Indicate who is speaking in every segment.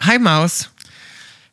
Speaker 1: Hi Maus.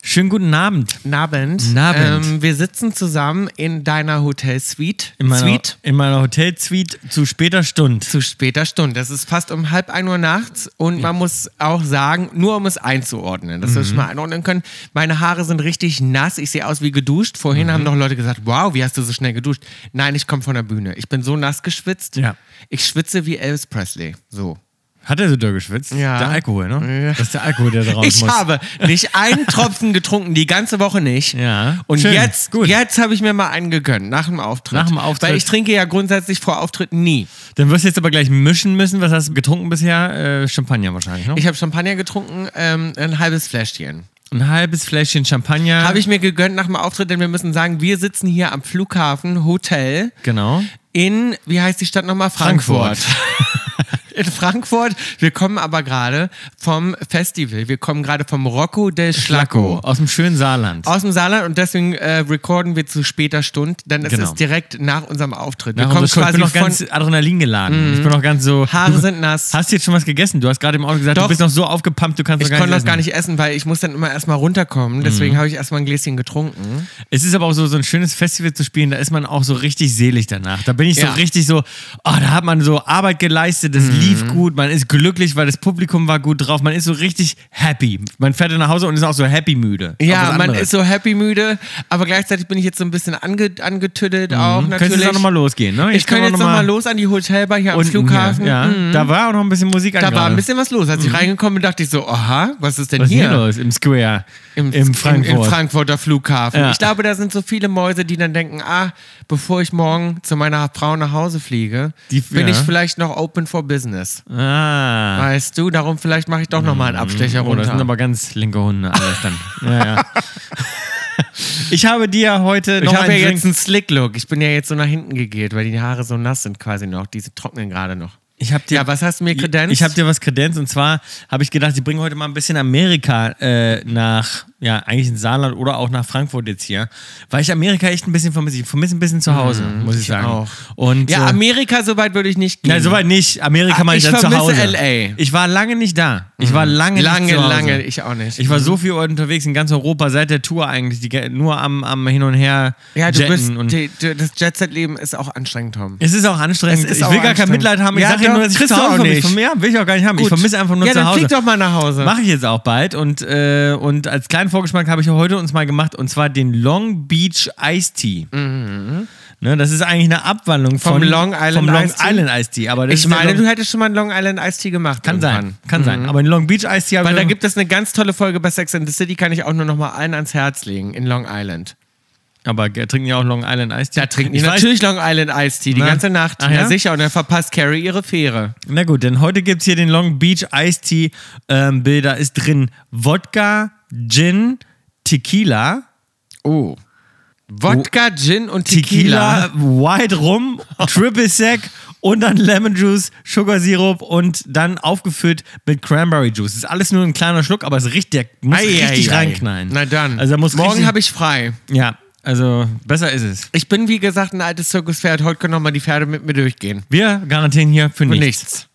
Speaker 2: Schönen guten Abend.
Speaker 1: Nabend.
Speaker 2: Nabend.
Speaker 1: Ähm, wir sitzen zusammen in deiner Hotelsuite.
Speaker 2: In meiner,
Speaker 1: Suite.
Speaker 2: In meiner Hotelsuite zu später Stunde.
Speaker 1: Zu später Stunde. Es ist fast um halb ein Uhr nachts und man muss auch sagen, nur um es einzuordnen, dass wir es
Speaker 2: Mhm.
Speaker 1: schon mal einordnen können. Meine Haare sind richtig nass. Ich sehe aus wie geduscht. Vorhin
Speaker 2: Mhm.
Speaker 1: haben noch Leute gesagt, wow, wie hast du so schnell geduscht? Nein, ich komme von der Bühne. Ich bin so nass geschwitzt.
Speaker 2: Ja.
Speaker 1: Ich schwitze wie Elvis Presley. So.
Speaker 2: Hat er so doll geschwitzt?
Speaker 1: Ja.
Speaker 2: Der Alkohol, ne?
Speaker 1: Ja.
Speaker 2: Das ist der Alkohol, der da raus
Speaker 1: Ich
Speaker 2: muss.
Speaker 1: habe nicht einen Tropfen getrunken, die ganze Woche nicht.
Speaker 2: Ja.
Speaker 1: Und
Speaker 2: Schön.
Speaker 1: jetzt,
Speaker 2: Gut.
Speaker 1: jetzt habe ich mir mal einen gegönnt, nach dem Auftritt.
Speaker 2: Nach dem Auftritt.
Speaker 1: Weil ich trinke ja grundsätzlich vor Auftritten nie.
Speaker 2: Dann wirst du jetzt aber gleich mischen müssen. Was hast du getrunken bisher? Äh, Champagner wahrscheinlich, ne?
Speaker 1: Ich habe Champagner getrunken, ähm, ein halbes Fläschchen.
Speaker 2: Ein halbes Fläschchen Champagner.
Speaker 1: Habe ich mir gegönnt nach dem Auftritt, denn wir müssen sagen, wir sitzen hier am Flughafen Hotel
Speaker 2: Genau.
Speaker 1: in, wie heißt die Stadt nochmal?
Speaker 2: Frankfurt.
Speaker 1: in Frankfurt. Wir kommen aber gerade vom Festival. Wir kommen gerade vom Rocco del Schlacco.
Speaker 2: Aus dem schönen Saarland.
Speaker 1: Aus dem Saarland und deswegen äh, recorden wir zu später Stunde, denn es
Speaker 2: Genau.
Speaker 1: ist direkt nach unserem Auftritt.
Speaker 2: Nach
Speaker 1: wir kommen
Speaker 2: unserer Show. ich
Speaker 1: quasi
Speaker 2: bin noch
Speaker 1: von Mhm.
Speaker 2: ganz Adrenalin geladen. Ich bin noch ganz so.
Speaker 1: Haare sind nass.
Speaker 2: Hast du jetzt schon was gegessen? Du hast gerade im Auto gesagt,
Speaker 1: Doch.
Speaker 2: du bist noch so aufgepumpt, du kannst
Speaker 1: Ich
Speaker 2: noch gar
Speaker 1: konnte
Speaker 2: nicht Mhm.
Speaker 1: das
Speaker 2: essen.
Speaker 1: gar nicht essen, weil ich muss dann immer erstmal runterkommen. Deswegen habe ich erstmal ein Gläschen getrunken.
Speaker 2: Es ist aber auch so, so ein schönes Festival zu spielen, da ist man auch so richtig selig danach. Da bin ich
Speaker 1: Ja. Mhm.
Speaker 2: so richtig so, oh, da hat man so Arbeit geleistet, es lief gut, man ist glücklich, weil das Publikum war gut drauf, man ist so richtig happy. Man fährt dann nach Hause und ist auch so happy müde. Auch
Speaker 1: Ja,
Speaker 2: was
Speaker 1: man
Speaker 2: anderes.
Speaker 1: ist so happy müde, aber gleichzeitig bin ich jetzt so ein bisschen ange
Speaker 2: Mhm.
Speaker 1: angetüdelt auch
Speaker 2: Könntest
Speaker 1: natürlich.
Speaker 2: jetzt auch nochmal losgehen, ne?
Speaker 1: ich könnte
Speaker 2: kann
Speaker 1: jetzt
Speaker 2: noch
Speaker 1: nochmal los an die Hotelbar hier am
Speaker 2: unten
Speaker 1: Flughafen.
Speaker 2: Hier. Ja,
Speaker 1: Mhm.
Speaker 2: Da war auch noch ein bisschen Musik
Speaker 1: Da war ein
Speaker 2: gerade. Mhm.
Speaker 1: bisschen was los. Als ich reingekommen bin, dachte ich so, aha, was ist denn
Speaker 2: Was ist
Speaker 1: hier?
Speaker 2: hier los? Im Square. Im, Frankfurt.
Speaker 1: Im, im Frankfurter Flughafen.
Speaker 2: Ja.
Speaker 1: Ich glaube, da sind so viele Mäuse, die dann denken, ah, bevor ich morgen zu meiner Frau nach Hause fliege,
Speaker 2: Die-
Speaker 1: bin
Speaker 2: ja.
Speaker 1: ich vielleicht noch open for business.
Speaker 2: ah.
Speaker 1: Weißt du, darum vielleicht mache ich doch nochmal einen Abstecher
Speaker 2: Oh, das sind
Speaker 1: runter.
Speaker 2: aber ganz linke Hunde alles dann. ja, ja. Ich habe dir heute noch
Speaker 1: ich habe ja
Speaker 2: einen Drink
Speaker 1: jetzt einen Slick-Look. Ich bin ja jetzt so nach hinten gegelt, weil die Haare so nass sind quasi noch. Die trocknen gerade noch.
Speaker 2: Ich hab dir,
Speaker 1: Ja, was hast du mir kredenzt?
Speaker 2: Ich habe dir was kredenzt und zwar habe ich gedacht, ich bringe heute mal ein bisschen Amerika äh, nach, ja, eigentlich ins Saarland oder auch nach Frankfurt jetzt hier, weil ich Amerika echt ein bisschen vermisse. Ich vermisse ein bisschen zu Hause, muss ich, sagen.
Speaker 1: Mhm, auch.
Speaker 2: Und,
Speaker 1: Ja,
Speaker 2: äh,
Speaker 1: Amerika, so weit würde ich nicht gehen.
Speaker 2: Nein, soweit nicht. Amerika
Speaker 1: Ah,
Speaker 2: meine ich,
Speaker 1: ich
Speaker 2: dann zu
Speaker 1: vermisse
Speaker 2: Hause.
Speaker 1: LA.
Speaker 2: Ich war lange nicht da. Ich war lange,
Speaker 1: lange,
Speaker 2: nicht zu Hause.
Speaker 1: lange, Mhm. ich auch nicht.
Speaker 2: Ich war so viel unterwegs in ganz Europa seit der Tour eigentlich, die, ge- nur am, am Hin und Her.
Speaker 1: ja, du
Speaker 2: jetten
Speaker 1: bist,
Speaker 2: und
Speaker 1: die, du, das Jet-Set-Leben ist auch anstrengend, Tom.
Speaker 2: es ist auch anstrengend.
Speaker 1: Es ist
Speaker 2: ich
Speaker 1: auch
Speaker 2: will gar kein
Speaker 1: anstrengend.
Speaker 2: Mitleid haben. Ich
Speaker 1: Ja,
Speaker 2: sage ja
Speaker 1: doch,
Speaker 2: nur, dass ich
Speaker 1: kriegst
Speaker 2: zu
Speaker 1: du
Speaker 2: Hause
Speaker 1: auch
Speaker 2: vermisse.
Speaker 1: nicht.
Speaker 2: Von mir will ich auch gar nicht haben. Ich vermisse einfach nur
Speaker 1: ja,
Speaker 2: zu
Speaker 1: dann
Speaker 2: Hause.
Speaker 1: flieg doch mal nach Hause.
Speaker 2: Mache ich jetzt auch bald. Und, äh, und als kleinen Vorgeschmack habe ich heute uns mal gemacht, und zwar den Long Beach Ice Tea. Ne, das ist eigentlich eine Abwandlung
Speaker 1: Mhm. Vom
Speaker 2: von,
Speaker 1: Long Island
Speaker 2: vom Long
Speaker 1: Iced Tea?
Speaker 2: Island Ice Tea. Aber das
Speaker 1: Ich
Speaker 2: ist der
Speaker 1: meine,
Speaker 2: Long,
Speaker 1: du hättest schon mal einen Long Island Iced Tea gemacht.
Speaker 2: Also- kann sein, Also-
Speaker 1: irgendwann. Mhm.
Speaker 2: kann sein. Aber den Long Beach Ice Tea
Speaker 1: Weil da
Speaker 2: ich
Speaker 1: gibt es eine ganz tolle Folge bei Sex and the City, kann ich auch nur noch mal allen ans Herz legen, in Long Island.
Speaker 2: Aber äh, trinken ja auch Long Island Ice Tea. Da
Speaker 1: Trinken die natürlich Long Island Iced Tea die
Speaker 2: Na?
Speaker 1: ganze Nacht.
Speaker 2: Ach
Speaker 1: ja?
Speaker 2: ja?
Speaker 1: sicher. Und dann verpasst Carrie ihre Fähre.
Speaker 2: Na gut, denn heute gibt es hier den Long Beach Ice Tea. Ähm, Bilder ist drin Wodka, Gin, Tequila.
Speaker 1: Oh. Wodka, Gin und Tequila.
Speaker 2: Oh. Tequila, White Rum, Triple Sec und dann Lemon Juice, Sugar Sirup und dann aufgefüllt mit Cranberry Juice. Ist alles nur ein kleiner Schluck, aber es riecht, der muss
Speaker 1: Ei,
Speaker 2: richtig
Speaker 1: ei, ei.
Speaker 2: reinknallen.
Speaker 1: Na dann.
Speaker 2: Also da muss
Speaker 1: Morgen
Speaker 2: richtig,
Speaker 1: habe ich frei.
Speaker 2: ja, also besser ist es.
Speaker 1: Ich bin, wie gesagt, ein altes Zirkuspferd. Heute können noch mal die Pferde mit mir durchgehen.
Speaker 2: Wir garantieren hier für
Speaker 1: Und
Speaker 2: nichts.
Speaker 1: nichts.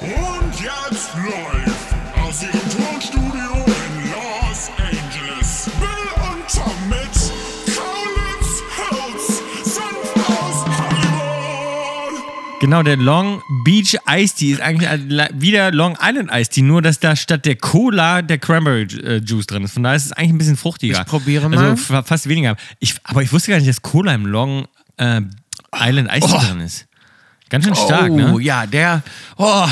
Speaker 3: Und jetzt läuft aus ihrem Tonstudio in Los Angeles Bill und Tom mit Kaulitz Hills, Senf aus Hollywood.
Speaker 2: Genau, der Long Beach Ice Tea ist eigentlich alle- wieder Long Island Ice Tea, nur dass da statt der Cola der Cranberry äh, Juice drin ist. Von daher ist es eigentlich ein bisschen fruchtiger.
Speaker 1: Ich probiere mal.
Speaker 2: Also fa- fast weniger. Ich, aber ich wusste gar nicht, dass Cola im Long äh, Island Ice Tea drin ist. Ganz schön stark,
Speaker 1: oh,
Speaker 2: ne?
Speaker 1: ja, der. Oh.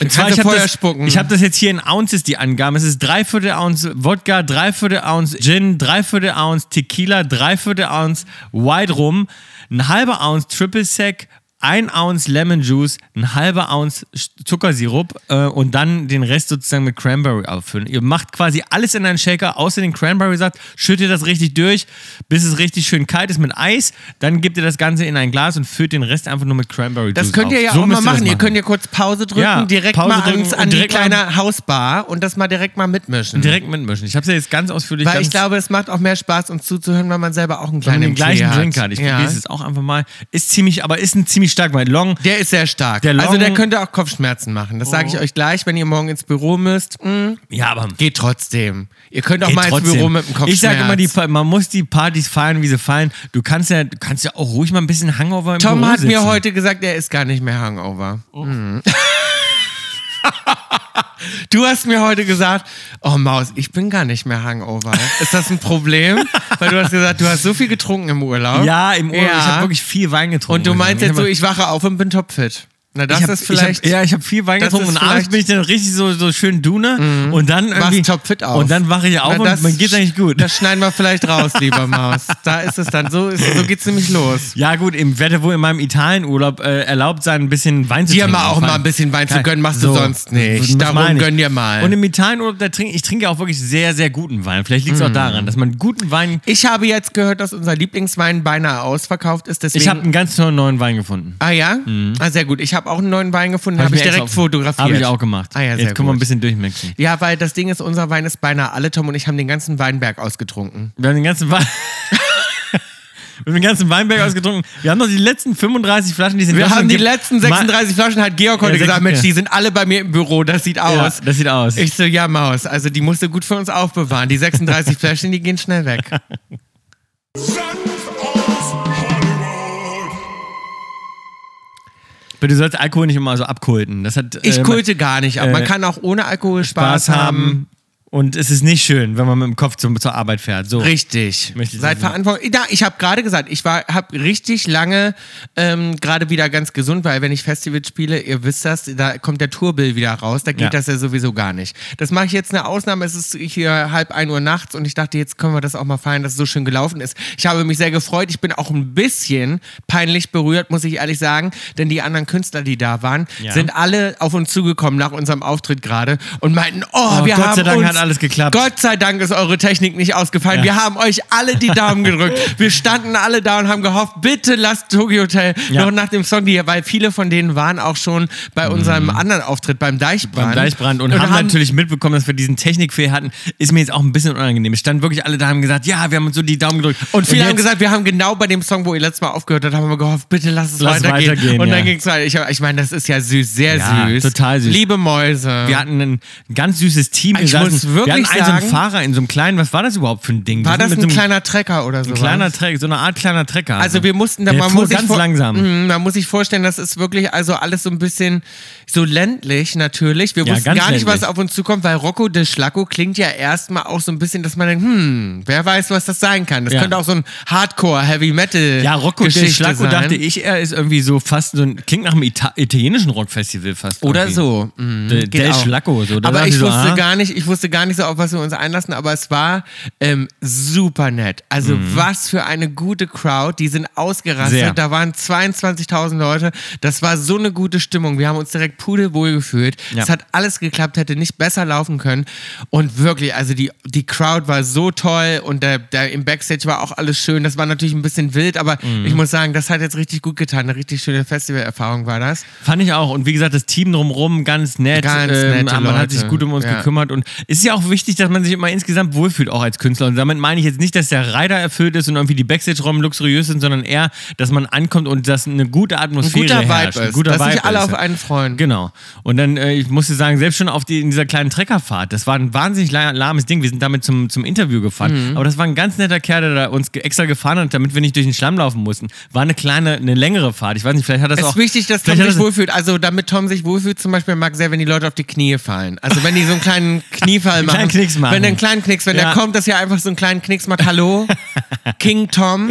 Speaker 1: Und
Speaker 2: Zwar,
Speaker 1: ich
Speaker 2: hab
Speaker 1: Feuer
Speaker 2: das,
Speaker 1: spucken.
Speaker 2: ich habe das jetzt hier in Ounces, die Angaben. Es ist dreiviertel Ounce Wodka, dreiviertel Ounce Gin, dreiviertel Ounce Tequila, dreiviertel Ounce White Rum, ein halber Ounce Triple Sec, ein Ounce Lemon Juice, ein halber Ounce Sch- Zuckersirup äh, und dann den Rest sozusagen mit Cranberry auffüllen. Ihr macht quasi alles in einen Shaker, außer den Cranberry-Saft, schüttet das richtig durch, bis es richtig schön kalt ist mit Eis. Dann gebt ihr das Ganze in ein Glas und füllt den Rest einfach nur mit Cranberry-Juice
Speaker 1: Das könnt ihr ja auch mal machen. Ihr könnt ja kurz Pause drücken,
Speaker 2: Ja,
Speaker 1: direkt
Speaker 2: Pause
Speaker 1: mal
Speaker 2: drücken
Speaker 1: ans,
Speaker 2: und
Speaker 1: an die
Speaker 2: direkt mal-
Speaker 1: kleine Hausbar und das mal direkt mal mitmischen.
Speaker 2: Direkt mitmischen. Ich habe es ja jetzt ganz ausführlich
Speaker 1: weil
Speaker 2: ganz
Speaker 1: ich glaube, es macht auch mehr Spaß, uns zuzuhören, weil man selber auch einen
Speaker 2: wenn man
Speaker 1: kleinen
Speaker 2: den gleichen
Speaker 1: Tee
Speaker 2: Drink
Speaker 1: hat.
Speaker 2: hat. Ich
Speaker 1: ja.
Speaker 2: probiere es jetzt auch einfach mal. Ist ziemlich, aber ist ein ziemlich stark, mein Long.
Speaker 1: Der ist sehr stark.
Speaker 2: Der Long- Oh.
Speaker 1: also der könnte auch Kopfschmerzen machen. Das sage ich euch gleich, wenn ihr morgen ins Büro müsst. Mm,
Speaker 2: Ja, aber
Speaker 1: geht trotzdem. Ihr könnt auch
Speaker 2: Ey,
Speaker 1: mal ins
Speaker 2: trotzdem.
Speaker 1: Büro mit dem Kopfschmerz.
Speaker 2: Ich sage immer, die, Pa- man muss die Partys feiern, wie sie fallen. Du kannst ja, du kannst ja auch ruhig mal ein bisschen Hangover im
Speaker 1: Tom
Speaker 2: Büro
Speaker 1: hat mir
Speaker 2: sitzen.
Speaker 1: heute gesagt, er ist gar nicht mehr Hangover.
Speaker 2: Oh.
Speaker 1: Mhm. Du hast mir heute gesagt, oh Maus, ich bin gar nicht mehr Hangover. Ist das ein Problem? Weil du hast gesagt, du hast so viel getrunken im Urlaub.
Speaker 2: Ja, im Urlaub.
Speaker 1: Ja.
Speaker 2: Ich habe wirklich viel Wein getrunken.
Speaker 1: Und du meinst
Speaker 2: Ich
Speaker 1: jetzt so,
Speaker 2: hab-
Speaker 1: ich wache auf und bin topfit. Na, das
Speaker 2: ich hab,
Speaker 1: ist vielleicht.
Speaker 2: Ich hab, ja, ich habe viel Wein
Speaker 1: das
Speaker 2: getrunken
Speaker 1: ist
Speaker 2: und
Speaker 1: vielleicht-
Speaker 2: abends
Speaker 1: Mhm.
Speaker 2: bin ich dann richtig so, so schön Dune und dann irgendwie.
Speaker 1: Machst topfit auf.
Speaker 2: Und dann wache ich auf
Speaker 1: Na,
Speaker 2: und mir geht's eigentlich gut.
Speaker 1: Das schneiden wir vielleicht raus, lieber Maus. Da ist es dann. So, ist, so geht's nämlich los.
Speaker 2: ja, gut, im Wetter wohl in meinem Italienurlaub äh, erlaubt sein, ein bisschen Wein zu
Speaker 1: Dir
Speaker 2: trinken.
Speaker 1: mal auch mal ein bisschen Wein zu
Speaker 2: Kein-
Speaker 1: gönnen, machst du sonst nicht.
Speaker 2: Das
Speaker 1: Darum
Speaker 2: meine ich.
Speaker 1: gönn dir mal.
Speaker 2: Und im Italienurlaub, da trinke ich trinke auch wirklich sehr, sehr guten Wein. Vielleicht liegt es auch
Speaker 1: Mm.
Speaker 2: daran, dass man guten Wein.
Speaker 1: ich habe jetzt gehört, dass unser Lieblingswein beinahe ausverkauft ist. Deswegen
Speaker 2: Ich habe einen ganz tollen neuen Wein gefunden.
Speaker 1: Ah ja? Ah, sehr gut. Ich habe auch einen neuen Wein gefunden, habe ich
Speaker 2: mir extra
Speaker 1: direkt
Speaker 2: auf-
Speaker 1: fotografiert.
Speaker 2: Habe ich auch gemacht.
Speaker 1: Ah ja, sehr
Speaker 2: Jetzt können wir
Speaker 1: gut.
Speaker 2: ein bisschen durchmixen.
Speaker 1: Ja, weil das Ding ist, unser Wein ist beinahe alle, Tom und ich haben den ganzen Weinberg ausgetrunken.
Speaker 2: Wir haben den ganzen Wein. Wir haben den ganzen Weinberg ausgetrunken. Wir haben noch die letzten 35 Flaschen, die sind
Speaker 1: Wir haben die letzten 36 Flaschen, hat Georg heute
Speaker 2: Ja, sechs-
Speaker 1: gesagt, Mensch,
Speaker 2: ja.
Speaker 1: die sind alle bei mir im Büro, das sieht
Speaker 2: Ja,
Speaker 1: aus.
Speaker 2: das sieht aus.
Speaker 1: ich so, ja, Maus, also die musst du gut für uns aufbewahren. Die 36 Flaschen, die gehen schnell weg.
Speaker 3: Senf aus Hollywood.
Speaker 2: Aber du sollst Alkohol nicht immer so abkulten. Das hat,
Speaker 1: Ich
Speaker 2: äh,
Speaker 1: kulte gar nicht ab. Man
Speaker 2: äh,
Speaker 1: kann auch ohne Alkohol Spaß,
Speaker 2: Spaß
Speaker 1: haben.
Speaker 2: haben. Und es ist nicht schön, wenn man mit dem Kopf zum, zur Arbeit fährt. So.
Speaker 1: Richtig.
Speaker 2: Möchte ich
Speaker 1: Seid
Speaker 2: sagen.
Speaker 1: verantwortlich. Ja, ich habe gerade gesagt, ich war, habe richtig lange ähm, gerade wieder ganz gesund, weil wenn ich Festivals spiele, ihr wisst das, da kommt der Tourbill wieder raus, da geht
Speaker 2: Ja.
Speaker 1: das ja sowieso gar nicht. Das mache ich jetzt eine Ausnahme. Es ist hier halb ein Uhr nachts und ich dachte, jetzt können wir das auch mal feiern, dass es so schön gelaufen ist. Ich habe mich sehr gefreut. Ich bin auch ein bisschen peinlich berührt, muss ich ehrlich sagen, denn die anderen Künstler, die da waren,
Speaker 2: Ja.
Speaker 1: sind alle auf uns zugekommen nach unserem Auftritt gerade und meinten, oh,
Speaker 2: Oh,
Speaker 1: wir
Speaker 2: Gott
Speaker 1: haben
Speaker 2: sei Dank
Speaker 1: uns,
Speaker 2: hat alles geklappt.
Speaker 1: Gott sei Dank ist eure Technik nicht ausgefallen.
Speaker 2: Ja.
Speaker 1: Wir haben euch alle die Daumen gedrückt. Wir standen alle da und haben gehofft, bitte lasst Tokyo Hotel
Speaker 2: Ja.
Speaker 1: noch nach dem Song hier, weil viele von denen waren auch schon bei unserem anderen Auftritt beim Deichbrand.
Speaker 2: Mhm. Beim Deichbrand und, haben, natürlich mitbekommen, dass wir diesen Technikfehler hatten. Ist mir jetzt auch ein bisschen unangenehm. Es standen wirklich alle da haben gesagt, ja, wir haben uns so die Daumen gedrückt.
Speaker 1: Und viele haben
Speaker 2: jetzt-
Speaker 1: gesagt, wir haben genau bei dem Song, wo ihr letztes Mal aufgehört habt, haben wir gehofft, bitte lasst es
Speaker 2: Lass es
Speaker 1: weitergehen.
Speaker 2: weitergehen,
Speaker 1: Und
Speaker 2: ja.
Speaker 1: dann ging es weiter. Ich, ich meine, das ist ja süß, sehr
Speaker 2: Ja,
Speaker 1: süß.
Speaker 2: total süß.
Speaker 1: Liebe Mäuse.
Speaker 2: wir hatten ein ganz süßes Team. Wir
Speaker 1: Ich
Speaker 2: saßen-
Speaker 1: muss
Speaker 2: wir hatten
Speaker 1: wirklich
Speaker 2: einen, so einen
Speaker 1: sagen-
Speaker 2: Fahrer in so einem kleinen, was war das überhaupt für ein Ding? Wir
Speaker 1: War
Speaker 2: sind
Speaker 1: das
Speaker 2: mit
Speaker 1: ein
Speaker 2: so einem
Speaker 1: kleiner Trecker oder so?
Speaker 2: kleiner Trecker, so eine Art kleiner Trecker?
Speaker 1: Also wir mussten da
Speaker 2: Der
Speaker 1: man
Speaker 2: fuhr
Speaker 1: muss sich
Speaker 2: ganz
Speaker 1: vor-
Speaker 2: langsam.
Speaker 1: Mhm, man muss sich vorstellen, das ist wirklich also alles so ein bisschen so ländlich natürlich. Wir
Speaker 2: Ja,
Speaker 1: wussten
Speaker 2: ganz
Speaker 1: gar nicht, was
Speaker 2: ländlich.
Speaker 1: auf uns zukommt, weil Rocco de Schlacco klingt ja erstmal auch so ein bisschen, dass man denkt, hm, wer weiß, was das sein kann. Das
Speaker 2: Ja.
Speaker 1: könnte auch so ein Hardcore Heavy Metal
Speaker 2: Ja, Rocco
Speaker 1: Geschichte
Speaker 2: del Schlacco
Speaker 1: sein.
Speaker 2: dachte ich, er ist irgendwie so fast so ein, klingt nach einem Ita italienischen Rockfestival fast.
Speaker 1: oder
Speaker 2: irgendwie.
Speaker 1: so. Mhm,
Speaker 2: Del,
Speaker 1: geht
Speaker 2: del
Speaker 1: auch.
Speaker 2: Schlacco. So. Da
Speaker 1: aber
Speaker 2: dachte
Speaker 1: ich
Speaker 2: so,
Speaker 1: wusste
Speaker 2: ah.
Speaker 1: gar nicht, ich wusste gar nicht so, auf was wir uns einlassen, aber es war ähm, super nett. Also was für eine gute Crowd, die sind ausgerastet,
Speaker 2: Mhm. Sehr.
Speaker 1: da waren 22.000 Leute, das war so eine gute Stimmung, wir haben uns direkt pudelwohl gefühlt,
Speaker 2: Ja.
Speaker 1: es hat alles geklappt, hätte nicht besser laufen können und wirklich, also die, die Crowd war so toll und der, der, im Backstage war auch alles schön, das war natürlich ein bisschen wild, aber
Speaker 2: Mhm.
Speaker 1: ich muss sagen, das hat jetzt richtig gut getan, eine richtig schöne Festivalerfahrung war das.
Speaker 2: Fand ich auch. Und wie gesagt, das Team drumherum ganz nett.
Speaker 1: Ganz
Speaker 2: ähm,
Speaker 1: nette
Speaker 2: man hat sich
Speaker 1: Leute.
Speaker 2: gut um uns
Speaker 1: Ja.
Speaker 2: gekümmert. Und es ist ja auch wichtig, dass man sich immer insgesamt wohlfühlt, auch als Künstler. Und damit meine ich jetzt nicht, dass der Reiter erfüllt ist und irgendwie die Backstage-Räume luxuriös sind, sondern eher, dass man ankommt und dass eine gute
Speaker 1: Ein
Speaker 2: Atmosphäre
Speaker 1: guter
Speaker 2: herrscht.
Speaker 1: Vibe
Speaker 2: Ein
Speaker 1: ist, dass sich alle auf einen freuen.
Speaker 2: Genau. Und dann, äh, ich musste sagen, selbst schon auf die, in dieser kleinen Treckerfahrt, das war ein wahnsinnig la- lahmes Ding. Wir sind damit zum, zum Interview gefahren.
Speaker 1: Mhm.
Speaker 2: Aber das war ein ganz netter Kerl, der da uns ge- extra gefahren hat, damit wir nicht durch den Schlamm laufen mussten. War eine kleine, eine längere Fahrt. Ich weiß nicht, vielleicht hat das
Speaker 1: Es
Speaker 2: auch.
Speaker 1: ist wichtig, dass Tom
Speaker 2: vielleicht hat
Speaker 1: sich
Speaker 2: das-
Speaker 1: wohlfühlt. Also damit Tom sich wohlfühlt, zum Beispiel mag sehr, wenn die Leute auf die Knie fallen. Also wenn die so einen kleinen Kniefall machen.
Speaker 2: kleinen Knicks machen.
Speaker 1: Wenn der einen kleinen Knicks, wenn
Speaker 2: Ja.
Speaker 1: der kommt, dass ihr einfach so einen kleinen Knicks macht. Hallo, King Tom,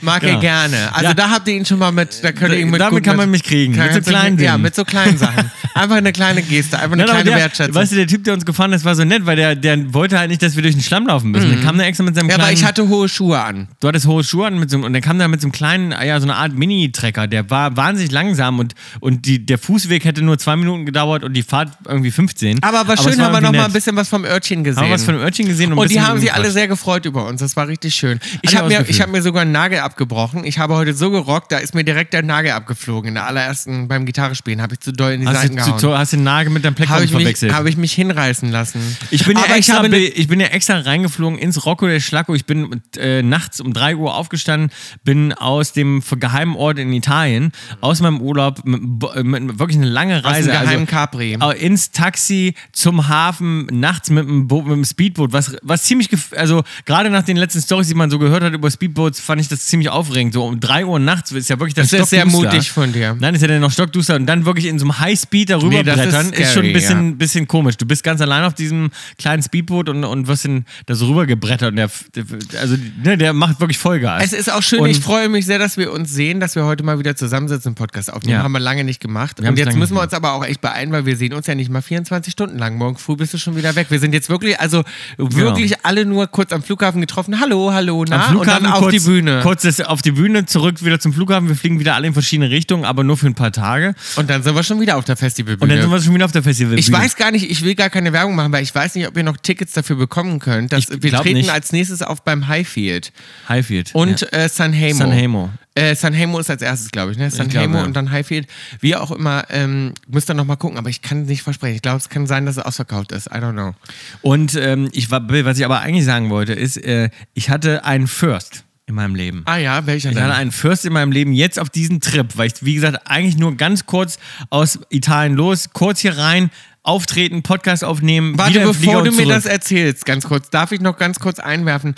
Speaker 1: mag
Speaker 2: Genau.
Speaker 1: er gerne. Also
Speaker 2: Ja.
Speaker 1: da habt ihr ihn schon mal mit, da könnt ihr ihn mit
Speaker 2: Damit
Speaker 1: gut
Speaker 2: kann man mich kriegen,
Speaker 1: Kann-
Speaker 2: mit so
Speaker 1: kannst du-
Speaker 2: kleinen
Speaker 1: Ja,
Speaker 2: Dingen.
Speaker 1: mit so kleinen Sachen. Einfach eine kleine Geste, einfach eine
Speaker 2: Nein, aber
Speaker 1: kleine
Speaker 2: der,
Speaker 1: Wertschätzung.
Speaker 2: Weißt du, der Typ, der uns gefahren ist, war so nett, weil der, der wollte halt nicht, dass wir durch den Schlamm laufen müssen. Dann kam der extra mit seinem
Speaker 1: Mhm. ja,
Speaker 2: kleinen.
Speaker 1: aber ich hatte hohe Schuhe an.
Speaker 2: du hattest hohe Schuhe an mit so, einem- und dann kam der mit so einem kleinen, ah ja, so eine Art Mini-Trecker. Der war wahnsinnig langsam und, und die, der Fußweg hätte nur zwei Minuten gedauert und die Fahrt irgendwie 15.
Speaker 1: Aber war
Speaker 2: es
Speaker 1: schön, haben wir noch
Speaker 2: irgendwie
Speaker 1: mal ein
Speaker 2: nett.
Speaker 1: bisschen was vom Örtchen gesehen.
Speaker 2: Haben wir was von dem Örtchen gesehen und, ein
Speaker 1: Und die
Speaker 2: bisschen
Speaker 1: haben sich
Speaker 2: rumgequatscht.
Speaker 1: alle sehr gefreut über uns. Das war richtig schön. Ich
Speaker 2: Alle
Speaker 1: habe mir, ich
Speaker 2: ausgefühlt.
Speaker 1: hab mir sogar einen Nagel abgebrochen. Ich habe heute so gerockt, da ist mir direkt der Nagel abgeflogen. In der allerersten, beim Gitarrespielen, habe ich zu doll in die
Speaker 2: Hast du
Speaker 1: Seiten gehauen.
Speaker 2: Substitut, hast den Nagel mit deinem
Speaker 1: Habe
Speaker 2: Pleckton
Speaker 1: ich, mich-
Speaker 2: verwechselt.
Speaker 1: hab ich mich hinreißen lassen.
Speaker 2: Ich bin, ja
Speaker 1: Aber
Speaker 2: extra,
Speaker 1: habe ne-
Speaker 2: be-
Speaker 1: eine-
Speaker 2: ich bin ja extra reingeflogen ins Rocco der Schlacko. Ich bin äh, nachts um 3 Uhr aufgestanden, bin aus dem geheimen Ort in Italien, aus meinem Urlaub, mit, mit, mit wirklich eine lange
Speaker 1: aus
Speaker 2: Reise.
Speaker 1: dem geheimen Capri.
Speaker 2: Also, äh, ins Taxi zum Hafen, nachts mit dem, Boot, mit dem Speedboot, was, was ziemlich, gef- also gerade nach den letzten Storys, die man so gehört hat über Speedboats, fand ich das ziemlich aufregend. So um 3 Uhr nachts ist ja wirklich das
Speaker 1: Das ist sehr
Speaker 2: stockduster.
Speaker 1: mutig von dir.
Speaker 2: Nein, ist ja dann noch stockduster und dann wirklich in so einem Highspeed darüber
Speaker 1: Nee, das ist
Speaker 2: rüberbrettern ist,
Speaker 1: scary,
Speaker 2: schon ein bisschen,
Speaker 1: ja.
Speaker 2: bisschen komisch. Du bist ganz allein auf diesem kleinen Speedboot und, und wirst in, da so rübergebrettert. Und der, der- also, ne, der macht wirklich Vollgas.
Speaker 1: Es ist auch schön,
Speaker 2: Und-
Speaker 1: ich freue mich sehr, dass wir uns sehen, dass wir heute mal wieder zusammensitzen im Podcast aufnehmen.
Speaker 2: Ja.
Speaker 1: Haben wir lange nicht gemacht.
Speaker 2: Wir
Speaker 1: und
Speaker 2: haben's
Speaker 1: jetzt
Speaker 2: lange
Speaker 1: müssen
Speaker 2: nicht
Speaker 1: wir uns aber auch echt beeilen, weil wir sehen uns ja nicht mal 24 Stunden lang. Morgen früh bist du schon wieder weg. Wir sind jetzt wirklich, also wirklich alle nur kurz am Flughafen getroffen. Hallo, hallo, na,
Speaker 2: Am Flughafen
Speaker 1: und dann auf
Speaker 2: kurz,
Speaker 1: die Bühne.
Speaker 2: Kurz das, auf die Bühne, zurück wieder zum Flughafen. Wir fliegen wieder alle in verschiedene Richtungen, aber nur für ein paar Tage.
Speaker 1: Und dann sind wir schon wieder auf der Festivalbühne.
Speaker 2: Und dann sind wir schon wieder auf der Festivalbühne.
Speaker 1: Ich weiß gar nicht, ich will gar keine Werbung machen, weil ich weiß nicht, ob ihr noch Tickets dafür bekommen könnt. Das,
Speaker 2: Ich
Speaker 1: wir
Speaker 2: glaub
Speaker 1: treten
Speaker 2: nicht.
Speaker 1: als nächstes auf beim Highfield
Speaker 2: Highfield.
Speaker 1: und äh,
Speaker 2: ähm,
Speaker 1: Sanhemo.
Speaker 2: Sanhemo.
Speaker 1: Äh, Sanhemo ist als erstes, glaube ich, ne? Sanhemo
Speaker 2: ja.
Speaker 1: und dann Highfield. Wie auch immer, ähm, müsst ihr nochmal gucken, aber ich kann nicht versprechen. Ich glaube, es kann sein, dass es ausverkauft ist. I don't know.
Speaker 2: Und ähm, ich war, was ich aber eigentlich sagen wollte, ist, äh, ich hatte einen First in meinem Leben.
Speaker 1: Ah ja, welcher
Speaker 2: Ich
Speaker 1: denn?
Speaker 2: hatte einen First in meinem Leben jetzt auf diesen Trip, weil ich, wie gesagt, eigentlich nur ganz kurz aus Italien los, kurz hier rein, auftreten, Podcast aufnehmen.
Speaker 1: Warte,
Speaker 2: wieder im Flieger
Speaker 1: bevor
Speaker 2: und
Speaker 1: du mir
Speaker 2: zurück.
Speaker 1: das erzählst, ganz kurz, darf ich noch ganz kurz einwerfen,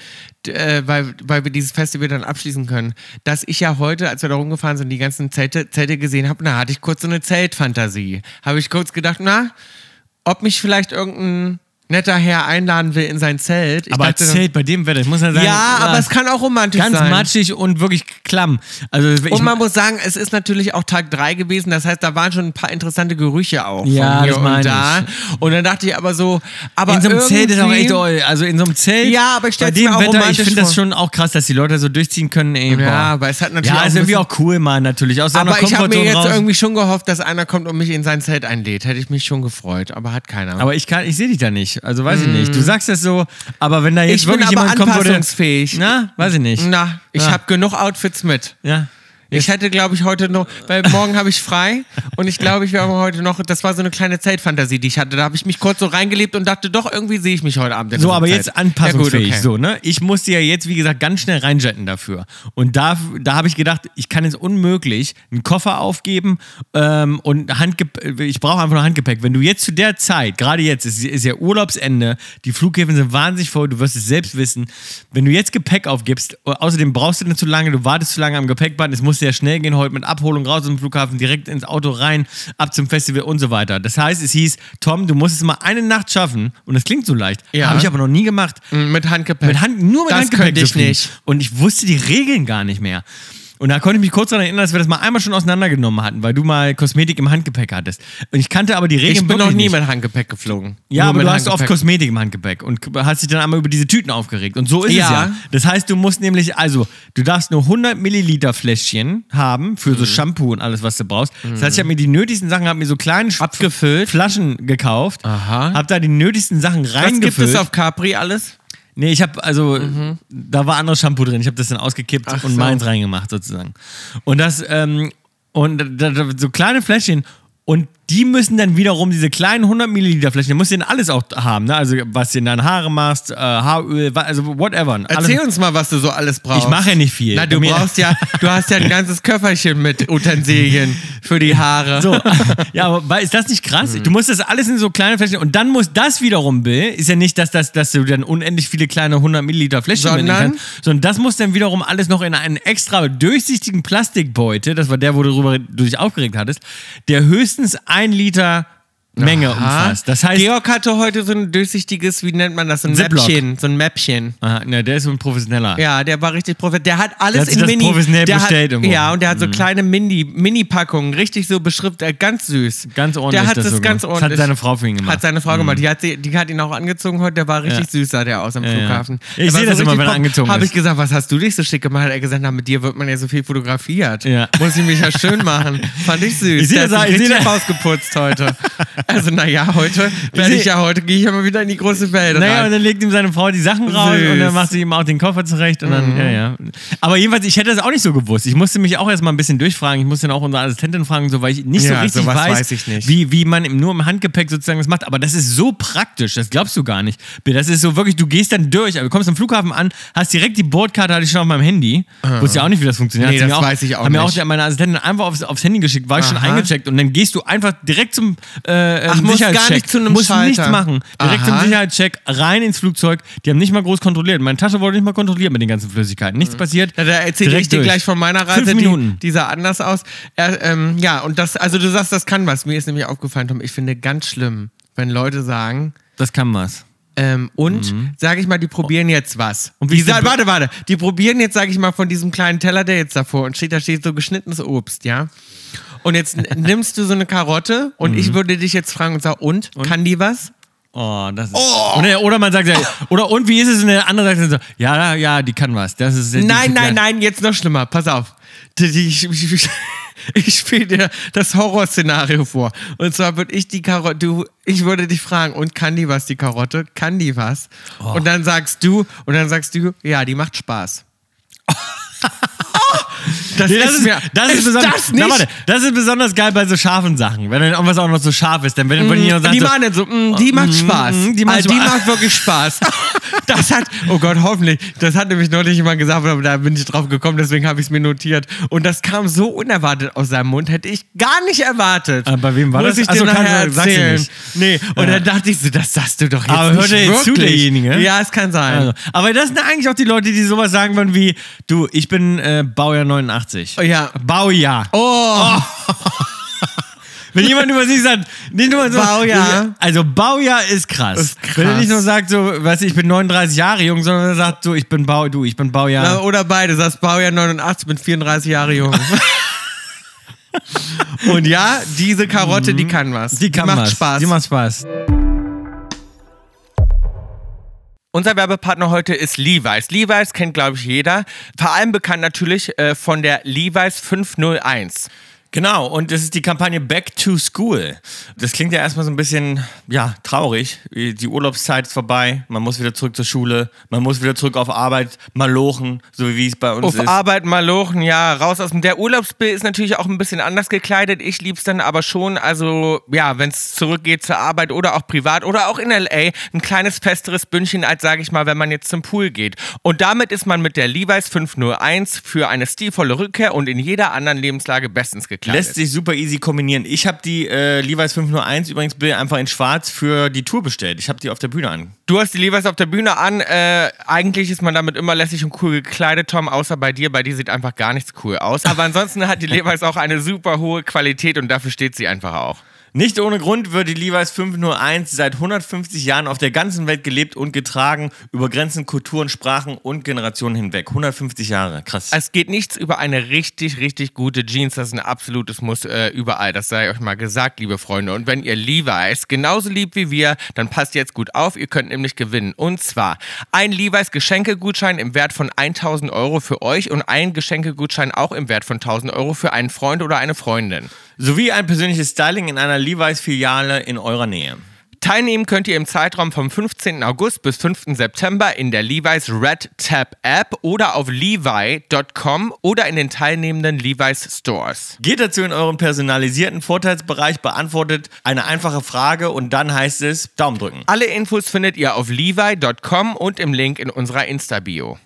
Speaker 1: d- äh, weil, weil wir dieses Festival dann abschließen können, dass ich ja heute, als wir da rumgefahren sind, die ganzen Zelte, Zelte gesehen habe, na, hatte ich kurz so eine Zeltfantasie. Habe ich kurz gedacht, na, ob mich vielleicht irgendein netter Herr einladen will in sein Zelt. Ich
Speaker 2: Aber
Speaker 1: dachte,
Speaker 2: erzählt bei dem Wetter, ich muss ja sagen.
Speaker 1: ja, aber
Speaker 2: ah,
Speaker 1: es kann auch romantisch
Speaker 2: ganz
Speaker 1: sein.
Speaker 2: matschig und wirklich klamm. Also ich,
Speaker 1: Und man muss sagen, es ist natürlich auch Tag 3 gewesen. Das heißt, da waren schon ein paar interessante Gerüche auch
Speaker 2: Ja,
Speaker 1: von hier
Speaker 2: das
Speaker 1: und
Speaker 2: meine
Speaker 1: da. Und dann dachte ich aber so, aber
Speaker 2: in so einem Zelt ist auch
Speaker 1: irgendwie-
Speaker 2: echt, oh, also in so einem Zelt.
Speaker 1: Ja, aber ich stell's
Speaker 2: bei dem
Speaker 1: mir auch
Speaker 2: Wetter, ich
Speaker 1: romantisch
Speaker 2: finde das
Speaker 1: vor.
Speaker 2: schon auch krass, dass die Leute so durchziehen können. Ey,
Speaker 1: Ja,
Speaker 2: boah.
Speaker 1: aber es hat natürlich
Speaker 2: ja,
Speaker 1: auch
Speaker 2: ist
Speaker 1: ein
Speaker 2: irgendwie
Speaker 1: bisschen-
Speaker 2: auch cool, mal natürlich. Aus seiner
Speaker 1: Aber ich habe mir
Speaker 2: Komfortzone
Speaker 1: jetzt
Speaker 2: raus.
Speaker 1: irgendwie schon gehofft, dass einer kommt und mich in sein Zelt einlädt. Hätte ich mich schon gefreut, aber hat keiner.
Speaker 2: Aber ich kann, ich sehe dich da nicht. Also weiß ich nicht. Du sagst das so, aber wenn da jetzt
Speaker 1: Mm. Ich bin
Speaker 2: wirklich
Speaker 1: aber
Speaker 2: jemand kommt, würde,
Speaker 1: anpassungsfähig.
Speaker 2: na, weiß ich nicht.
Speaker 1: Na, ich
Speaker 2: Ah.
Speaker 1: habe genug Outfits mit.
Speaker 2: Ja.
Speaker 1: Ich hätte, glaube ich, heute noch, weil morgen habe ich frei und ich glaube, ich werde heute noch, das war so eine kleine Zeltfantasie, die ich hatte. Da habe ich mich kurz so reingelebt und dachte, doch, irgendwie sehe ich mich heute Abend. in
Speaker 2: So,
Speaker 1: diesem
Speaker 2: aber
Speaker 1: Zelt.
Speaker 2: jetzt anpassungsfähig.
Speaker 1: Also Ja, gut, okay.
Speaker 2: So, ne? Ich musste ja jetzt, wie gesagt, ganz schnell reinjetten dafür. Und da, da habe ich gedacht, ich kann jetzt unmöglich einen Koffer aufgeben ähm, und Handgepäck. Ich brauche einfach nur Handgepäck. Wenn du jetzt zu der Zeit, gerade jetzt, ist, ist ja Urlaubsende, die Flughäfen sind wahnsinnig voll, du wirst es selbst wissen. Wenn du jetzt Gepäck aufgibst, au- außerdem brauchst du nicht zu lange, du wartest zu lange am Gepäckband, es muss ja schnell gehen heute mit Abholung raus aus dem Flughafen, direkt ins Auto rein, ab zum Festival und so weiter. Das heißt, es hieß, Tom, du musst es mal eine Nacht schaffen und das klingt so leicht.
Speaker 1: Ja.
Speaker 2: Habe ich aber noch nie gemacht.
Speaker 1: Mm, Mit Handgepäck.
Speaker 2: Mit Hand, nur mit
Speaker 1: das
Speaker 2: Handgepäck
Speaker 1: könnte
Speaker 2: zu
Speaker 1: ich
Speaker 2: fliegen.
Speaker 1: nicht.
Speaker 2: Und ich wusste die Regeln gar nicht mehr. Und da konnte ich mich kurz daran erinnern, dass wir das mal einmal schon auseinandergenommen hatten, weil du mal Kosmetik im Handgepäck hattest. Und ich kannte aber die Regeln
Speaker 1: Ich bin noch
Speaker 2: wirklich
Speaker 1: nie
Speaker 2: nicht.
Speaker 1: mit Handgepäck geflogen.
Speaker 2: Ja,
Speaker 1: Nur
Speaker 2: aber
Speaker 1: mit
Speaker 2: du hast oft
Speaker 1: Handgepäck.
Speaker 2: Kosmetik im Handgepäck und k- hast dich dann einmal über diese Tüten aufgeregt. Und so ist es
Speaker 1: Ja.
Speaker 2: ja. Das heißt, du musst nämlich, also, du darfst nur 100 Milliliter Fläschchen haben für
Speaker 1: Mhm.
Speaker 2: so Shampoo und alles, was du brauchst. Das heißt, ich habe mir die nötigsten Sachen, habe mir so kleine Sch-
Speaker 1: Abgefüllt.
Speaker 2: Flaschen gekauft,
Speaker 1: Aha.
Speaker 2: habe da die nötigsten Sachen
Speaker 1: Was
Speaker 2: reingefüllt.
Speaker 1: gibt es auf Capri alles?
Speaker 2: Nee, ich habe also da war anderes Shampoo drin. Ich habe das dann ausgekippt
Speaker 1: Mhm. Ach
Speaker 2: und
Speaker 1: so.
Speaker 2: meins reingemacht sozusagen. Und das ähm, und da, da, so kleine Fläschchen und die müssen dann wiederum diese kleinen 100 Milliliter Fläschchen, da musst du denn alles auch haben, ne? Also was du in deinen Haare machst, äh, Haaröl, wa- also whatever.
Speaker 1: Erzähl
Speaker 2: alles.
Speaker 1: uns mal, was du so alles brauchst.
Speaker 2: Ich mache ja nicht viel.
Speaker 1: Na, du
Speaker 2: Mir-
Speaker 1: brauchst ja, du hast ja ein ganzes Köfferchen mit Utensilien für die Haare.
Speaker 2: So, ja, aber weil- ist das nicht krass?
Speaker 1: Mhm.
Speaker 2: Du musst das alles in so kleine Fläschchen und dann muss das wiederum, Bill, ist ja nicht, dass, das, dass du dann unendlich viele kleine 100 Milliliter Fläschchen
Speaker 1: Sondern?
Speaker 2: mitnehmen kannst, sondern das muss dann wiederum alles noch in einen extra durchsichtigen Plastikbeutel, das war der, worüber du dich aufgeregt hattest, der höchstens ein Liter Menge
Speaker 1: Aha.
Speaker 2: umfasst. Das heißt,
Speaker 1: Ah. Georg hatte heute so ein durchsichtiges, wie nennt man das, so ein
Speaker 2: Ziploc.
Speaker 1: Mäppchen, so ein Mäppchen.
Speaker 2: Aha, na, der ist so ein professioneller.
Speaker 1: Ja, der war richtig professionell. Der hat alles
Speaker 2: Der hat sich
Speaker 1: in
Speaker 2: das
Speaker 1: Mini.
Speaker 2: professionell
Speaker 1: der
Speaker 2: bestellt Mhm.
Speaker 1: hat,
Speaker 2: irgendwo.
Speaker 1: Ja, und der hat so kleine Mini- Mini-Packungen, richtig so beschriftet, äh, ganz süß.
Speaker 2: Ganz ordentlich
Speaker 1: Der hat
Speaker 2: das
Speaker 1: das,
Speaker 2: so
Speaker 1: ganz
Speaker 2: gemacht. Das
Speaker 1: ordentlich.
Speaker 2: hat seine Frau für ihn gemacht.
Speaker 1: Hat seine Frau gemacht. Die hat, sie, die hat ihn auch angezogen heute. Der war richtig
Speaker 2: Mhm. Ja.
Speaker 1: süß, sah der aus am
Speaker 2: Ja, ja.
Speaker 1: Flughafen.
Speaker 2: Ich seh das immer, wenn er angezogen
Speaker 1: Habe
Speaker 2: ist.
Speaker 1: ich gesagt, was hast du dich so schick gemacht? Hat er gesagt, na, mit dir wird man ja so viel fotografiert.
Speaker 2: Ja.
Speaker 1: Muss ich mich ja schön machen. Fand ich süß.
Speaker 2: Ich seh
Speaker 1: der
Speaker 2: das auch,
Speaker 1: hat
Speaker 2: ich
Speaker 1: sich
Speaker 2: seh
Speaker 1: richtig
Speaker 2: das-
Speaker 1: rausgeputzt heute. Also naja, heute bin ich ja heute, gehe ich aber wieder in die große Welt
Speaker 2: Naja, und
Speaker 1: rein.
Speaker 2: dann legt ihm seine Frau die Sachen raus
Speaker 1: Süß. Mhm.
Speaker 2: und dann macht sie ihm auch den Koffer zurecht und dann, ja, ja. Aber jedenfalls, ich hätte das auch nicht so gewusst. Ich musste mich auch erstmal ein bisschen durchfragen. Ich musste dann auch unsere Assistentin fragen, so, weil ich nicht
Speaker 1: Ja,
Speaker 2: so richtig
Speaker 1: sowas
Speaker 2: weiß,
Speaker 1: weiß ich nicht.
Speaker 2: Wie, wie man im, nur im Handgepäck sozusagen das macht. Aber das ist so praktisch, das glaubst du gar nicht. Das ist so wirklich, du gehst dann durch, aber du kommst am Flughafen an, hast direkt die Bordkarte, hatte ich schon auf meinem Handy. Wusste ja auch nicht, wie das funktioniert.
Speaker 1: Nee,
Speaker 2: Hat sie
Speaker 1: das
Speaker 2: mir
Speaker 1: weiß ich auch
Speaker 2: haben Mir auch
Speaker 1: nicht.
Speaker 2: die- meine Assistentin einfach aufs, aufs Handy geschickt, war ich schon
Speaker 1: Aha.
Speaker 2: eingecheckt und dann gehst du einfach direkt zum äh,
Speaker 1: Ach,
Speaker 2: ähm,
Speaker 1: musst gar
Speaker 2: Sicherheitscheck.
Speaker 1: nicht zu einem
Speaker 2: musst
Speaker 1: Schalter.
Speaker 2: nichts machen. Direkt zum
Speaker 1: Aha.
Speaker 2: Sicherheitscheck, rein ins Flugzeug. Die haben nicht mal groß kontrolliert. Meine Tasche wurde nicht mal kontrolliert mit den ganzen Flüssigkeiten. Nichts passiert.
Speaker 1: Na, Mhm. da erzähle ich
Speaker 2: Direkt
Speaker 1: dir
Speaker 2: durch.
Speaker 1: gleich von meiner Reise.
Speaker 2: Fünf Minuten.
Speaker 1: Die, die sah anders aus. Äh, ähm, ja, und das, also du sagst, das kann was. Mir ist nämlich aufgefallen, Tom, ich finde ganz schlimm, wenn Leute sagen,
Speaker 2: das kann was.
Speaker 1: Ähm, und, sage ich mal, die probieren jetzt was.
Speaker 2: Und
Speaker 1: Und
Speaker 2: wie
Speaker 1: wie
Speaker 2: ist die
Speaker 1: sa-
Speaker 2: Be-
Speaker 1: warte, warte. Die probieren jetzt, sage ich mal, von diesem kleinen Teller, der jetzt davor und steht, da steht so geschnittenes Obst, ja. Und jetzt n- nimmst du so eine Karotte und ich würde dich jetzt fragen und sag, und, kann die was?
Speaker 2: Oh, das ist. Oder, oder man sagt, ja, oder und wie ist es? Und der andere sagt dann so, ja, ja, die kann was. Das ist, die-
Speaker 1: Nein,
Speaker 2: die-
Speaker 1: nein, nein, jetzt noch schlimmer. Pass auf. Die- die- Ich, ich, ich, ich spiele dir das Horrorszenario vor. Und zwar würde ich die Karotte, du, ich würde dich fragen, und kann die was, die Karotte? Kann die was?
Speaker 2: Oh.
Speaker 1: Und dann sagst du, und dann sagst du, ja, die macht Spaß. Das,
Speaker 2: Nee, das ist,
Speaker 1: mir-
Speaker 2: das ist, besonders,
Speaker 1: das
Speaker 2: Na,
Speaker 1: nicht.
Speaker 2: warte, das ist besonders geil bei so scharfen Sachen. Wenn dann irgendwas auch noch so scharf ist, dann würde ich auch sagen,
Speaker 1: Mhm. die
Speaker 2: so,
Speaker 1: machen jetzt so, mm, die macht Spaß.
Speaker 2: mm, die
Speaker 1: die,
Speaker 2: macht
Speaker 1: macht die
Speaker 2: Spaß.
Speaker 1: macht wirklich Spaß. Das hat, oh Gott, hoffentlich, das hat nämlich neulich jemand gesagt, aber da bin ich drauf gekommen, deswegen habe ich es mir notiert. Und das kam so unerwartet aus seinem Mund, hätte ich gar nicht erwartet.
Speaker 2: Ah, bei wem war
Speaker 1: Muss
Speaker 2: das?
Speaker 1: ich dir
Speaker 2: Ach so, kann-
Speaker 1: nachher
Speaker 2: sagst du
Speaker 1: erzählen.
Speaker 2: nicht.
Speaker 1: Nee, und
Speaker 2: Ja.
Speaker 1: dann dachte ich so, das sagst du doch jetzt
Speaker 2: Aber
Speaker 1: nicht
Speaker 2: hört er jetzt zu,
Speaker 1: wirklich.
Speaker 2: derjenige?
Speaker 1: Ja, es kann sein.
Speaker 2: also, aber das sind eigentlich auch die Leute, die sowas sagen würden wie, du, ich bin äh, Baujahr 89.
Speaker 1: Oh ja.
Speaker 2: Baujahr.
Speaker 1: Oh,
Speaker 2: Wenn jemand über sich sagt, nicht nur so.
Speaker 1: Baujahr.
Speaker 2: Also Baujahr ist krass.
Speaker 1: Ist krass.
Speaker 2: Wenn er nicht nur sagt, so, weißt du, ich bin 39 Jahre jung, sondern er sagt, so, ich bin Bau, du, ich bin Baujahr.
Speaker 1: äh, oder beide, sagst Baujahr 89, bin 34 Jahre jung. Und ja, diese Karotte, die kann was.
Speaker 2: Die kann
Speaker 1: macht
Speaker 2: was.
Speaker 1: Spaß.
Speaker 2: Die macht Spaß.
Speaker 1: Unser Werbepartner heute ist Levi's. Levi's kennt, glaube ich, jeder. Vor allem bekannt natürlich äh, von der Levi's 501.
Speaker 2: Genau, und das ist die Kampagne Back to School. Das klingt ja erstmal so ein bisschen, ja, traurig. Die Urlaubszeit ist vorbei, man muss wieder zurück zur Schule, man muss wieder zurück auf Arbeit, malochen, so wie es bei uns
Speaker 1: Auf
Speaker 2: ist.
Speaker 1: Arbeit, Malochen, ja, raus aus dem. Der Urlaubsbild ist natürlich auch ein bisschen anders gekleidet. Ich lieb's dann aber schon. Also, ja, wenn es zurückgeht zur Arbeit oder auch privat oder auch in L.A., ein kleines, festeres Bündchen, als sage ich mal, wenn man jetzt zum Pool geht. Und damit ist man mit der Levi's 501 für eine stilvolle Rückkehr und in jeder anderen Lebenslage bestens gekleidet.
Speaker 2: Lässt sich super easy kombinieren. Ich habe die äh, Levi's 501 übrigens Bill einfach in schwarz für die Tour bestellt. Ich habe die auf der Bühne an.
Speaker 1: Du hast die Levi's auf der Bühne an. Äh, eigentlich ist man damit immer lässig und cool gekleidet, Tom, außer bei dir. Bei dir sieht einfach gar nichts cool aus. Aber ansonsten hat die Levi's auch eine super hohe Qualität und dafür steht sie einfach auch.
Speaker 2: Nicht ohne Grund wird die Levi's 501 seit 150 Jahren auf der ganzen Welt gelebt und getragen, über Grenzen, Kulturen, Sprachen und Generationen hinweg. 150 Jahre, krass.
Speaker 1: Es geht nichts über eine richtig, richtig gute Jeans. Das ist ein absolutes Muss äh, überall. Das sei euch mal gesagt, liebe Freunde. Und wenn ihr Levi's genauso liebt wie wir, dann passt jetzt gut auf. Ihr könnt nämlich gewinnen. Und zwar ein Levi's Geschenkegutschein im Wert von 1000 Euro für euch und ein Geschenkegutschein auch im Wert von 1000 Euro für einen Freund oder eine Freundin.
Speaker 2: sowie ein persönliches Styling in einer Levi's-Filiale in eurer Nähe.
Speaker 1: Teilnehmen könnt ihr im Zeitraum vom 15. August bis 5. September in der Levi's Red Tab App oder auf levi.com oder in den teilnehmenden Levi's Stores.
Speaker 2: Geht dazu in euren personalisierten Vorteilsbereich, beantwortet eine einfache Frage und dann heißt es Daumen drücken.
Speaker 1: Alle Infos findet ihr auf levi.com und im Link in unserer Insta-Bio.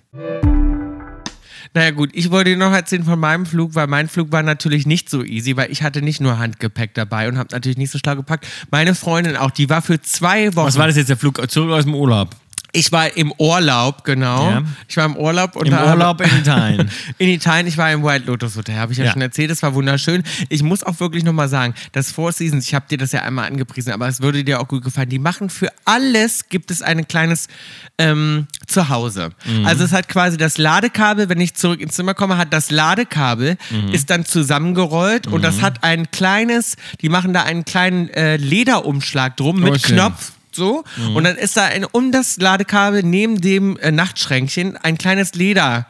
Speaker 1: Naja gut, ich wollte dir noch erzählen von meinem Flug, weil mein Flug war natürlich nicht so easy, weil ich hatte nicht nur Handgepäck dabei und habe natürlich nicht so schlau gepackt. Meine Freundin auch, die war für zwei Wochen.
Speaker 2: das jetzt, der Flug zurück aus dem Urlaub?
Speaker 1: Ich war im Urlaub, genau.
Speaker 2: Ja.
Speaker 1: Ich war im Urlaub und
Speaker 2: Im
Speaker 1: da-
Speaker 2: Urlaub in Italien.
Speaker 1: In Italien, ich war im White Lotus Hotel, habe ich ja,
Speaker 2: Ja.
Speaker 1: schon erzählt, es war wunderschön. Ich muss auch wirklich nochmal sagen, das Four Seasons, ich habe dir das ja einmal angepriesen, aber es würde dir auch gut gefallen. Die machen für alles, gibt es ein kleines ähm, Zuhause. Also es hat quasi das Ladekabel, wenn ich zurück ins Zimmer komme, hat das Ladekabel,
Speaker 2: Mhm.
Speaker 1: ist dann zusammengerollt und das hat ein kleines, die machen da einen kleinen äh, Lederumschlag drum mit
Speaker 2: Oh, schön.
Speaker 1: Knopf. So,
Speaker 2: Mhm.
Speaker 1: und dann ist da ein, um das Ladekabel neben dem äh, Nachtschränkchen ein kleines Leder.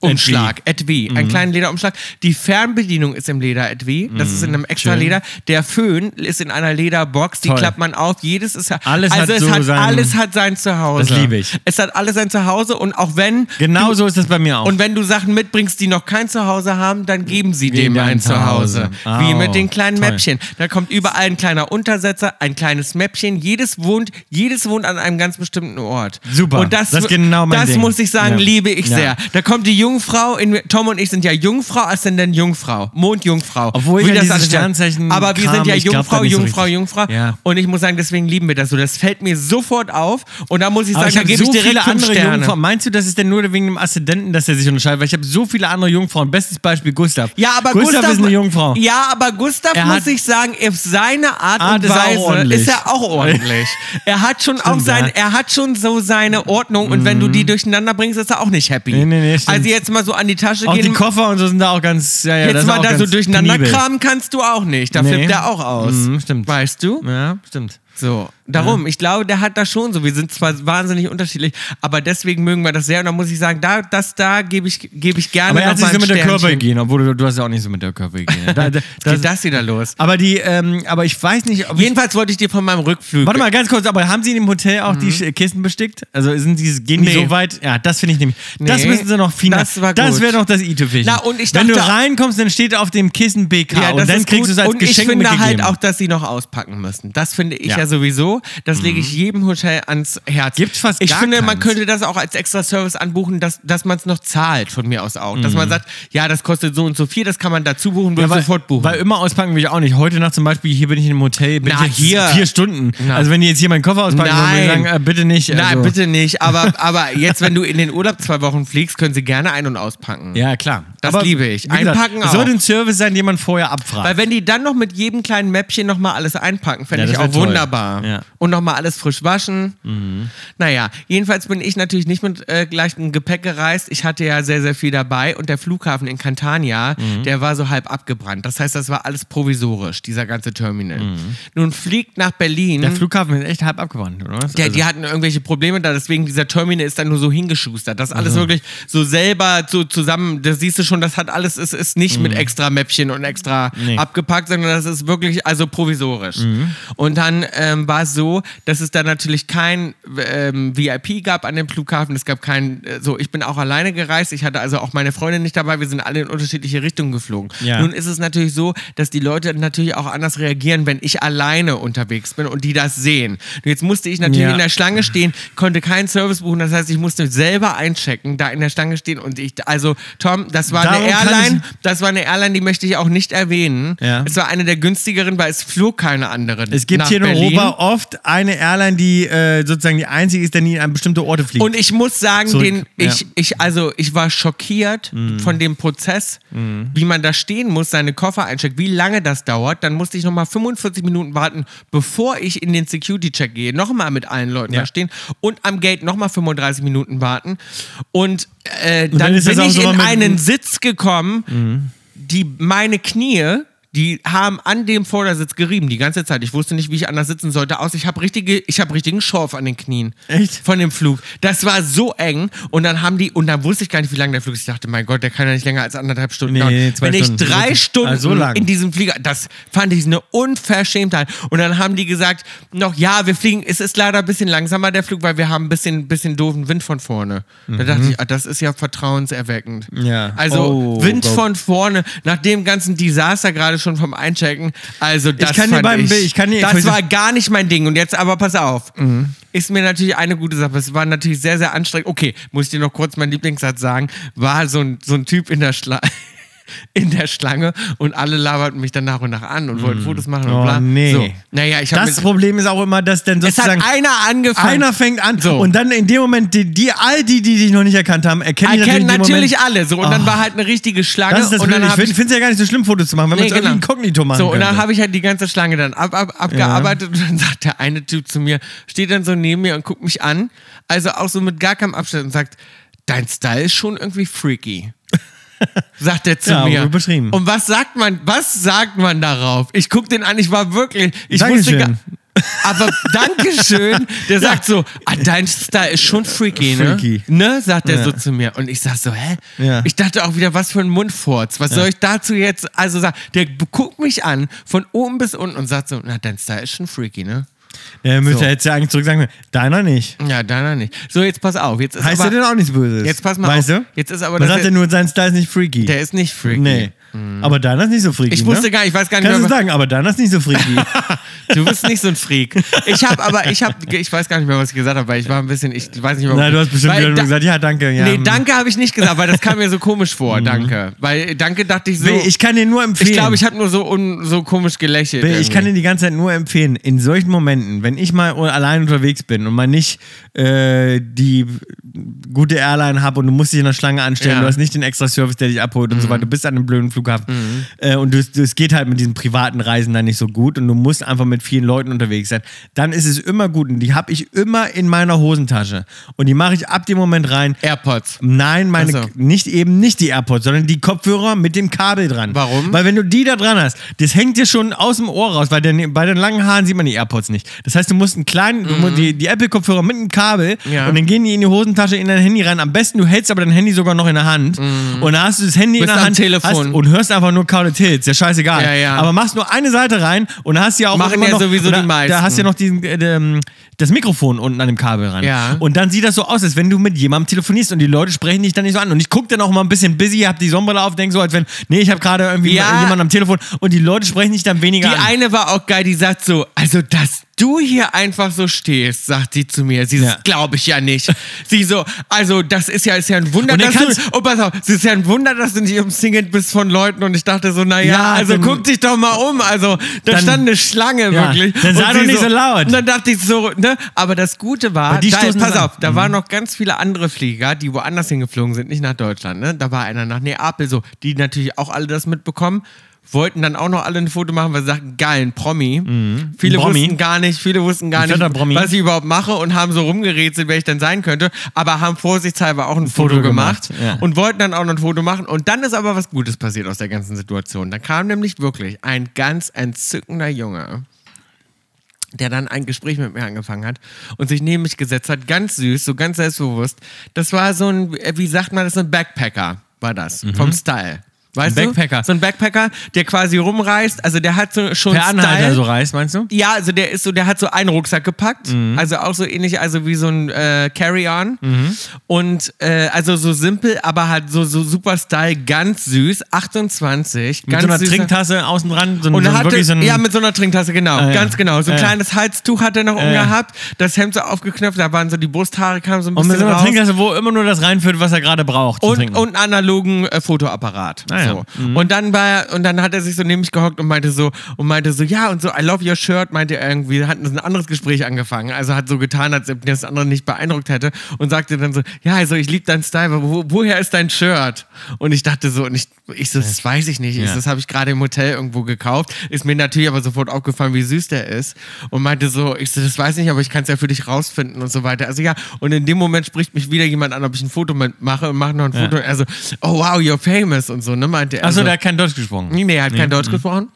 Speaker 1: Umschlag, Etui,
Speaker 2: Mhm.
Speaker 1: einen kleinen Lederumschlag. Die Fernbedienung ist im Leder Etui. Das ist in einem extra
Speaker 2: Schön.
Speaker 1: Leder. Der Föhn ist in einer Lederbox, die
Speaker 2: Toll.
Speaker 1: klappt man auf. Jedes ist
Speaker 2: Alles hat
Speaker 1: also es
Speaker 2: so
Speaker 1: hat
Speaker 2: sein-
Speaker 1: alles hat sein Zuhause.
Speaker 2: Das liebe ich.
Speaker 1: Es hat alles sein Zuhause und auch wenn
Speaker 2: Genau so ist das bei mir auch.
Speaker 1: und wenn du Sachen mitbringst, die noch kein Zuhause haben, dann geben sie dem
Speaker 2: dir ein
Speaker 1: ein Zuhause.
Speaker 2: Zuhause.
Speaker 1: Wie
Speaker 2: Oh,
Speaker 1: mit den kleinen
Speaker 2: toll.
Speaker 1: Mäppchen. Da kommt überall ein kleiner Untersetzer, ein kleines Mäppchen. Jedes wohnt, jedes wohnt an einem ganz bestimmten Ort.
Speaker 2: Super.
Speaker 1: Und das,
Speaker 2: Das ist genau mein
Speaker 1: das
Speaker 2: Ding.
Speaker 1: muss ich sagen,
Speaker 2: Ja.
Speaker 1: liebe ich
Speaker 2: Ja.
Speaker 1: sehr. Da kommt die Jungfrau in mir- Tom und ich sind ja Jungfrau, Aszendent Jungfrau, Mondjungfrau.
Speaker 2: Obwohl ich
Speaker 1: Wie
Speaker 2: an
Speaker 1: das
Speaker 2: dieses
Speaker 1: alles heißt.
Speaker 2: Sternzeichen
Speaker 1: Aber wir
Speaker 2: kam,
Speaker 1: sind ja
Speaker 2: ich glaub
Speaker 1: Jungfrau,
Speaker 2: da nicht so
Speaker 1: Jungfrau,
Speaker 2: richtig.
Speaker 1: Jungfrau.
Speaker 2: Ja.
Speaker 1: Und ich muss sagen, deswegen lieben wir das so. Das fällt mir sofort auf. Und da muss ich sagen,
Speaker 2: Aber ich
Speaker 1: da
Speaker 2: habe
Speaker 1: gebe
Speaker 2: so
Speaker 1: ich direkt
Speaker 2: viele
Speaker 1: fünf
Speaker 2: andere
Speaker 1: Sterne.
Speaker 2: Jungfrauen. Meinst du, das ist denn nur wegen dem Aszendenten, dass er sich unterscheidet? Weil ich habe so viele andere Jungfrauen. Bestes Beispiel Gustav.
Speaker 1: Ja, aber
Speaker 2: Gustav,
Speaker 1: Gustav,
Speaker 2: ist eine Jungfrau.
Speaker 1: Ja, aber Gustav
Speaker 2: Er hat-
Speaker 1: muss ich sagen, auf seine Art
Speaker 2: Art
Speaker 1: und
Speaker 2: ist er auch
Speaker 1: Weise
Speaker 2: ordentlich.
Speaker 1: ist er auch ordentlich. er hat schon auch sein,
Speaker 2: ja. Mhm.
Speaker 1: er hat schon so seine Ordnung und wenn du die durcheinander bringst, ist er auch nicht happy.
Speaker 2: Nee, nee, nee, stimmt.
Speaker 1: also jetzt mal so an die Tasche
Speaker 2: Auch die
Speaker 1: gehen.
Speaker 2: Koffer und so sind da auch ganz. Ja, ja, das
Speaker 1: jetzt
Speaker 2: ist
Speaker 1: mal
Speaker 2: auch
Speaker 1: da so
Speaker 2: ganz
Speaker 1: durcheinander
Speaker 2: penibel.
Speaker 1: kramen kannst du auch nicht. Da
Speaker 2: Nee.
Speaker 1: flippt er auch aus.
Speaker 2: Mhm, stimmt.
Speaker 1: Weißt du?
Speaker 2: Ja, stimmt.
Speaker 1: So, darum, ich glaube, der hat das schon so. Wir sind zwar wahnsinnig unterschiedlich, aber deswegen mögen wir das sehr. Und da muss ich sagen, da, das da gebe ich, gebe ich gerne
Speaker 2: Aber er hat
Speaker 1: noch
Speaker 2: sich
Speaker 1: mal
Speaker 2: so
Speaker 1: ein
Speaker 2: mit der
Speaker 1: Sternchen.
Speaker 2: Körperhygiene, obwohl du, du hast ja auch nicht so mit der Körperhygiene. Da, da,
Speaker 1: Geht
Speaker 2: das,
Speaker 1: das wieder los?
Speaker 2: aber die, ähm, aber ich weiß nicht, ob ich
Speaker 1: Jedenfalls wollte ich dir von meinem Rückflug.
Speaker 2: Warte mal, ganz kurz, aber haben Sie in dem Hotel auch die Sch- Kissen bestickt? Also sind die, gehen die
Speaker 1: Mhm. Nee.
Speaker 2: so weit? Ja, das finde ich nämlich. Das
Speaker 1: Nee,
Speaker 2: müssen Sie noch final.
Speaker 1: das war
Speaker 2: das
Speaker 1: gut.
Speaker 2: wäre doch das i-Tüpfelchen.
Speaker 1: Na, und ich
Speaker 2: Wenn du
Speaker 1: dachte-
Speaker 2: reinkommst, dann steht auf dem Kissen BK
Speaker 1: Ja, das
Speaker 2: und dann
Speaker 1: ist
Speaker 2: kriegst
Speaker 1: gut.
Speaker 2: du es als
Speaker 1: Und
Speaker 2: Geschenk
Speaker 1: ich finde halt
Speaker 2: mitgegeben.
Speaker 1: auch, dass sie noch auspacken müssen. Das finde ich
Speaker 2: Ja. Mhm.
Speaker 1: ja, sowieso. Das lege ich jedem Hotel ans Herz.
Speaker 2: Gibt's fast
Speaker 1: Ich
Speaker 2: gar
Speaker 1: finde, man
Speaker 2: keins.
Speaker 1: könnte das auch als extra Service anbuchen, dass, dass man es noch zahlt, von mir aus auch. Dass man sagt, ja, das kostet so und so viel, das kann man dazu buchen, wird
Speaker 2: Mhm. weil,
Speaker 1: sofort buchen.
Speaker 2: Weil immer auspacken will ich auch nicht. Heute Nacht zum Beispiel, hier bin ich in einem Hotel, bin
Speaker 1: Na,
Speaker 2: ich jetzt
Speaker 1: hier.
Speaker 2: vier Stunden.
Speaker 1: Na.
Speaker 2: Also wenn die jetzt hier meinen Koffer auspacken, dann würde ich
Speaker 1: Nein.
Speaker 2: sagen, äh, bitte nicht. Also,
Speaker 1: Nein, bitte nicht. Aber, aber jetzt, wenn du in den Urlaub zwei Wochen fliegst, können sie gerne ein- und auspacken.
Speaker 2: Ja, klar.
Speaker 1: Das liebe ich.
Speaker 2: wie gesagt,
Speaker 1: Einpacken
Speaker 2: es Sollte
Speaker 1: auch.
Speaker 2: ein Service sein, den man vorher abfragt.
Speaker 1: Weil wenn die dann noch mit jedem kleinen Mäppchen nochmal alles einpacken, fände
Speaker 2: Ja,
Speaker 1: ich
Speaker 2: das wär
Speaker 1: auch
Speaker 2: toll.
Speaker 1: wunderbar.
Speaker 2: Ja. Mhm.
Speaker 1: Und nochmal alles frisch waschen. Naja, jedenfalls bin ich natürlich nicht mit äh, gleichem Gepäck gereist. Ich hatte ja sehr, sehr viel dabei. Und der Flughafen in Catania,
Speaker 2: Mhm.
Speaker 1: der war so halb abgebrannt. Das heißt, das war alles provisorisch, dieser ganze Terminal.
Speaker 2: Mhm.
Speaker 1: Nun fliegt nach Berlin.
Speaker 2: der Flughafen ist echt halb abgebrannt, oder was?
Speaker 1: Ja,
Speaker 2: Also-
Speaker 1: die hatten irgendwelche Probleme da, deswegen dieser Terminal ist dann nur so hingeschustert. Das
Speaker 2: Mhm.
Speaker 1: alles wirklich so selber so zusammen, das siehst du schon, das hat alles, es ist nicht mit extra Mäppchen und extra
Speaker 2: Mhm. Nee. Mhm.
Speaker 1: abgepackt, sondern das ist wirklich, also provisorisch. Und dann ähm, war es so, dass es da natürlich kein ähm, VIP gab an dem Flughafen, es gab kein, äh, so, ich bin auch alleine gereist, ich hatte also auch meine Freundin nicht dabei, wir sind alle in unterschiedliche Richtungen geflogen.
Speaker 2: Ja.
Speaker 1: Nun ist es natürlich so, dass die Leute natürlich auch anders reagieren, wenn ich alleine unterwegs bin und die das sehen. Und jetzt musste ich natürlich
Speaker 2: Ja.
Speaker 1: in der Schlange stehen, konnte keinen Service buchen, das heißt, ich musste selber einchecken, da in der Schlange stehen und ich, also Tom, das war
Speaker 2: Darum
Speaker 1: eine
Speaker 2: kann
Speaker 1: Airline, das war eine Airline, die möchte ich auch nicht erwähnen.
Speaker 2: Ja.
Speaker 1: Es war eine der günstigeren, weil es flog keine andere.
Speaker 2: Es gibt
Speaker 1: nach
Speaker 2: hier in
Speaker 1: Berlin.
Speaker 2: Europa oft eine Airline, die äh, sozusagen die einzige ist, die an bestimmte Orte fliegt.
Speaker 1: Und ich muss sagen,
Speaker 2: Zurück,
Speaker 1: den,
Speaker 2: ja. Mhm.
Speaker 1: ich, ich, also, ich war schockiert von dem Prozess, wie man da stehen muss, seine Koffer eincheckt, wie lange das dauert. Dann musste ich nochmal 45 Minuten warten, bevor ich in den Security-Check gehe. Nochmal mit allen Leuten
Speaker 2: Ja.
Speaker 1: da stehen und am Gate nochmal 35 Minuten warten. Und, äh,
Speaker 2: dann
Speaker 1: dann,
Speaker 2: ist das
Speaker 1: bin
Speaker 2: auch
Speaker 1: ich
Speaker 2: so mal
Speaker 1: in
Speaker 2: mit- Mhm.
Speaker 1: einen Sitz gekommen, die meine Knie, die haben an dem Vordersitz gerieben die ganze Zeit. Ich wusste nicht, wie ich anders sitzen sollte. Aus ich habe richtige, ich habe richtigen Schorf an den Knien.
Speaker 2: Echt?
Speaker 1: Von dem Flug. Das war so eng und dann haben die und dann wusste ich gar nicht, wie lange der Flug ist. Ich dachte, mein Gott, der kann ja nicht länger als anderthalb Stunden
Speaker 2: Nee,
Speaker 1: dauern.
Speaker 2: nee, zwei
Speaker 1: Wenn ich
Speaker 2: Stunden.
Speaker 1: drei
Speaker 2: Ah,
Speaker 1: Stunden
Speaker 2: so lang.
Speaker 1: in diesem Flieger, das fand ich eine Unverschämtheit. Und dann haben die gesagt, noch ja, wir fliegen. Es ist leider ein bisschen langsamer der Flug, weil wir haben ein bisschen, bisschen doofen Wind von vorne. Da dachte ich, ah, das ist ja vertrauenserweckend.
Speaker 2: Mhm. Ja.
Speaker 1: Also
Speaker 2: Oh,
Speaker 1: Wind
Speaker 2: Gott.
Speaker 1: von vorne, nach dem ganzen Desaster gerade schon vom Einchecken. Also das
Speaker 2: kann dir
Speaker 1: fand
Speaker 2: beim
Speaker 1: ich,
Speaker 2: Bild- ich kann dir-
Speaker 1: das war gar nicht mein Ding. Und jetzt aber pass auf.
Speaker 2: Mhm.
Speaker 1: Ist mir natürlich eine gute Sache. Es war natürlich sehr, sehr anstrengend. Okay, muss ich dir noch kurz meinen Lieblingssatz sagen. War so ein, so ein Typ in der Schlange. In der Schlange und alle laberten mich dann nach und nach an und wollten Fotos machen und
Speaker 2: Oh,
Speaker 1: bla.
Speaker 2: nee.
Speaker 1: So. Naja, ich habe
Speaker 2: das Problem ist auch immer, dass dann
Speaker 1: Es hat
Speaker 2: sozusagen
Speaker 1: einer angefangen.
Speaker 2: einer fängt an
Speaker 1: So.
Speaker 2: und dann in dem Moment die, die all die, die dich noch nicht erkannt haben, erkennen, die
Speaker 1: erkennen natürlich,
Speaker 2: in dem Moment,
Speaker 1: alle. So, und dann
Speaker 2: Ah.
Speaker 1: war halt eine richtige Schlange.
Speaker 2: Das ist das
Speaker 1: und dann
Speaker 2: Blöde.
Speaker 1: hab
Speaker 2: Ich finde es ja gar nicht so schlimm, Fotos zu machen, wenn man es irgendwie inkognito machen
Speaker 1: genau. So, und dann
Speaker 2: könnte.
Speaker 1: habe ich halt die ganze Schlange dann ab, ab, abgearbeitet und dann sagt der eine Typ zu mir, steht dann so neben mir und guckt mich an, also auch so mit gar keinem Abstand und sagt, dein Style ist schon irgendwie freaky. Sagt er zu
Speaker 2: Ja,
Speaker 1: mir.
Speaker 2: wurde beschrieben.
Speaker 1: Und was sagt man, was sagt man darauf? Ich guck den an, ich war wirklich, ich wusste
Speaker 2: Dankeschön.
Speaker 1: gar, Aber Dankeschön, der sagt so, ah, dein Style ist schon freaky, ne?
Speaker 2: Freaky.
Speaker 1: Ne, sagt er
Speaker 2: Ja.
Speaker 1: so zu mir. Und ich sag so, hä?
Speaker 2: Ja.
Speaker 1: Ich dachte auch wieder, was für ein Mundfurz. Was soll ich dazu jetzt also sagen? Der b- guckt mich an, von oben bis unten und sagt so, na, dein Style ist schon freaky, ne?
Speaker 2: Der müsste
Speaker 1: So.
Speaker 2: jetzt ja eigentlich zurück sagen, können, deiner nicht.
Speaker 1: Ja, deiner nicht. So, jetzt pass auf. Jetzt ist
Speaker 2: Heißt
Speaker 1: aber,
Speaker 2: er denn auch nichts Böses?
Speaker 1: Jetzt pass mal
Speaker 2: weißt
Speaker 1: auf.
Speaker 2: Du?
Speaker 1: Jetzt ist aber
Speaker 2: Man
Speaker 1: das
Speaker 2: sagt ja nur, sein Style ist nicht freaky.
Speaker 1: der ist nicht freaky. Mhm.
Speaker 2: nee. Aber deiner ist nicht so freaky.
Speaker 1: Ich wusste
Speaker 2: ne?
Speaker 1: gar nicht, ich weiß gar nicht,
Speaker 2: Kannst du
Speaker 1: mehr,
Speaker 2: sagen, aber deiner ist nicht so freaky.
Speaker 1: du bist nicht so ein Freak. Ich habe aber, ich habe, ich weiß gar nicht mehr, was ich gesagt habe, weil ich war ein bisschen, ich weiß nicht mehr.
Speaker 2: Na, du hast bestimmt
Speaker 1: weil
Speaker 2: wieder nur
Speaker 1: da-
Speaker 2: gesagt, ja, danke. Ja,
Speaker 1: Nee,
Speaker 2: hm.
Speaker 1: danke habe ich nicht gesagt, weil das kam mir so komisch vor, danke. Weil danke dachte ich so.
Speaker 2: Bill, Ich kann dir nur empfehlen.
Speaker 1: Ich glaube, ich habe nur so un, so komisch gelächelt.
Speaker 2: Bill, ich kann
Speaker 1: irgendwie.
Speaker 2: dir die ganze Zeit nur empfehlen, in solchen Momenten, wenn ich mal un- allein unterwegs bin und mal nicht äh, die gute Airline habe und du musst dich in der Schlange anstellen,
Speaker 1: Ja. Mhm.
Speaker 2: du hast nicht den extra Service, der dich abholt und so weiter, du bist an einem blöden Flughafen äh, und du- du- es geht halt mit diesen privaten Reisen dann nicht so gut und du musst einfach mit vielen Leuten unterwegs sein, dann ist es immer gut und die habe ich immer in meiner Hosentasche und die mache ich ab dem Moment rein.
Speaker 1: AirPods.
Speaker 2: Nein, meine
Speaker 1: Ach so.
Speaker 2: nicht eben nicht die AirPods, sondern die Kopfhörer mit dem Kabel dran.
Speaker 1: Warum?
Speaker 2: Weil wenn du die da dran hast, das hängt dir schon aus dem Ohr raus, weil denn, bei den langen Haaren sieht man die AirPods nicht. Das heißt, du musst einen kleinen, du musst die, die Apple Kopfhörer mit einem Kabel
Speaker 1: Mhm. Ja.
Speaker 2: und dann gehen die in die Hosentasche in dein Handy rein. Am besten du hältst aber dein Handy sogar noch in der Hand und dann hast du das Handy
Speaker 1: Mhm. Bist
Speaker 2: in der
Speaker 1: am
Speaker 2: Hand
Speaker 1: Telefon.
Speaker 2: Hast, und hörst einfach nur Carl Tills, ja scheißegal.
Speaker 1: Ja, ja.
Speaker 2: Aber machst nur eine Seite rein und dann hast du ja auch
Speaker 1: Machen
Speaker 2: immer
Speaker 1: ja
Speaker 2: noch,
Speaker 1: sowieso
Speaker 2: und da,
Speaker 1: die meisten.
Speaker 2: Da hast du ja noch diesen, äh, dem- das Mikrofon unten an dem Kabel ran.
Speaker 1: Mhm. Ja.
Speaker 2: Und dann sieht das so aus, als wenn du mit jemandem telefonierst und die Leute sprechen dich dann nicht so an. Und ich gucke dann auch mal ein bisschen busy, hab die Sonnenbrille auf, denk so, als wenn, nee, ich habe gerade irgendwie
Speaker 1: Ja.
Speaker 2: mal jemanden am Telefon und die Leute sprechen dich dann weniger
Speaker 1: Die
Speaker 2: an.
Speaker 1: eine war auch geil, die sagt so, also dass du hier einfach so stehst, sagt die zu mir. Sie
Speaker 2: Ja.
Speaker 1: ja. glaube ich ja nicht. Sie so, also das ist ja, ist ja ein Wunder,
Speaker 2: Und dann
Speaker 1: dass du,
Speaker 2: kannst-
Speaker 1: oh, pass auf, es ist ja ein Wunder, dass du nicht umsingelt bist von Leuten und ich dachte so, naja,
Speaker 2: Ja,
Speaker 1: ja, also
Speaker 2: dann-
Speaker 1: guck dich doch mal um, also da
Speaker 2: Dann-
Speaker 1: stand eine Schlange
Speaker 2: Ja,
Speaker 1: wirklich.
Speaker 2: dann sei
Speaker 1: Und
Speaker 2: doch
Speaker 1: sie
Speaker 2: nicht so laut.
Speaker 1: Und dann dachte ich so, ne, aber das Gute war,
Speaker 2: Weil die
Speaker 1: da,
Speaker 2: stoßen
Speaker 1: pass
Speaker 2: es an.
Speaker 1: auf, da waren noch ganz viele andere Flieger, die woanders hingeflogen sind, nicht nach Deutschland, ne, da war einer nach Neapel, so, die natürlich auch alle das mitbekommen, wollten dann auch noch alle ein Foto machen, weil sie sagten, geil, ein Promi. Viele
Speaker 2: Mhm. Promi.
Speaker 1: wussten gar nicht, viele wussten gar
Speaker 2: Ein
Speaker 1: nicht,
Speaker 2: fetter Promi.
Speaker 1: was ich überhaupt mache und haben so rumgerätselt, wer ich denn sein könnte, aber haben vorsichtshalber auch ein Foto, gemacht,
Speaker 2: gemacht, ja.
Speaker 1: und wollten dann auch noch ein Foto machen und dann ist aber was Gutes passiert aus der ganzen Situation. Da kam nämlich wirklich ein ganz entzückender Junge der dann ein Gespräch mit mir angefangen hat und sich neben mich gesetzt hat, ganz süß, so ganz selbstbewusst. Das war so ein, äh, wie sagt man das, so ein Backpacker war das, vom Style. Weißt
Speaker 2: Mhm. Ein Backpacker.
Speaker 1: Du? So ein Backpacker, der quasi rumreist, also der hat so schon
Speaker 2: Per Anhalter
Speaker 1: Style.
Speaker 2: so reißt, meinst du?
Speaker 1: Ja, also der ist so, der hat so einen Rucksack gepackt,
Speaker 2: Mhm.
Speaker 1: also auch so ähnlich, also wie so ein äh, Carry-on und äh, also so simpel, aber halt so so super Style, ganz süß, 28,
Speaker 2: Mit
Speaker 1: ganz
Speaker 2: so einer
Speaker 1: süßer-
Speaker 2: Trinktasse außen dran, so, ein-
Speaker 1: und
Speaker 2: so
Speaker 1: er
Speaker 2: ein-
Speaker 1: hatte,
Speaker 2: wirklich so ein, Ah,
Speaker 1: ja, mit so einer Trinktasse, genau,
Speaker 2: ja.
Speaker 1: ganz genau. So ein
Speaker 2: Ja, ja.
Speaker 1: kleines Halstuch hat er noch
Speaker 2: ja.
Speaker 1: umgehabt, das Hemd so aufgeknöpft, da waren so die Brusthaare, kamen so ein
Speaker 2: und mit
Speaker 1: bisschen
Speaker 2: so einer
Speaker 1: raus.
Speaker 2: Trinktasse, wo immer nur das reinführt, was er gerade braucht. zu
Speaker 1: Und,
Speaker 2: trinken.
Speaker 1: und einen analogen äh, Fotoapparat.
Speaker 2: Ah ja.
Speaker 1: so. Und dann war er, und dann hat er sich so neben mich gehockt und meinte so, und meinte so, ja, und so, I love your shirt, meinte er irgendwie, wir hatten so ein anderes Gespräch angefangen. Also hat so getan, als ob ihn das andere nicht beeindruckt hätte und sagte dann so, ja, also ich liebe deinen Style, aber wo, woher ist dein Shirt? Und ich dachte so, und ich, ich so, das weiß ich nicht. Ich
Speaker 2: Ja.
Speaker 1: so, das habe ich gerade im Hotel irgendwo gekauft. Ist mir natürlich aber sofort aufgefallen, wie süß der ist. Und meinte so, ich so, das weiß nicht, aber ich kann es ja für dich rausfinden und so weiter. Also ja, und in dem Moment spricht mich wieder jemand an, ob ich ein Foto mit mache und mache noch ein Foto. Also, oh wow, you're famous und so, ne, meinte er.
Speaker 2: Achso,
Speaker 1: so,
Speaker 2: der hat kein Deutsch gesprochen.
Speaker 1: nee, er hat kein Deutsch gesprochen.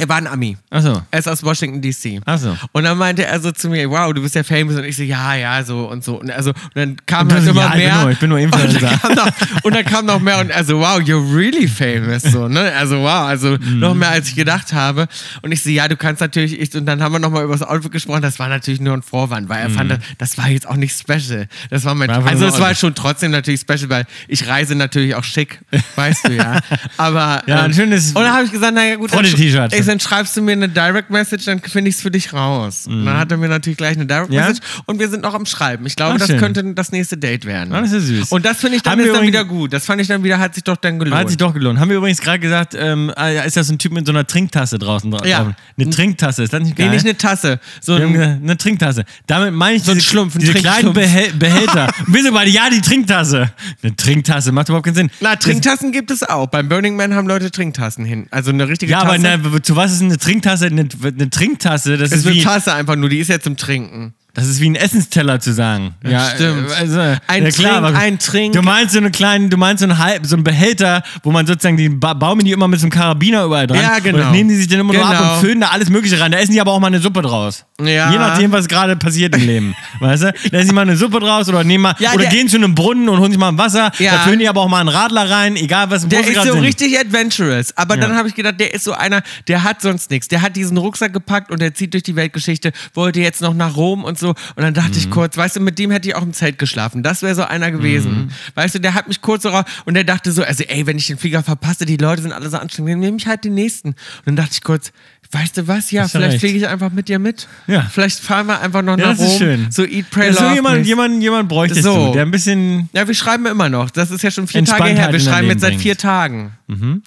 Speaker 1: Er war ein Ami.
Speaker 2: Achso.
Speaker 1: Er ist aus Washington, D.C.
Speaker 2: Ach so.
Speaker 1: Und dann meinte er so zu mir, wow, du bist ja famous. Und ich so, ja, ja, so und so. Und, also, und dann kam
Speaker 2: Und du
Speaker 1: halt
Speaker 2: so,
Speaker 1: immer
Speaker 2: ja, ich bin
Speaker 1: mehr.
Speaker 2: nur- ich bin nur
Speaker 1: Und
Speaker 2: Influencer.
Speaker 1: dann, kam noch, und dann kam noch mehr und er so, wow, you're really famous. So, ne? Also, wow, also
Speaker 2: Mhm.
Speaker 1: noch mehr, als ich gedacht habe. Und ich so, ja, du kannst natürlich, ich, und dann haben wir nochmal über das Outfit gesprochen. Das war natürlich nur ein Vorwand, weil er fand, das- das war jetzt auch nicht special. Das war mein,
Speaker 2: Mhm. War einfach
Speaker 1: also
Speaker 2: nur
Speaker 1: es
Speaker 2: ein
Speaker 1: war
Speaker 2: Outfit.
Speaker 1: schon trotzdem natürlich special, weil ich reise natürlich auch schick, weißt du ja. Aber, ähm,
Speaker 2: Ja, ein schönes-
Speaker 1: Und dann habe ich gesagt, naja, gut, dann-
Speaker 2: Freunde-T-Shirt.
Speaker 1: Ich so, dann schreibst du mir eine Direct Message, dann finde ich es für dich raus. Und dann hat er mir natürlich gleich eine Direct
Speaker 2: Mhm. Ja?
Speaker 1: Message und wir sind noch am Schreiben. Ich glaube,
Speaker 2: Ah,
Speaker 1: das
Speaker 2: schön.
Speaker 1: könnte das nächste Date werden.
Speaker 2: Ah, das ist süß.
Speaker 1: Und das finde ich dann,
Speaker 2: Haben wir
Speaker 1: ist dann
Speaker 2: übrigens-
Speaker 1: wieder gut. Das fand ich dann wieder, hat sich doch dann gelohnt.
Speaker 2: Hat sich doch gelohnt. Haben wir übrigens gerade gesagt, ähm, ah, ja, ist das ein Typ mit so einer Trinktasse draußen dra-
Speaker 1: Ja.
Speaker 2: drauf? Eine Trinktasse, ist das nicht geil?
Speaker 1: nee, nicht eine Tasse. So
Speaker 2: Wir haben
Speaker 1: ein,
Speaker 2: gesagt, eine Trinktasse. Damit meine ich so
Speaker 1: ein
Speaker 2: diese,
Speaker 1: Schlumpf, ein
Speaker 2: diese kleinen Behäl
Speaker 1: Trinkschlumpf.
Speaker 2: Behälter. Und wir so beide, ja, die Trinktasse. Eine Trinktasse, macht überhaupt keinen Sinn.
Speaker 1: na, Trinktassen gibt es auch. Beim Burning Man haben Leute Trinktassen hin. Also eine richtige
Speaker 2: Ja,
Speaker 1: Tasse.
Speaker 2: aber na, zu was ist eine Trinktasse? Eine, eine Trinktasse, das
Speaker 1: es
Speaker 2: ist,
Speaker 1: ist eine
Speaker 2: wie,
Speaker 1: Tasse einfach nur, die ist ja zum Trinken.
Speaker 2: das ist wie ein Essensteller zu sagen. Ja,
Speaker 1: stimmt.
Speaker 2: äh, Also,
Speaker 1: Ein
Speaker 2: ja, klar,
Speaker 1: Trink-
Speaker 2: aber-
Speaker 1: ein Trink-
Speaker 2: Du meinst so einen kleinen, du meinst so einen halb, so einen Behälter, wo man sozusagen die ba baumen die immer mit so einem Karabiner überall dran.
Speaker 1: Ja,
Speaker 2: Und
Speaker 1: genau.
Speaker 2: das nehmen die sich dann immer nur ab
Speaker 1: Genau.
Speaker 2: und füllen da alles Mögliche rein. Da essen die aber auch mal eine Suppe draus.
Speaker 1: Ja.
Speaker 2: Je nachdem, was gerade passiert im Leben. weißt du? Da ist mal eine Suppe draus oder nehmen mal,
Speaker 1: Ja,
Speaker 2: oder
Speaker 1: der-
Speaker 2: gehen zu einem Brunnen und holen sich mal ein Wasser.
Speaker 1: Ja.
Speaker 2: Da füllen die aber auch mal einen Radler rein, egal was im
Speaker 1: Der
Speaker 2: Bus
Speaker 1: ist
Speaker 2: gerade
Speaker 1: so
Speaker 2: sind.
Speaker 1: richtig adventurous. Aber dann habe ich gedacht, der ist so einer, der hat sonst nichts. Der hat diesen Rucksack gepackt und der zieht durch die Weltgeschichte, wollte jetzt noch nach Rom und so. Und dann dachte
Speaker 2: Mhm.
Speaker 1: ich kurz, weißt du, mit dem hätte ich auch im Zelt geschlafen. Das wäre so einer gewesen.
Speaker 2: Mhm.
Speaker 1: Weißt du, der hat mich kurz so raus und der dachte so, also ey, wenn ich den Flieger verpasse, die Leute sind alle so anstrengend, dann nehme ich halt den nächsten. Und dann dachte ich kurz, weißt du was, ja,
Speaker 2: Hast du
Speaker 1: vielleicht
Speaker 2: recht.
Speaker 1: fliege ich einfach mit dir mit.
Speaker 2: Ja.
Speaker 1: Vielleicht fahren wir einfach noch
Speaker 2: Ja,
Speaker 1: nach
Speaker 2: das ist
Speaker 1: Rom.
Speaker 2: schön.
Speaker 1: So Eat, Pray,
Speaker 2: Ja, so
Speaker 1: Love.
Speaker 2: jemand,
Speaker 1: mäßig.
Speaker 2: jemand, jemand bräuchtest
Speaker 1: So.
Speaker 2: du, der ein bisschen.
Speaker 1: Ja, wir schreiben immer noch. Das ist ja schon vier Tage
Speaker 2: Entspanntheit
Speaker 1: her. Wir
Speaker 2: halt in dein
Speaker 1: schreiben
Speaker 2: Leben
Speaker 1: jetzt seit
Speaker 2: bringt.
Speaker 1: vier Tagen.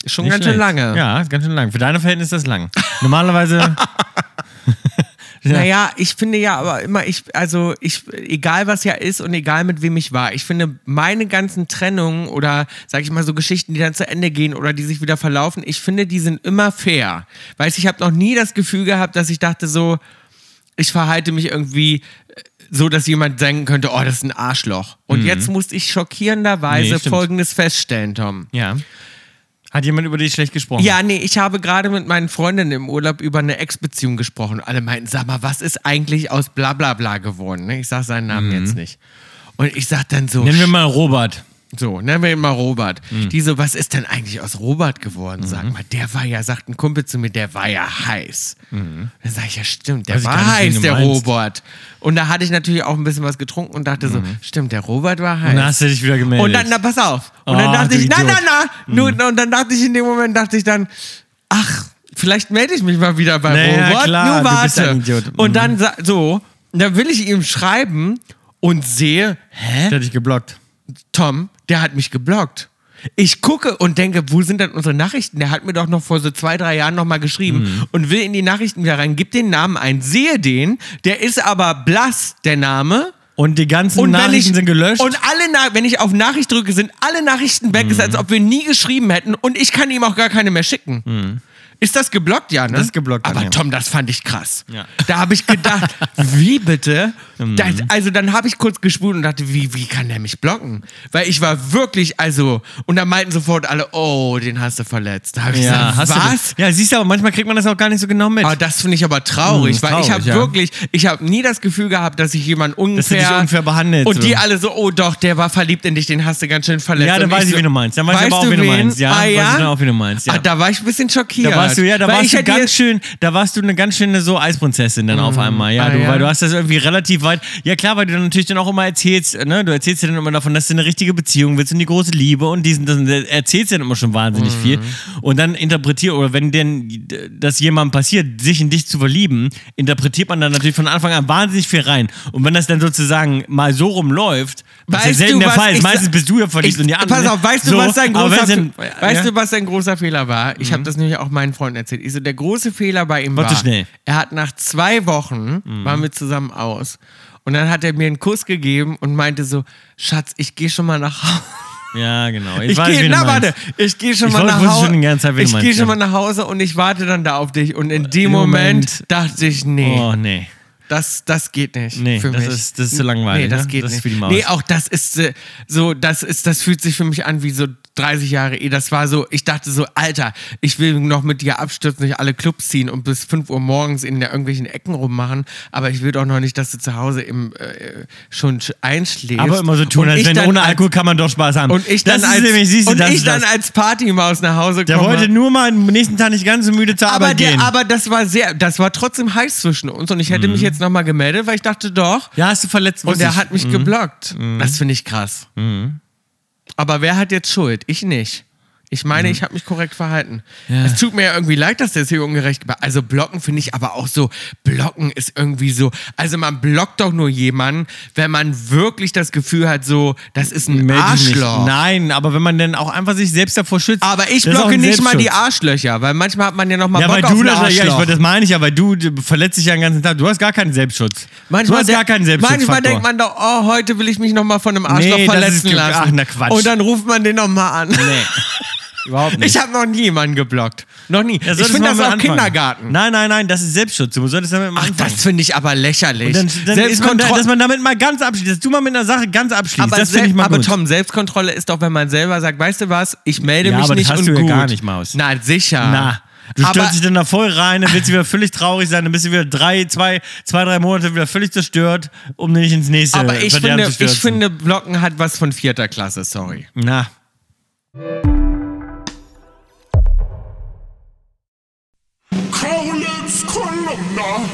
Speaker 1: Ist schon
Speaker 2: nicht
Speaker 1: ganz schön
Speaker 2: schlecht.
Speaker 1: lange.
Speaker 2: Ja, ist ganz schön lang. Für deine Verhältnisse ist das lang. Normalerweise.
Speaker 1: Naja, ich finde ja aber immer, ich, also ich, egal was ja ist und egal mit wem ich war, ich finde meine ganzen Trennungen oder sag ich mal so Geschichten, die dann zu Ende gehen oder die sich wieder verlaufen, ich finde, die sind immer fair. Weißt du, ich habe noch nie das Gefühl gehabt, dass ich dachte so, ich verhalte mich irgendwie äh, so, dass jemand denken könnte, oh, das ist ein Arschloch. Und jetzt musste ich schockierenderweise
Speaker 2: Mhm. Nee, stimmt.
Speaker 1: Folgendes feststellen, Tom.
Speaker 2: ja. Hat jemand über dich schlecht gesprochen?
Speaker 1: Ja, nee, ich habe gerade mit meinen Freundinnen im Urlaub über eine Ex-Beziehung gesprochen. Alle meinten, sag mal, was ist eigentlich aus bla bla bla geworden? ne? Ich sag seinen Namen jetzt nicht. Und ich sag dann so,
Speaker 2: Mhm. Nennen wir mal Robert.
Speaker 1: so, nennen wir ihn mal Robert.
Speaker 2: Mhm.
Speaker 1: Die so, was ist denn eigentlich aus Robert geworden? Sag mal, der war ja, sagt ein Kumpel zu mir, der war ja heiß. Dann sag ich, ja stimmt, der
Speaker 2: Mhm. Weiß ich
Speaker 1: war
Speaker 2: gar nicht, wen
Speaker 1: heiß,
Speaker 2: du
Speaker 1: der
Speaker 2: meinst.
Speaker 1: Robert. Und da hatte ich natürlich auch ein bisschen was getrunken und dachte so, stimmt, der Robert war heiß.
Speaker 2: Mhm. Und dann hast du dich wieder gemeldet.
Speaker 1: Und dann, na, pass auf. Und
Speaker 2: Ah,
Speaker 1: dann dachte
Speaker 2: du
Speaker 1: ich, na,
Speaker 2: Idiot. Mhm.
Speaker 1: na, na. Nur, Und dann dachte ich in dem Moment, dachte ich dann, ach, vielleicht melde ich mich mal wieder bei
Speaker 2: Naja,
Speaker 1: Robert.
Speaker 2: klar,
Speaker 1: Nur
Speaker 2: du bist
Speaker 1: warte.
Speaker 2: ein Idiot.
Speaker 1: Und
Speaker 2: Mhm.
Speaker 1: dann sa- so, dann will ich ihm schreiben und sehe,
Speaker 2: der
Speaker 1: hä?
Speaker 2: hat dich geblockt.
Speaker 1: Tom, der hat mich geblockt. Ich gucke und denke, wo sind denn unsere Nachrichten? Der hat mir doch noch vor so zwei, drei Jahren nochmal geschrieben und will in die Nachrichten wieder rein, gibt den Namen ein, sehe den, der ist aber blass, der Name.
Speaker 2: Und die ganzen
Speaker 1: Und wenn
Speaker 2: Nachrichten
Speaker 1: ich,
Speaker 2: sind gelöscht.
Speaker 1: Und alle, Na wenn ich auf Nachricht drücke, sind alle Nachrichten weg, ist,
Speaker 2: Mhm.
Speaker 1: als ob wir nie geschrieben hätten. Und ich kann ihm auch gar keine mehr schicken. Ist das geblockt, ja, ne?
Speaker 2: Mhm. Das ist geblockt,
Speaker 1: Aber
Speaker 2: ja.
Speaker 1: Tom, das fand ich krass.
Speaker 2: Ja. Mhm.
Speaker 1: Da habe ich gedacht, wie bitte? Das, also dann habe ich kurz gespult und dachte, wie, wie kann der mich blocken? Weil ich war wirklich, also, und dann meinten sofort alle, oh, den hast du verletzt. Da habe ich
Speaker 2: ja, hast
Speaker 1: gesagt,
Speaker 2: du
Speaker 1: was?
Speaker 2: das? Ja, siehst du, aber manchmal kriegt man das auch gar nicht so genau mit.
Speaker 1: Aber Ah, das finde ich aber traurig,
Speaker 2: Hm,
Speaker 1: weil
Speaker 2: traurig,
Speaker 1: ich habe
Speaker 2: ja.
Speaker 1: wirklich, ich habe nie das Gefühl gehabt, dass ich jemanden
Speaker 2: Dass du
Speaker 1: unfair,
Speaker 2: dich unfair behandelt,
Speaker 1: und die
Speaker 2: so.
Speaker 1: alle so, oh doch, der war verliebt in dich, den hast du ganz schön verletzt.
Speaker 2: Ja, dann
Speaker 1: Und
Speaker 2: weiß ich,
Speaker 1: so,
Speaker 2: wen du meinst. Dann weiß ich aber auch,
Speaker 1: weißt
Speaker 2: wen du
Speaker 1: wen?
Speaker 2: meinst. Ja,
Speaker 1: ah,
Speaker 2: weiß ich
Speaker 1: ja?
Speaker 2: dann auch, wen du meinst, ja.
Speaker 1: Ah, da war ich ein bisschen schockiert.
Speaker 2: Da warst du ja, da
Speaker 1: Weil
Speaker 2: warst
Speaker 1: ich
Speaker 2: du
Speaker 1: hätte
Speaker 2: ganz
Speaker 1: jetzt-
Speaker 2: schön, da warst du eine ganz schöne so Eisprinzessin dann auf einmal, ja,
Speaker 1: Ah,
Speaker 2: du,
Speaker 1: ja.
Speaker 2: weil du hast das irgendwie relativ weit. Ja klar, weil du dann natürlich dann auch immer erzählst, ne, du erzählst ja dann immer davon, dass du eine richtige Beziehung willst und die große Liebe und diesen, das, und das erzählst ja dann immer schon wahnsinnig
Speaker 1: Mhm.
Speaker 2: viel und dann interpretiert oder wenn denn das jemandem passiert, sich in dich zu verlieben, interpretiert man dann natürlich von Anfang an wahnsinnig viel rein und wenn das dann sozusagen mal so rumläuft, was ja
Speaker 1: Weißt
Speaker 2: selten
Speaker 1: du,
Speaker 2: der
Speaker 1: was
Speaker 2: Fall
Speaker 1: ich
Speaker 2: ist,
Speaker 1: sa-
Speaker 2: meistens bist du ja verliebt
Speaker 1: Ich,
Speaker 2: und die anderen.
Speaker 1: pass auf, weißt du,
Speaker 2: so,
Speaker 1: was dein
Speaker 2: aber
Speaker 1: großer,
Speaker 2: wenn's dann-
Speaker 1: weißt
Speaker 2: ja. Mhm.
Speaker 1: du, was dein großer Fehler war? Ich habe das nämlich auch meinen Freunden erzählt. Ich so, der große Fehler bei ihm
Speaker 2: War zu
Speaker 1: war,
Speaker 2: schnell. Mhm.
Speaker 1: er hat nach zwei Wochen, waren wir zusammen aus. Und dann hat er mir einen Kuss gegeben und meinte so, Schatz, ich gehe schon mal nach Hause.
Speaker 2: Ja, genau.
Speaker 1: Ich
Speaker 2: weiß,
Speaker 1: gehe,
Speaker 2: wen du
Speaker 1: na
Speaker 2: meinst.
Speaker 1: warte, ich gehe schon
Speaker 2: Ich
Speaker 1: mal
Speaker 2: wollte-
Speaker 1: nach
Speaker 2: wusste schon
Speaker 1: Hause.
Speaker 2: die ganze Zeit, wen du
Speaker 1: Ich gehe
Speaker 2: meinst,
Speaker 1: schon
Speaker 2: ja. Äh,
Speaker 1: mal nach Hause und ich warte dann da auf dich. Und in dem
Speaker 2: Im Moment-
Speaker 1: Moment, dachte ich, nee,
Speaker 2: Oh, nee.
Speaker 1: das, das geht nicht.
Speaker 2: Nee,
Speaker 1: für
Speaker 2: das
Speaker 1: mich.
Speaker 2: ist- das ist zu langweilig,
Speaker 1: Nee, das
Speaker 2: ne?
Speaker 1: geht
Speaker 2: Das ist
Speaker 1: nicht.
Speaker 2: für die Maus.
Speaker 1: Nee, auch das ist äh, so, das ist, das fühlt sich für mich an wie so 30 Jahre eh. Das war so, ich dachte so, Alter, ich will noch mit dir abstürzen, durch alle Clubs ziehen und bis 5 Uhr morgens in der irgendwelchen Ecken rummachen, aber ich will doch noch nicht, dass du zu Hause im, äh, schon sch- einschläfst.
Speaker 2: Aber immer so tun,
Speaker 1: Und
Speaker 2: als
Speaker 1: ich
Speaker 2: wenn
Speaker 1: dann
Speaker 2: ohne
Speaker 1: als-
Speaker 2: Alkohol kann man doch Spaß haben.
Speaker 1: und ich
Speaker 2: das
Speaker 1: dann, als,
Speaker 2: ist nämlich, siehst du,
Speaker 1: und
Speaker 2: das
Speaker 1: ich
Speaker 2: ist
Speaker 1: dann
Speaker 2: das.
Speaker 1: als Partymaus nach Hause
Speaker 2: Der
Speaker 1: komme.
Speaker 2: wollte nur mal am nächsten Tag nicht ganz so müde zur
Speaker 1: aber,
Speaker 2: Arbeit
Speaker 1: der,
Speaker 2: gehen.
Speaker 1: aber das war sehr, das war trotzdem heiß zwischen uns und ich hätte
Speaker 2: Mhm.
Speaker 1: mich jetzt nochmal gemeldet, weil ich dachte doch.
Speaker 2: ja, hast du verletzt.
Speaker 1: Und
Speaker 2: wusste
Speaker 1: er
Speaker 2: ich.
Speaker 1: hat mich geblockt.
Speaker 2: Mhm.
Speaker 1: Das finde ich krass. Aber wer hat jetzt Schuld? Ich nicht. Ich meine,
Speaker 2: Mhm.
Speaker 1: ich habe mich korrekt verhalten. Es tut mir ja irgendwie leid, dass der es hier ungerecht gemacht Also blocken finde ich aber auch so, blocken ist irgendwie so, also man blockt doch nur jemanden, wenn man wirklich das Gefühl hat, so, das ist ein
Speaker 2: Meld dich nicht.
Speaker 1: Arschloch.
Speaker 2: Nein, aber wenn man dann auch einfach sich selbst davor schützt.
Speaker 1: Aber ich
Speaker 2: das ist auch
Speaker 1: blocke
Speaker 2: ein
Speaker 1: nicht mal die
Speaker 2: Selbstschutz.
Speaker 1: Arschlöcher, weil manchmal hat man ja noch mal
Speaker 2: Ja,
Speaker 1: Bock
Speaker 2: weil
Speaker 1: auf
Speaker 2: du
Speaker 1: ein
Speaker 2: das, ja, ich,
Speaker 1: Arschloch.
Speaker 2: das meine ich ja, weil du du verletzt dich ja den ganzen Tag. Du hast gar keinen Selbstschutz.
Speaker 1: manchmal
Speaker 2: du hast gar
Speaker 1: denk-
Speaker 2: keinen Selbstschutz.
Speaker 1: Manchmal denkt man doch, oh, heute will ich mich noch mal von einem Arschloch
Speaker 2: Nee, das
Speaker 1: verletzen
Speaker 2: ist-
Speaker 1: lassen.
Speaker 2: ach, na Quatsch.
Speaker 1: Und dann ruft man den noch mal an.
Speaker 2: Nee. Überhaupt nicht.
Speaker 1: Ich habe noch nie jemanden geblockt. Noch nie.
Speaker 2: Da
Speaker 1: ich
Speaker 2: solltest
Speaker 1: finde
Speaker 2: du
Speaker 1: das
Speaker 2: mal
Speaker 1: auch
Speaker 2: mit anfangen.
Speaker 1: Kindergarten.
Speaker 2: Nein, nein, nein, das ist Selbstschutz. Du solltest damit mal
Speaker 1: Ach,
Speaker 2: anfangen.
Speaker 1: das finde ich aber lächerlich.
Speaker 2: Dann, dann ist man da,
Speaker 1: Selbstkontro-
Speaker 2: dass man damit mal ganz abschließt, dass du mal mit einer Sache ganz abschließt.
Speaker 1: aber,
Speaker 2: das finde ich
Speaker 1: sel-
Speaker 2: mal
Speaker 1: aber
Speaker 2: gut.
Speaker 1: Tom, Selbstkontrolle ist doch, wenn man selber sagt, weißt du was, ich melde
Speaker 2: Ja,
Speaker 1: mich
Speaker 2: aber das
Speaker 1: nicht
Speaker 2: hast
Speaker 1: und
Speaker 2: du ja
Speaker 1: gut.
Speaker 2: gar nicht, Maus.
Speaker 1: Na, sicher.
Speaker 2: Na. Du
Speaker 1: Ah. Aber-
Speaker 2: stürzt dich dann da voll rein, dann willst du wieder völlig traurig sein, dann bist du wieder drei, zwei, zwei, drei Monate wieder völlig zerstört, um nicht ins nächste
Speaker 1: Aber ich
Speaker 2: Verderben
Speaker 1: finde,
Speaker 2: zu stürzen.
Speaker 1: ich finde, Blocken hat was von vierter Klasse, sorry.
Speaker 2: Na.
Speaker 3: Kaulitz Kolumna.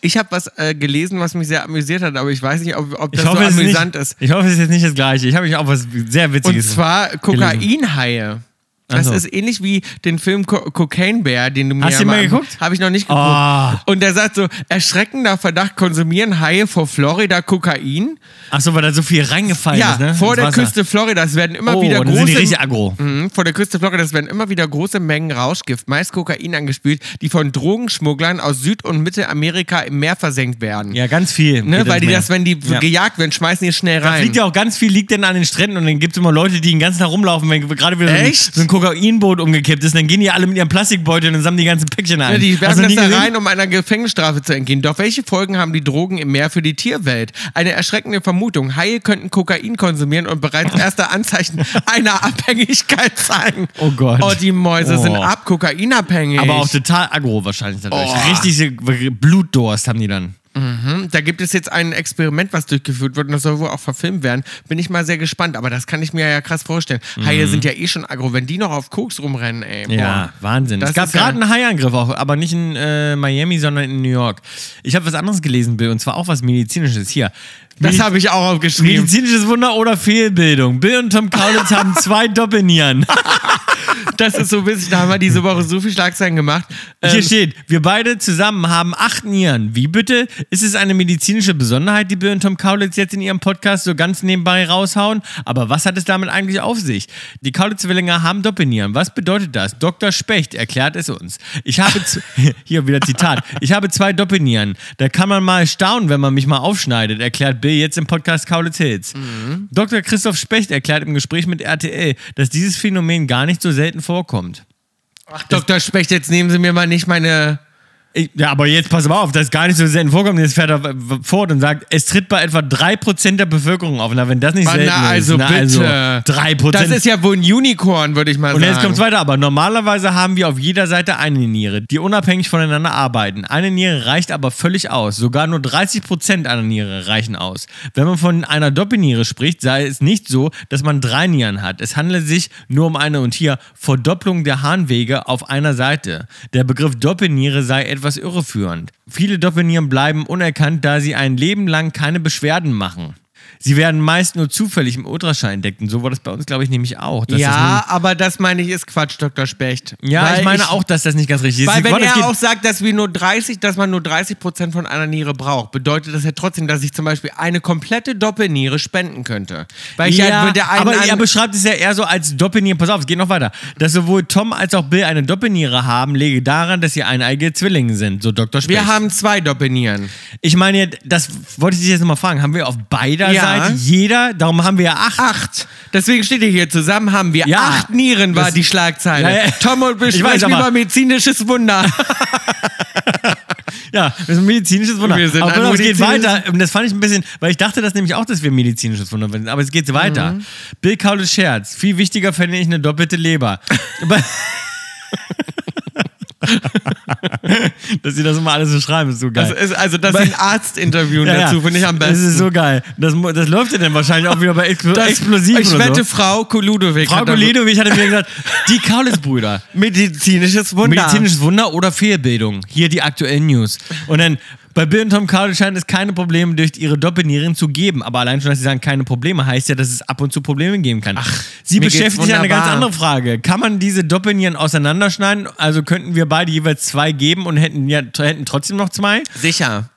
Speaker 1: Ich habe was äh, gelesen, was mich sehr amüsiert hat, aber ich weiß nicht, ob, ob das
Speaker 2: Ich hoffe,
Speaker 1: so
Speaker 2: es ist
Speaker 1: amüsant
Speaker 2: nicht,
Speaker 1: ist.
Speaker 2: ich hoffe, es ist jetzt nicht das Gleiche. Ich habe mich auch was sehr
Speaker 1: Und
Speaker 2: Witziges.
Speaker 1: zwar Kokainhaie. Das
Speaker 2: Ach so.
Speaker 1: ist ähnlich wie den Film Co Cocaine Bear, den du mir
Speaker 2: Hast du ihn mal geguckt?
Speaker 1: Habe ich noch nicht geguckt.
Speaker 2: Ah.
Speaker 1: Und der sagt so, erschreckender Verdacht, konsumieren Haie vor Florida Kokain.
Speaker 2: Achso, weil da so viel reingefallen
Speaker 1: ja,
Speaker 2: ist, ne?
Speaker 1: vor
Speaker 2: Ins
Speaker 1: der
Speaker 2: Wasser.
Speaker 1: Küste Floridas werden immer
Speaker 2: Oh,
Speaker 1: wieder
Speaker 2: dann sind die
Speaker 1: große
Speaker 2: richtig aggro.
Speaker 1: Mhm, Vor der Küste Floridas werden immer wieder große Mengen Rauschgift, meist Kokain angespült, die von Drogenschmugglern aus Süd- und Mittelamerika im Meer versenkt werden.
Speaker 2: Ja, ganz viel.
Speaker 1: Ne,
Speaker 2: Geht
Speaker 1: weil die
Speaker 2: mehr.
Speaker 1: das, wenn die
Speaker 2: Ja.
Speaker 1: gejagt werden, schmeißen die es schnell
Speaker 2: Da
Speaker 1: rein.
Speaker 2: fliegt ja auch ganz viel, liegt dann an den Stränden und dann gibt es immer Leute, die den ganzen Tag rumlaufen, wenn gerade wieder so ein,
Speaker 1: Echt?
Speaker 2: so ein Kokainboot umgekippt ist, dann gehen die alle mit ihren Plastikbeuteln und sammeln die ganzen Päckchen ein.
Speaker 1: Ne, die
Speaker 2: Hast du
Speaker 1: werfen das
Speaker 2: Also nie
Speaker 1: da
Speaker 2: gesehen?
Speaker 1: rein, um einer Gefängnisstrafe zu entgehen. Doch welche Folgen haben die Drogen im Meer für die Tierwelt? Eine erschreckende Vermutung. Haie könnten Kokain konsumieren und bereits erste Anzeichen einer Abhängigkeit zeigen.
Speaker 2: Oh Gott.
Speaker 1: Oh, die Mäuse
Speaker 2: Oh.
Speaker 1: sind ab, kokainabhängig.
Speaker 2: Aber auch total aggro wahrscheinlich dadurch.
Speaker 1: Oh.
Speaker 2: Richtig so Blutdurst haben die dann.
Speaker 1: Da gibt es jetzt ein Experiment, was durchgeführt wird und das soll wohl auch verfilmt werden. Bin ich mal sehr gespannt, aber das kann ich mir ja krass vorstellen. Haie sind ja eh schon aggro, wenn die noch auf Koks rumrennen, ey. boah.
Speaker 2: Mhm. Ja, Wahnsinn.
Speaker 1: Das
Speaker 2: es gab
Speaker 1: ist ja-
Speaker 2: gerade einen Haiangriff auch, aber nicht in äh, Miami, sondern in New York. Ich habe was anderes gelesen, Bill, und zwar auch was medizinisches. Hier.
Speaker 1: Das
Speaker 2: Medi-
Speaker 1: habe ich auch aufgeschrieben.
Speaker 2: Medizinisches Wunder oder Fehlbildung. Bill und Tom Kaulitz haben zwei Doppelnieren.
Speaker 1: Das ist so witzig, da haben wir diese Woche so viel Schlagzeilen gemacht.
Speaker 2: Hier
Speaker 1: Ähm,
Speaker 2: steht, wir beide zusammen haben acht Nieren. Wie bitte? Ist es eine medizinische Besonderheit, die Bill und Tom Kaulitz jetzt in ihrem Podcast so ganz nebenbei raushauen? Aber was hat es damit eigentlich auf sich? Die Kaulitz-Zwillinge haben Doppelnieren. Was bedeutet das? Dr. Specht erklärt es uns. Ich habe, z- hier wieder Zitat, ich habe zwei Doppelnieren. Da kann man mal staunen, wenn man mich mal aufschneidet, erklärt Bill jetzt im Podcast Kaulitz Hills. Dr. Christoph Specht erklärt im Gespräch mit RTL, dass dieses Phänomen gar nicht so selten vorkommt.
Speaker 1: Dr. Specht, jetzt nehmen Sie mir mal nicht meine.
Speaker 2: Ich- Ja, aber jetzt pass mal auf, das ist gar nicht so selten vorkommt. Jetzt fährt er w- fort und sagt, es tritt bei etwa 3% der Bevölkerung auf. Na, wenn das nicht
Speaker 1: Ah,
Speaker 2: selten
Speaker 1: na, also
Speaker 2: ist. na,
Speaker 1: bitte.
Speaker 2: Also 3%.
Speaker 1: Das ist ja wohl ein Unicorn, würde ich mal
Speaker 2: und
Speaker 1: sagen.
Speaker 2: jetzt kommt's weiter, aber normalerweise haben wir auf jeder Seite eine Niere, die unabhängig voneinander arbeiten. Eine Niere reicht aber völlig aus. Sogar nur 30% einer Niere reichen aus. Wenn man von einer Doppelniere spricht, sei es nicht so, dass man drei Nieren hat. Es handelt sich nur um eine und hier Verdopplung der Harnwege auf einer Seite. Der Begriff Doppelniere sei etwas irreführend. Viele Doppelnieren bleiben unerkannt, da sie ein Leben lang keine Beschwerden machen. Sie werden meist nur zufällig im Ultraschall entdeckt. Und so war das bei uns, glaube ich, nämlich auch. dass das nur-
Speaker 1: ja, aber das meine ich ist Quatsch, Dr. Specht.
Speaker 2: ja,
Speaker 1: Weil
Speaker 2: ich meine auch, dass das nicht ganz richtig ist.
Speaker 1: Weil
Speaker 2: Sie
Speaker 1: wenn
Speaker 2: wollen, es geht-
Speaker 1: er auch sagt, dass wir nur 30, dass man nur 30 Prozent von einer Niere braucht, bedeutet das ja trotzdem, dass ich zum Beispiel eine komplette Doppelniere spenden könnte. Weil ich ja,
Speaker 2: ja,
Speaker 1: mit der einen
Speaker 2: aber
Speaker 1: an-
Speaker 2: er beschreibt es ja eher so als Doppelniere. Pass auf, es geht noch weiter. Dass sowohl Tom als auch Bill eine Doppelniere haben, lege daran, dass sie eineige Zwillinge sind, so Dr. Specht.
Speaker 1: wir haben zwei Doppelnieren.
Speaker 2: ich meine, das wollte ich dich jetzt nochmal fragen. Haben wir auf beider
Speaker 1: Ja.
Speaker 2: Seite jeder, darum haben wir ja acht.
Speaker 1: Acht. Deswegen steht hier, hier zusammen haben wir
Speaker 2: Ja.
Speaker 1: acht Nieren, war
Speaker 2: Das-
Speaker 1: die Schlagzeile.
Speaker 2: Ja, ja.
Speaker 1: Tom und
Speaker 2: Ich
Speaker 1: besprechen
Speaker 2: weiß, aber-
Speaker 1: über medizinisches Wunder.
Speaker 2: Ja, das ist ein medizinisches Wunder.
Speaker 1: Wir sind
Speaker 2: aber
Speaker 1: ein
Speaker 2: pass auf, es geht
Speaker 1: medizinisches-
Speaker 2: weiter. Und Das fand ich ein bisschen, weil ich dachte das nämlich auch, dass wir ein medizinisches Wunder sind. Aber es geht weiter.
Speaker 1: Mhm.
Speaker 2: Bill Kaulitz Scherz. Viel wichtiger fände ich eine doppelte Leber. Aber- dass sie das immer alles so schreiben, ist so geil.
Speaker 1: Das ist, also, das ist ein Arztinterview
Speaker 2: Ja, ja.
Speaker 1: dazu, finde ich am
Speaker 2: Das
Speaker 1: besten.
Speaker 2: ist so geil. Das, mu- das läuft ja dann wahrscheinlich auch wieder bei Explo
Speaker 1: Das-
Speaker 2: Explosiven
Speaker 1: Ich
Speaker 2: oder
Speaker 1: wette,
Speaker 2: so.
Speaker 1: Frau Koludowig.
Speaker 2: Frau
Speaker 1: hat da-
Speaker 2: Golidowich hatte mir gesagt, die Kaulitz-Brüder.
Speaker 1: Medizinisches Wunder.
Speaker 2: Medizinisches Wunder oder Fehlbildung. Hier die aktuellen News. Und dann, bei Bill und Tom Kaulitz scheint es keine Probleme durch ihre Doppelnieren zu geben. Aber allein schon, dass sie sagen, keine Probleme, heißt ja, dass es ab und zu Probleme geben kann. Ach, sie
Speaker 1: mir geht's
Speaker 2: beschäftigt sich eine ganz
Speaker 1: wunderbar.
Speaker 2: andere Frage. Kann man diese Doppelnieren auseinanderschneiden? Also könnten wir beide jeweils zwei geben und hätten, ja, hätten trotzdem noch zwei?
Speaker 1: Sicher.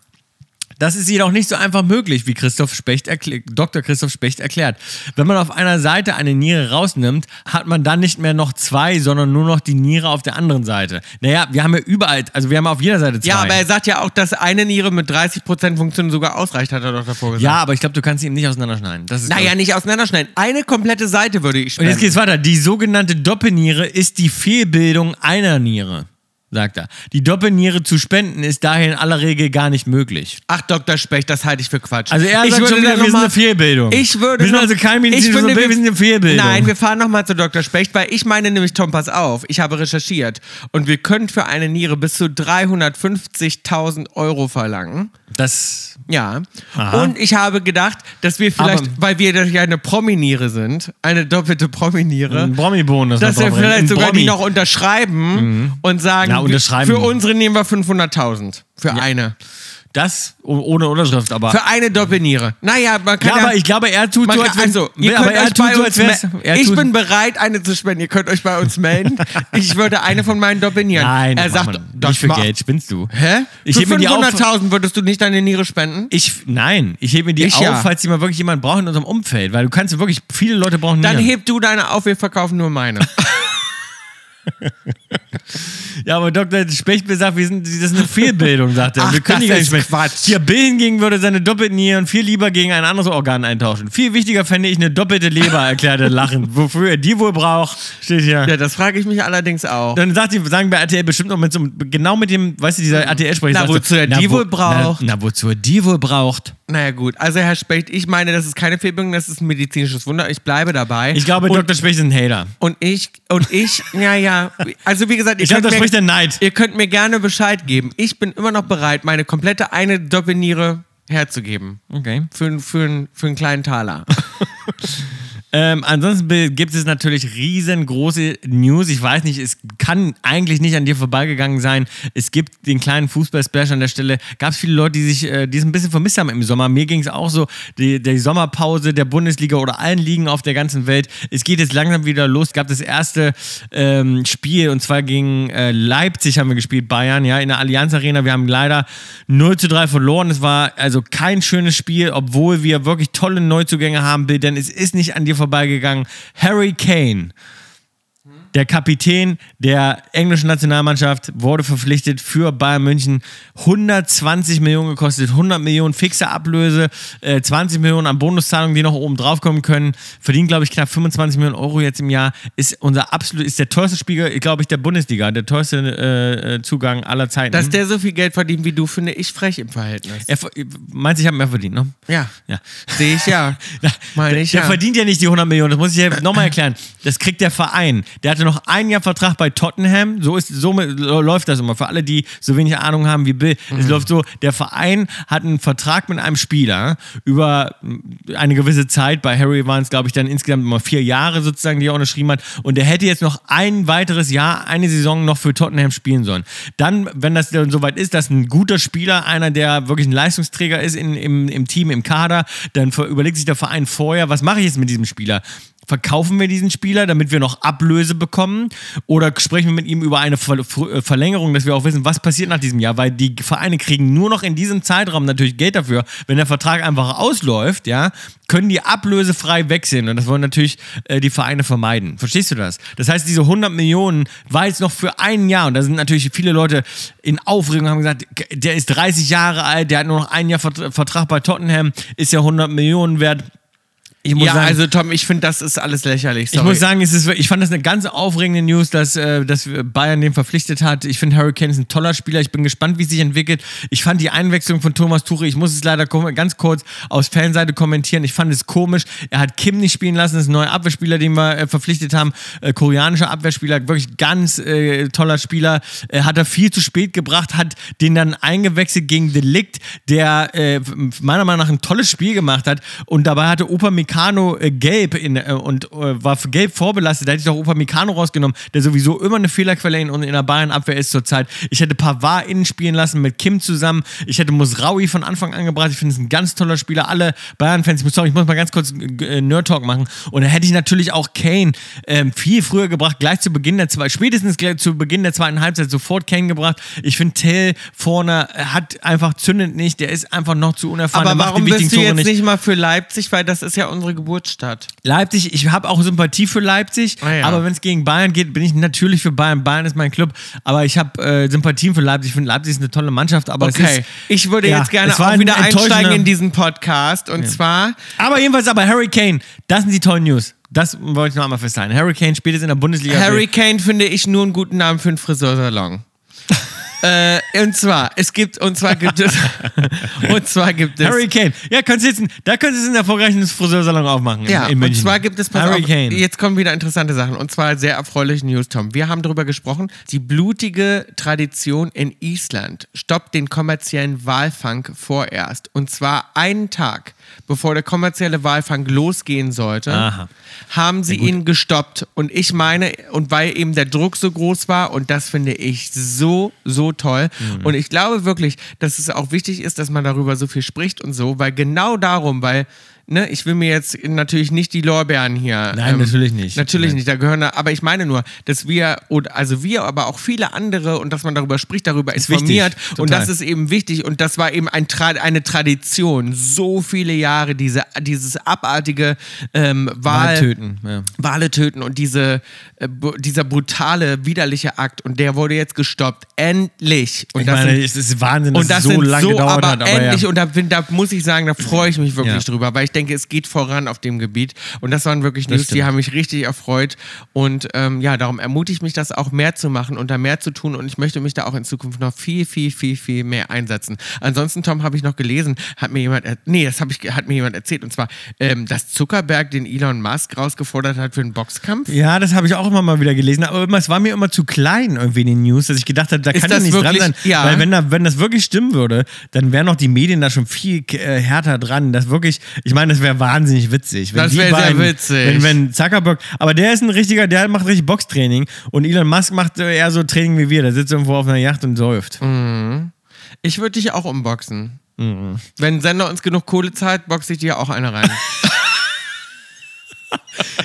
Speaker 2: Das ist jedoch nicht so einfach möglich, wie Christoph Specht erkl- Dr. Christoph Specht erklärt. Wenn man auf einer Seite eine Niere rausnimmt, hat man dann nicht mehr noch zwei, sondern nur noch die Niere auf der anderen Seite. Naja, wir haben ja überall, also wir haben auf jeder Seite zwei.
Speaker 1: Ja, aber er sagt ja auch, dass eine Niere mit 30% Funktion sogar ausreicht, hat er doch davor gesagt.
Speaker 2: ja, aber ich glaube, du kannst sie eben nicht auseinanderschneiden. Das ist
Speaker 1: Naja, nicht auseinanderschneiden. Eine komplette Seite würde ich
Speaker 2: Und jetzt
Speaker 1: spenden.
Speaker 2: geht's weiter. Die sogenannte Doppelniere ist die Fehlbildung einer Niere. sagt er. Die Doppelniere zu spenden ist daher in aller Regel gar nicht möglich.
Speaker 1: Ach, Dr. Specht, das halte ich für Quatsch.
Speaker 2: Also er
Speaker 1: ich
Speaker 2: sagt schon wieder,
Speaker 1: da noch
Speaker 2: wir sind
Speaker 1: mal-
Speaker 2: eine Fehlbildung.
Speaker 1: Ich würde
Speaker 2: wir sind
Speaker 1: noch-
Speaker 2: also kein medizinisches
Speaker 1: finde,
Speaker 2: Problem, wir sind eine Fehlbildung.
Speaker 1: Nein, wir fahren nochmal zu Dr. Specht, weil ich meine nämlich, Tom, pass auf, ich habe recherchiert und wir können für eine Niere bis zu 350.000 Euro verlangen.
Speaker 2: das,
Speaker 1: Ja.
Speaker 2: Aha.
Speaker 1: Und ich habe gedacht, dass wir vielleicht,
Speaker 2: Aber-
Speaker 1: weil wir ja eine Prominiere sind, eine doppelte Prominiere,
Speaker 2: ein Bromi-Bohnen. das
Speaker 1: dass
Speaker 2: noch
Speaker 1: wir
Speaker 2: drauf rennt.
Speaker 1: ne? vielleicht
Speaker 2: Ein
Speaker 1: sogar
Speaker 2: Bromi.
Speaker 1: die noch unterschreiben und sagen,
Speaker 2: Mhm. Na,
Speaker 1: wir-
Speaker 2: unterschreiben.
Speaker 1: für unsere nehmen wir 500.000. Für eine.
Speaker 2: Das oh- ohne Unterschrift, aber...
Speaker 1: Für eine Doppelniere. Naja, man kann
Speaker 2: ja,
Speaker 1: ja,
Speaker 2: aber ich glaube, er tut
Speaker 1: Man
Speaker 2: so,
Speaker 1: kann,
Speaker 2: als wenn-
Speaker 1: also, ihr
Speaker 2: aber
Speaker 1: könnt
Speaker 2: er
Speaker 1: euch
Speaker 2: tut
Speaker 1: bei
Speaker 2: so,
Speaker 1: uns
Speaker 2: als wär's-
Speaker 1: me-
Speaker 2: er
Speaker 1: Ich
Speaker 2: tut-
Speaker 1: bin bereit, eine zu spenden. Ihr könnt euch bei uns melden. ich würde eine von meinen doppeln Nieren.
Speaker 2: Nein,
Speaker 1: er
Speaker 2: das macht
Speaker 1: sagt,
Speaker 2: man
Speaker 1: das
Speaker 2: nicht für
Speaker 1: ma-
Speaker 2: Geld, spinnst du?
Speaker 1: Hä?
Speaker 2: Ich
Speaker 1: Für
Speaker 2: heb mir die auf-
Speaker 1: 500.000 würdest du nicht deine Niere spenden?
Speaker 2: Ich, nein, ich hebe mir die
Speaker 1: Ich
Speaker 2: auf,
Speaker 1: ja.
Speaker 2: falls die mal wirklich jemanden braucht in unserem Umfeld, weil du kannst wirklich, viele Leute brauchen
Speaker 1: Dann
Speaker 2: Nieren.
Speaker 1: heb du deine auf, wir verkaufen nur meine.
Speaker 2: Ja, aber Dr. Specht sagt, wir sind, das ist eine Fehlbildung, sagt er.
Speaker 1: Ach,
Speaker 2: wir können die
Speaker 1: das
Speaker 2: gar nicht
Speaker 1: ist
Speaker 2: spenden.
Speaker 1: Quatsch.
Speaker 2: Hier, Bill hingegen würde seine doppelten Nieren viel lieber gegen ein anderes Organ eintauschen. Viel wichtiger fände ich eine doppelte Leber, erklärte er lachend. Wofür er die wohl braucht, steht hier.
Speaker 1: ja, das frage ich mich allerdings auch.
Speaker 2: Dann sagt die, sagen bei RTL bestimmt noch mit so einem, genau mit dem, weißt du, dieser RTL-Sprecher.
Speaker 1: Na,
Speaker 2: sagt so,
Speaker 1: wozu er die
Speaker 2: wo-
Speaker 1: wohl braucht.
Speaker 2: Na, na, wozu er die wohl braucht.
Speaker 1: Naja gut, also Herr Specht, ich meine, das ist keine Fehlbildung, das ist ein medizinisches Wunder. Ich bleibe dabei.
Speaker 2: Ich glaube,
Speaker 1: und,
Speaker 2: Dr. Specht ist ein Hater.
Speaker 1: und ich, und ich, ja, ja. Also wie gesagt, ihr
Speaker 2: Ich glaube,
Speaker 1: könnt
Speaker 2: da
Speaker 1: mir-
Speaker 2: spricht der Neid.
Speaker 1: Ihr könnt mir gerne Bescheid geben. Ich bin immer noch bereit, meine komplette eine Doppelniere herzugeben.
Speaker 2: Okay.
Speaker 1: Für, n- für, n- für einen kleinen Taler.
Speaker 2: Ähm, ansonsten be- gibt es natürlich riesengroße News. Ich weiß nicht, es kann eigentlich nicht an dir vorbeigegangen sein. Es gibt den kleinen Fußball-Splash an der Stelle. Gab es viele Leute, die sich, äh, die es ein bisschen vermisst haben im Sommer. Mir ging es auch so. Die, die Sommerpause der Bundesliga oder allen Ligen auf der ganzen Welt. Es geht jetzt langsam wieder los. Es gab das erste ähm, Spiel und zwar gegen äh, Leipzig haben wir gespielt, Bayern, ja, in der Allianz Arena. Wir haben leider 0 zu 3 verloren. Es war also kein schönes Spiel, obwohl wir wirklich tolle Neuzugänge haben, Bill, denn es ist nicht an dir vorbeigegangen. Harry Kane, der Kapitän der englischen Nationalmannschaft, wurde verpflichtet für Bayern München. 120 Millionen gekostet, 100 Millionen fixe Ablöse, äh, 20 Millionen an Bonuszahlungen, die noch oben drauf kommen können. Verdient, glaube ich, knapp 25 Millionen Euro jetzt im Jahr. Ist unser absolut, ist der teuerste Spieler, glaube ich, der Bundesliga, der teuerste äh, äh, Zugang aller Zeiten.
Speaker 1: Dass der so viel Geld verdient wie du, finde ich frech im Verhältnis.
Speaker 2: er, ver- meinst du, ich habe mehr verdient, ne?
Speaker 1: Ja,
Speaker 2: Ja.
Speaker 1: sehe ich ja. Meine ich
Speaker 2: der
Speaker 1: ja.
Speaker 2: verdient ja nicht die 100 Millionen, das muss ich ja nochmal erklären. Das kriegt der Verein. Der hatte noch ein Jahr Vertrag bei Tottenham, so, ist, so mit- lo- läuft das immer. Für alle, die so wenig Ahnung haben wie Bill, es läuft so, der Verein hat einen Vertrag mit einem Spieler über eine gewisse Zeit, bei Harry waren es glaube ich dann insgesamt immer vier Jahre sozusagen, die er unterschrieben hat und der hätte jetzt noch ein weiteres Jahr, eine Saison noch für Tottenham spielen sollen. Dann, wenn das dann soweit ist, dass ein guter Spieler, einer, der wirklich ein Leistungsträger ist in, im, im Team, im Kader, dann ver- überlegt sich der Verein vorher, was mache ich jetzt mit diesem Spieler? Verkaufen wir diesen Spieler, damit wir noch Ablöse bekommen? Oder sprechen wir mit ihm über eine Ver Ver- äh, Verlängerung, dass wir auch wissen, was passiert nach diesem Jahr? Weil die Vereine kriegen nur noch in diesem Zeitraum natürlich Geld dafür. Wenn der Vertrag einfach ausläuft, ja, können die ablösefrei wechseln. Und das wollen natürlich äh, die Vereine vermeiden. Verstehst du das? Das heißt, diese 100 Millionen war jetzt noch für ein Jahr. Und da sind natürlich viele Leute in Aufregung, haben gesagt, der ist 30 Jahre alt, der hat nur noch ein Jahr Vert- Vertrag bei Tottenham, ist ja 100 Millionen wert. Ich muss
Speaker 1: ja,
Speaker 2: sagen,
Speaker 1: also Tom, ich finde, das ist alles lächerlich. Sorry.
Speaker 2: ich muss sagen, es ist, ich fand das eine ganz aufregende News, dass, äh, dass Bayern den verpflichtet hat. Ich finde, Harry Kane ist ein toller Spieler. Ich bin gespannt, wie es sich entwickelt. Ich fand die Einwechslung von Thomas Tuchel, ich muss es leider kom- ganz kurz aus Fanseite kommentieren. Ich fand es komisch. Er hat Kim nicht spielen lassen. Das ist ein neuer Abwehrspieler, den wir äh, verpflichtet haben. Äh, koreanischer Abwehrspieler, wirklich ganz äh, toller Spieler. Äh, hat er viel zu spät gebracht, hat den dann eingewechselt gegen Delikt, der äh, meiner Meinung nach ein tolles Spiel gemacht hat. Und dabei hatte Opa Mikano äh, gelb in, äh, und äh, war für gelb vorbelastet. Da hätte ich doch Opa Mikano rausgenommen, der sowieso immer eine Fehlerquelle in, in der Bayern-Abwehr ist zurzeit. Ich hätte Pavard innen spielen lassen mit Kim zusammen. Ich hätte Musraui von Anfang an gebracht. Ich finde es ein ganz toller Spieler. Alle Bayern-Fans, ich muss- sorry, ich muss mal ganz kurz äh, Nerd-Talk machen. Und da hätte ich natürlich auch Kane ähm, viel früher gebracht, gleich zu Beginn der zwei, spätestens gleich zu Beginn der zweiten Halbzeit sofort Kane gebracht. Ich finde, Tell vorne äh, hat einfach zündet nicht, der ist einfach noch zu unerfahren.
Speaker 1: aber
Speaker 2: der macht die
Speaker 1: warum
Speaker 2: wichtigen
Speaker 1: bist du
Speaker 2: Tore
Speaker 1: jetzt
Speaker 2: nicht.
Speaker 1: nicht. mal für Leipzig, weil das ist ja unsere Geburtsstadt.
Speaker 2: Leipzig, ich habe auch Sympathie für Leipzig,
Speaker 1: Ah ja.
Speaker 2: aber wenn es gegen Bayern geht, bin ich natürlich für Bayern. Bayern ist mein Club, aber ich habe äh, Sympathien für Leipzig. Ich finde, Leipzig ist eine tolle Mannschaft, aber es
Speaker 1: Okay,
Speaker 2: ist...
Speaker 1: ich würde
Speaker 2: Ja,
Speaker 1: jetzt gerne
Speaker 2: es war
Speaker 1: auch
Speaker 2: ein
Speaker 1: wieder einsteigen
Speaker 2: enttäuschender-
Speaker 1: in diesen Podcast und zwar
Speaker 2: Aber jedenfalls, aber Harry Kane, das sind die tollen News. Das wollte ich noch einmal festhalten. Harry Kane spielt jetzt in der Bundesliga.
Speaker 1: Harry Kane finde ich nur einen guten Namen für einen Friseursalon. Äh, und zwar, es gibt, und zwar gibt es, und zwar gibt es,
Speaker 2: Harry Kane. Ja, kannst du jetzt, ein- da könntest du einen erfolgreichen Friseursalon aufmachen. in-
Speaker 1: ja,
Speaker 2: in
Speaker 1: und
Speaker 2: München.
Speaker 1: zwar gibt es, pass
Speaker 2: Harry
Speaker 1: auf,
Speaker 2: Kane.
Speaker 1: jetzt kommen wieder interessante Sachen, und zwar sehr erfreuliche News, Tom. Wir haben darüber gesprochen, die blutige Tradition in Island stoppt den kommerziellen Walfang vorerst. Und zwar einen Tag, bevor der kommerzielle Walfang losgehen sollte,
Speaker 2: Aha.
Speaker 1: haben sie ihn gestoppt. Und ich meine, und weil eben der Druck so groß war, und das finde ich so, so toll. Und ich glaube wirklich, dass es auch wichtig ist, dass man darüber so viel spricht und so, weil genau darum, weil, ne, ich will mir jetzt natürlich nicht die Lorbeeren hier.
Speaker 2: Nein, natürlich nicht.
Speaker 1: Ähm, Natürlich
Speaker 2: Nein.
Speaker 1: nicht, da gehören, da- aber ich meine nur, dass wir, und- also wir, aber auch viele andere, und dass man darüber spricht, darüber
Speaker 2: wichtig,
Speaker 1: informiert. und
Speaker 2: total.
Speaker 1: das ist eben wichtig. Und das war eben ein Tra eine Tradition. So viele Jahre, diese, dieses abartige ähm, Wahl,
Speaker 2: töten. Ja.
Speaker 1: Wale töten und diese, äh, bu- dieser brutale, widerliche Akt und der wurde jetzt gestoppt. Endlich. Und
Speaker 2: Ich
Speaker 1: das
Speaker 2: meine,
Speaker 1: sind-
Speaker 2: es ist Wahnsinn, dass
Speaker 1: und das
Speaker 2: es so
Speaker 1: sind
Speaker 2: lange
Speaker 1: so,
Speaker 2: gedauert
Speaker 1: aber
Speaker 2: hat. Aber
Speaker 1: endlich,
Speaker 2: ja.
Speaker 1: und da, bin, da muss ich sagen, da freue ich mich wirklich
Speaker 2: Ja.
Speaker 1: drüber, weil ich denke, es geht voran auf dem Gebiet. Und das waren wirklich News, die
Speaker 2: stimmt.
Speaker 1: haben mich richtig erfreut. Und ähm, ja, darum ermutige ich mich, das auch mehr zu machen und da mehr zu tun. Und ich möchte mich da auch in Zukunft noch viel, viel, viel, viel mehr einsetzen. Ansonsten, Tom, habe ich noch gelesen, hat mir jemand, er- nee, das hab ich, ge- hat mir jemand erzählt. Und zwar, ähm, dass Zuckerberg den Elon Musk rausgefordert hat für einen Boxkampf.
Speaker 2: ja, das habe ich auch immer mal wieder gelesen, aber immer, es war mir immer zu klein irgendwie in den News, dass ich gedacht habe, da
Speaker 1: Ist
Speaker 2: kann ja
Speaker 1: das
Speaker 2: nicht
Speaker 1: wirklich-
Speaker 2: dran sein.
Speaker 1: Ja.
Speaker 2: Weil wenn, da, wenn das wirklich stimmen würde, dann wären auch die Medien da schon viel äh, härter dran. Das wirklich, ich meine, das wäre wahnsinnig witzig. Wenn
Speaker 1: Das
Speaker 2: die
Speaker 1: wär sehr
Speaker 2: beiden-
Speaker 1: witzig.
Speaker 2: Wenn, wenn Zuckerberg, aber der ist ein richtiger, der macht richtig Boxtraining und Elon Musk macht äh, eher so Training wie wir, der sitzt irgendwo auf einer Yacht und säuft.
Speaker 1: Ich würde dich auch umboxen.
Speaker 2: Mhm.
Speaker 1: Wenn Sender uns genug Kohle zahlt, boxe ich dir auch eine rein.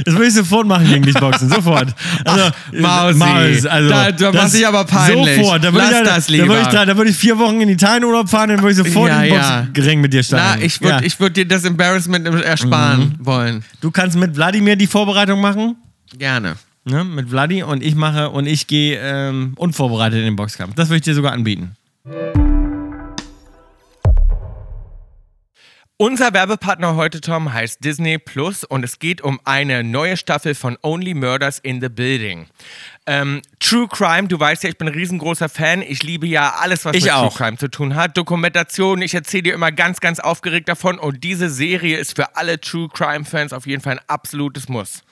Speaker 2: Das würde ich sofort machen gegen dich boxen, sofort. Also,
Speaker 1: Mausi. Da- da machst dich aber peinlich.
Speaker 2: Sofort, da würde ich,
Speaker 1: Lass
Speaker 2: halt- da,
Speaker 1: das
Speaker 2: da würde
Speaker 1: lieber.
Speaker 2: ich, da, da würde ich vier Wochen in Italien Urlaub fahren, dann würde ich sofort
Speaker 1: Ja,
Speaker 2: in den
Speaker 1: ja.
Speaker 2: Boxring mit dir
Speaker 1: Na,
Speaker 2: starten.
Speaker 1: ich würde
Speaker 2: ja. Mhm.
Speaker 1: ich würd dir das Embarrassment ersparen wollen.
Speaker 2: Du kannst mit Wladimir die Vorbereitung machen,
Speaker 1: Gerne.
Speaker 2: ne? mit Vladi, und ich mache und ich gehe ähm, unvorbereitet in den Boxkampf. Das würde ich dir sogar anbieten.
Speaker 1: Unser Werbepartner heute, Tom, heißt Disney Plus und es geht um eine neue Staffel von Only Murders in the Building. Ähm, True Crime, du weißt ja, ich bin ein riesengroßer Fan. Ich liebe ja alles, was
Speaker 2: Ich
Speaker 1: mit
Speaker 2: auch.
Speaker 1: True Crime zu tun hat. Dokumentationen, ich erzähle dir immer ganz, ganz aufgeregt davon und diese Serie ist für alle True Crime-Fans auf jeden Fall ein absolutes Muss.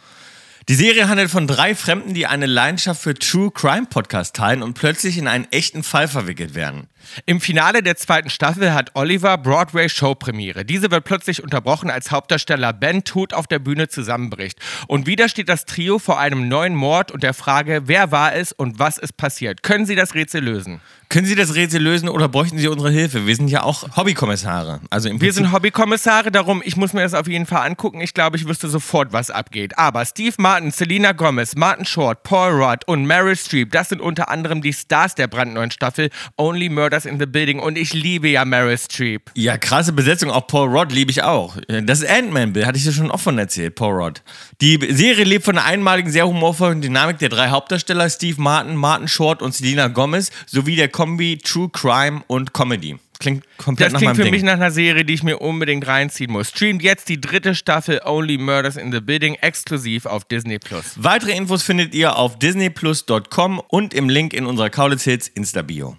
Speaker 2: Die Serie handelt von drei Fremden, die eine Leidenschaft für True Crime Podcast teilen und plötzlich in einen echten Fall verwickelt werden.
Speaker 1: Im Finale der zweiten Staffel hat Oliver Broadway Show Premiere. Diese wird plötzlich unterbrochen, als Hauptdarsteller Ben Tut auf der Bühne zusammenbricht. Und wieder steht das Trio vor einem neuen Mord und der Frage, wer war es und was ist passiert. Können Sie das Rätsel lösen?
Speaker 2: Können Sie das Rätsel lösen oder bräuchten Sie unsere Hilfe? Wir sind ja auch Hobbykommissare. Also im
Speaker 1: Wir sind Hobbykommissare, darum, ich muss mir das auf jeden Fall angucken. Ich glaube, ich wüsste sofort, was abgeht. Aber Steve Martin, Selena Gomez, Martin Short, Paul Rudd und Meryl Streep, das sind unter anderem die Stars der brandneuen Staffel Only Murders in the Building. Und ich liebe ja Meryl Streep.
Speaker 2: ja krasse Besetzung. Auch Paul Rudd liebe ich auch. Das ist Ant-Man, hatte ich dir schon oft von erzählt. Paul Rudd. Die Serie lebt von der einmaligen, sehr humorvollen Dynamik der drei Hauptdarsteller Steve Martin, Martin Short und Selena Gomez sowie der Kombi True Crime und Comedy. Klingt komplett
Speaker 1: Das
Speaker 2: nach
Speaker 1: klingt
Speaker 2: meinem
Speaker 1: für
Speaker 2: Ding.
Speaker 1: mich nach einer Serie, die ich mir unbedingt reinziehen muss. Streamt jetzt die dritte Staffel Only Murders in the Building exklusiv auf Disney Plus.
Speaker 2: Weitere Infos findet ihr auf disneyplus.com und im Link in unserer Kaulitz Hits Insta-Bio.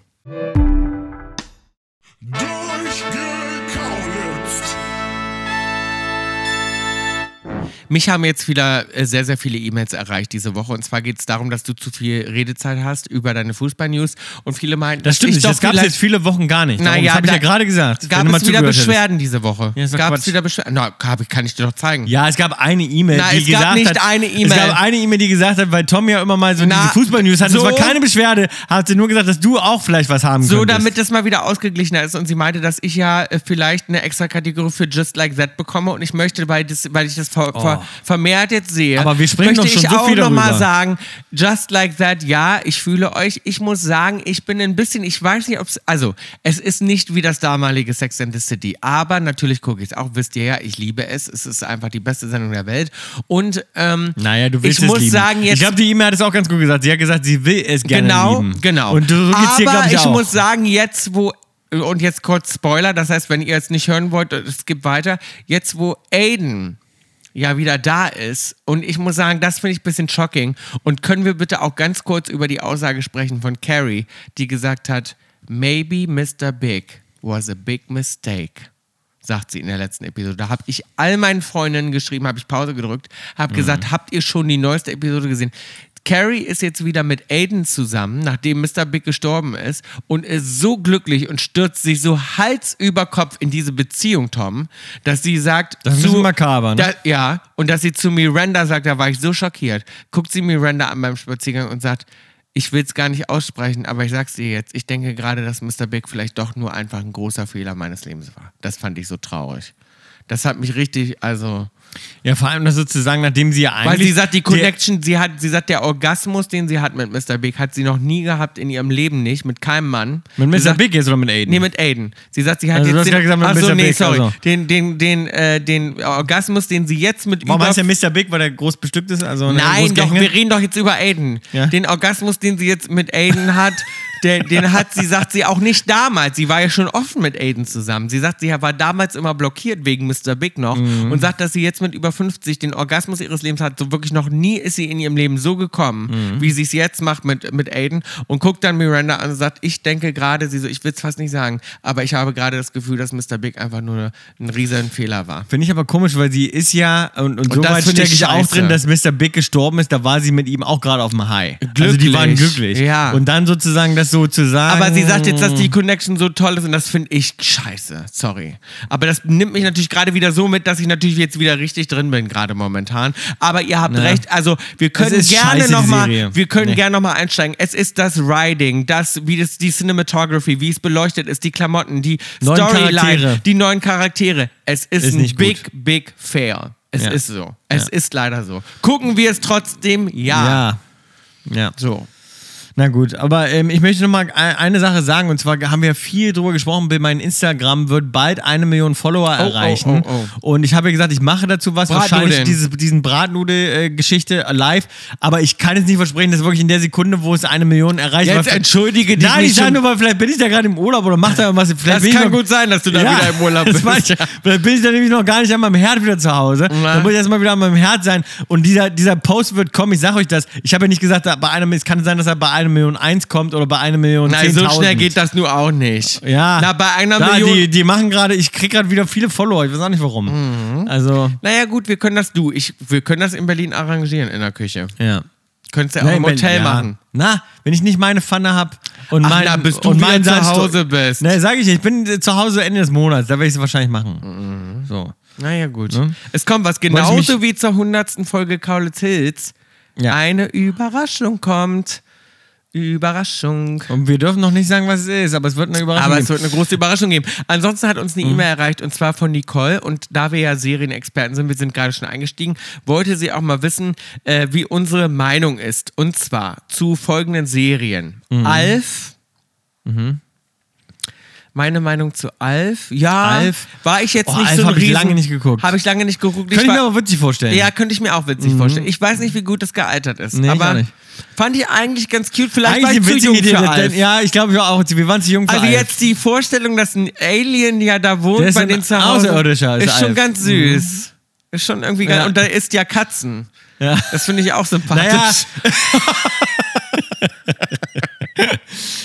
Speaker 3: Durchgekaulitzt.
Speaker 1: Mich haben jetzt wieder äh, sehr, sehr viele E-Mails erreicht diese Woche. Und zwar geht es darum, dass du zu viel Redezeit hast über deine Fußball-News. Und viele meinen,
Speaker 2: Das stimmt,
Speaker 1: ich
Speaker 2: nicht, das gab es jetzt viele Wochen gar nicht. Darum, das
Speaker 1: Naja,
Speaker 2: habe ich
Speaker 1: da-
Speaker 2: ja gerade gesagt.
Speaker 1: Gab
Speaker 2: wenn du mal
Speaker 1: es wieder
Speaker 2: zugehört hättest.
Speaker 1: Beschwerden diese Woche?
Speaker 2: Ja, ist doch
Speaker 1: gab es
Speaker 2: Quatsch.
Speaker 1: wieder Beschwerden? Na, hab ich- kann ich dir doch zeigen.
Speaker 2: Ja, es gab eine E-Mail,
Speaker 1: Na,
Speaker 2: die
Speaker 1: es gab
Speaker 2: gesagt
Speaker 1: nicht
Speaker 2: hat,
Speaker 1: eine E-Mail.
Speaker 2: Es gab eine E-Mail, die gesagt hat, weil Tom ja immer mal so
Speaker 1: Na,
Speaker 2: diese Fußball-News hatte.
Speaker 1: so-
Speaker 2: es war keine Beschwerde, hat sie nur gesagt, dass du auch vielleicht was haben
Speaker 1: So,
Speaker 2: könntest.
Speaker 1: damit es mal wieder ausgeglichener ist. Und sie meinte, dass ich ja äh, vielleicht eine extra Kategorie für Just Like That bekomme. Und ich möchte, weil, das, weil ich das ver ver vermehrt jetzt sehe,
Speaker 2: Oh. Aber wir sprechen
Speaker 1: möchte
Speaker 2: doch schon
Speaker 1: ich
Speaker 2: so
Speaker 1: auch
Speaker 2: viel
Speaker 1: noch mal
Speaker 2: darüber.
Speaker 1: sagen, Just Like That, ja, ich fühle euch. Ich muss sagen, ich bin ein bisschen, ich weiß nicht, ob es, also, es ist nicht wie das damalige Sex and the City. Aber natürlich gucke ich es auch. Wisst ihr ja, ich liebe es. Es ist einfach die beste Sendung der Welt. Und, ähm,
Speaker 2: Naja, du willst
Speaker 1: ich
Speaker 2: es
Speaker 1: muss
Speaker 2: lieben.
Speaker 1: sagen, jetzt
Speaker 2: ich glaube, die E-Mail hat es auch ganz gut gesagt. Sie hat gesagt, sie will es gerne
Speaker 1: genau,
Speaker 2: lieben.
Speaker 1: Genau,
Speaker 2: Und so geht's dir,
Speaker 1: Aber
Speaker 2: glaube ich, auch.
Speaker 1: muss sagen, jetzt wo und jetzt kurz Spoiler, das heißt, wenn ihr jetzt nicht hören wollt, es gibt weiter. Jetzt wo Aiden ja wieder da ist. Und ich muss sagen, das finde ich ein bisschen shocking. Und können wir bitte auch ganz kurz über die Aussage sprechen von Carrie, die gesagt hat, maybe Mr. Big was a big mistake. Sagt sie in der letzten Episode. Da habe ich all meinen Freundinnen geschrieben, habe ich Pause gedrückt,
Speaker 2: Mhm.
Speaker 1: habe gesagt, habt ihr schon die neueste Episode gesehen? Carrie ist jetzt wieder mit Aiden zusammen, nachdem Mr. Big gestorben ist und ist so glücklich und stürzt sich so Hals über Kopf in diese Beziehung, Tom, dass sie sagt,
Speaker 2: Das ist ein bisschen makaber, ne?
Speaker 1: da, Äh, ja, und dass sie zu Miranda sagt, da war ich so schockiert. Guckt sie Miranda an beim Spaziergang und sagt, ich will es gar nicht aussprechen, aber ich sag's dir jetzt. Ich denke gerade, dass Mr. Big vielleicht doch nur einfach ein großer Fehler meines Lebens war. Das fand ich so traurig. Das hat mich richtig, also,
Speaker 2: Ja, vor allem das sozusagen, nachdem sie ja eigentlich.
Speaker 1: weil sie sagt, die
Speaker 2: der-
Speaker 1: Connection, sie hat, sie sagt, der Orgasmus, den sie hat mit Mr. Big, hat sie noch nie gehabt in ihrem Leben nicht, mit keinem Mann. Sie
Speaker 2: Mit Mr.
Speaker 1: sagt,
Speaker 2: Big jetzt oder mit Aiden?
Speaker 1: Nee, mit Aiden. Sie sagt, sie hat
Speaker 2: Also, du
Speaker 1: jetzt
Speaker 2: hast gerade gesagt, mit
Speaker 1: Ach so,
Speaker 2: Mr.
Speaker 1: nee,
Speaker 2: Big,
Speaker 1: sorry.
Speaker 2: also.
Speaker 1: Den, den, den, äh, den Orgasmus, den sie jetzt mit
Speaker 2: Warum
Speaker 1: über
Speaker 2: heißt der Mr. Big, weil der groß bestückt ist? Also ne,
Speaker 1: Nein,
Speaker 2: groß
Speaker 1: doch,
Speaker 2: gehängt?
Speaker 1: wir reden doch jetzt über Aiden.
Speaker 2: Ja.
Speaker 1: Den Orgasmus, den sie jetzt mit Aiden hat, den, den hat sie, sagt sie auch nicht damals. Sie war ja schon offen mit Aiden zusammen. Sie sagt, sie war damals immer blockiert wegen Mr. Big noch und sagt, dass sie jetzt mit über 50 den Orgasmus ihres Lebens hat. So wirklich noch nie ist sie in ihrem Leben so gekommen, wie sie es jetzt macht mit, mit Aiden und guckt dann Miranda an und sagt, ich denke gerade, sie so, ich will es fast nicht sagen, aber ich habe gerade das Gefühl, dass Mr. Big einfach nur ein riesen Fehler war.
Speaker 2: Finde ich aber komisch, weil sie ist ja, und, und, so
Speaker 1: das
Speaker 2: weit
Speaker 1: finde
Speaker 2: stecke
Speaker 1: ich
Speaker 2: ich auch
Speaker 1: scheiße.
Speaker 2: drin, dass Mr. Big gestorben ist, da war sie mit ihm auch gerade auf dem High. Also die
Speaker 1: Glücklich.
Speaker 2: waren glücklich.
Speaker 1: Ja.
Speaker 2: Und dann sozusagen das so zu sagen.
Speaker 1: Aber sie sagt jetzt, dass
Speaker 2: Mm.
Speaker 1: die Connection so toll ist und das finde ich scheiße. Sorry. Aber das nimmt mich natürlich gerade wieder so mit, dass ich natürlich jetzt wieder richtig drin bin, gerade momentan. Aber ihr habt recht. Also wir können
Speaker 2: ist
Speaker 1: gerne
Speaker 2: scheiße, die
Speaker 1: nochmal,
Speaker 2: Serie.
Speaker 1: wir können
Speaker 2: Nee.
Speaker 1: gerne nochmal einsteigen. Es ist das Riding, das, wie das, die Cinematography, wie es beleuchtet ist, die Klamotten, die
Speaker 2: Neuen
Speaker 1: Storyline,
Speaker 2: Charaktere.
Speaker 1: die neuen Charaktere. Es ist,
Speaker 2: Ist
Speaker 1: ein
Speaker 2: nicht gut.
Speaker 1: big, big fail. Es
Speaker 2: Ja.
Speaker 1: ist so. Es
Speaker 2: Ja.
Speaker 1: ist leider so. Gucken wir es trotzdem? Ja.
Speaker 2: Ja. Ja.
Speaker 1: So.
Speaker 2: Na gut, aber ähm, ich möchte nochmal eine Sache sagen, und zwar haben wir viel drüber gesprochen, bei meinem Instagram wird bald eine Million Follower
Speaker 1: oh,
Speaker 2: erreichen.
Speaker 1: oh,
Speaker 2: Und ich habe ja gesagt, ich mache dazu was,
Speaker 1: Bratnudeln.
Speaker 2: wahrscheinlich diese, diesen Bratnudel-Geschichte äh, live, aber ich kann es nicht versprechen, dass wirklich in der Sekunde, wo es eine Million erreicht,
Speaker 1: Jetzt
Speaker 2: weil-
Speaker 1: entschuldige dich
Speaker 2: Nein,
Speaker 1: nicht
Speaker 2: ich sage
Speaker 1: schon-
Speaker 2: nur mal, vielleicht bin ich da gerade im Urlaub oder mach da irgendwas. Vielleicht
Speaker 1: Das
Speaker 2: bin ich
Speaker 1: kann
Speaker 2: noch-
Speaker 1: gut sein, dass du da wieder im Urlaub
Speaker 2: das
Speaker 1: bist.
Speaker 2: weiß ich. Vielleicht bin ich dann nämlich noch gar nicht an meinem Herd wieder zu Hause.
Speaker 1: Na.
Speaker 2: Dann muss ich erstmal wieder an meinem Herd sein. Und dieser, dieser Post wird kommen, ich sag euch das. Ich habe ja nicht gesagt, da bei einem, es kann sein, dass er bei einer Million eins kommt oder bei einer Million
Speaker 1: Nein,
Speaker 2: 10.000.
Speaker 1: so schnell geht das nur auch nicht.
Speaker 2: Ja.
Speaker 1: Na, bei einer
Speaker 2: Da,
Speaker 1: Million.
Speaker 2: Die, die machen gerade, ich krieg gerade wieder viele Follower, ich weiß auch nicht
Speaker 1: Mhm.
Speaker 2: warum. Also,
Speaker 1: naja, gut, wir können das, du, ich, wir können das in Berlin arrangieren in der Küche.
Speaker 2: ja.
Speaker 1: Könntest du ja auch
Speaker 2: Nein,
Speaker 1: im
Speaker 2: wenn-
Speaker 1: Hotel
Speaker 2: ja.
Speaker 1: machen.
Speaker 2: Na, wenn ich nicht meine Pfanne hab und
Speaker 1: Ach,
Speaker 2: mein,
Speaker 1: na, bis du
Speaker 2: und
Speaker 1: wieder
Speaker 2: mein
Speaker 1: zu
Speaker 2: Salzstock-
Speaker 1: Hause bist.
Speaker 2: Ne, sag ich, nicht, ich bin äh, zu Hause Ende des Monats, da werde ich es wahrscheinlich machen.
Speaker 1: Mhm.
Speaker 2: So.
Speaker 1: Naja, gut. Es kommt was,
Speaker 2: Ne? Wollte ich
Speaker 1: genauso wie zur hundertsten Folge Kaulitz Hills.
Speaker 2: Ja.
Speaker 1: Eine Überraschung kommt. Überraschung.
Speaker 2: Und wir dürfen noch nicht sagen, was es ist, aber es wird eine Überraschung.
Speaker 1: Aber
Speaker 2: geben.
Speaker 1: es wird eine große Überraschung geben. Ansonsten hat uns eine
Speaker 2: Mhm.
Speaker 1: E-Mail erreicht und zwar von Nicole. Und da wir ja Serienexperten sind, wir sind gerade schon eingestiegen, wollte sie auch mal wissen, äh, wie unsere Meinung ist. Und zwar zu folgenden Serien:
Speaker 2: Mhm.
Speaker 1: Alf. Meine Meinung zu Alf. Ja,
Speaker 2: Alf.
Speaker 1: war ich jetzt
Speaker 2: Oh,
Speaker 1: nicht
Speaker 2: Alf
Speaker 1: so ein
Speaker 2: hab ich
Speaker 1: Riesen-
Speaker 2: lange nicht geguckt.
Speaker 1: Habe ich lange nicht geguckt.
Speaker 2: Könnte ich
Speaker 1: war-
Speaker 2: mir aber witzig vorstellen. Mhm.
Speaker 1: ja, könnte ich mir auch witzig vorstellen. Ich weiß nicht, wie gut das gealtert ist,
Speaker 2: Nee, ich auch
Speaker 1: aber
Speaker 2: nicht.
Speaker 1: fand ich eigentlich ganz cute. Vielleicht
Speaker 2: Eigentlich
Speaker 1: war
Speaker 2: die
Speaker 1: ich zu
Speaker 2: witzige
Speaker 1: jung
Speaker 2: Idee.
Speaker 1: für
Speaker 2: denn-
Speaker 1: Alf.
Speaker 2: Ja, ich glaube, wir auch. Wir waren zu jung für
Speaker 1: Also
Speaker 2: Alf.
Speaker 1: jetzt die Vorstellung, dass ein Alien ja da wohnt
Speaker 2: Der ist
Speaker 1: bei
Speaker 2: ein
Speaker 1: den zu Hause,
Speaker 2: Außerirdischer, ist
Speaker 1: ist schon
Speaker 2: Alf.
Speaker 1: ganz süß. Ist schon irgendwie ganz,
Speaker 2: Ja.
Speaker 1: und da isst ja Katzen.
Speaker 2: Ja.
Speaker 1: Das finde ich auch sympathisch.
Speaker 2: Naja.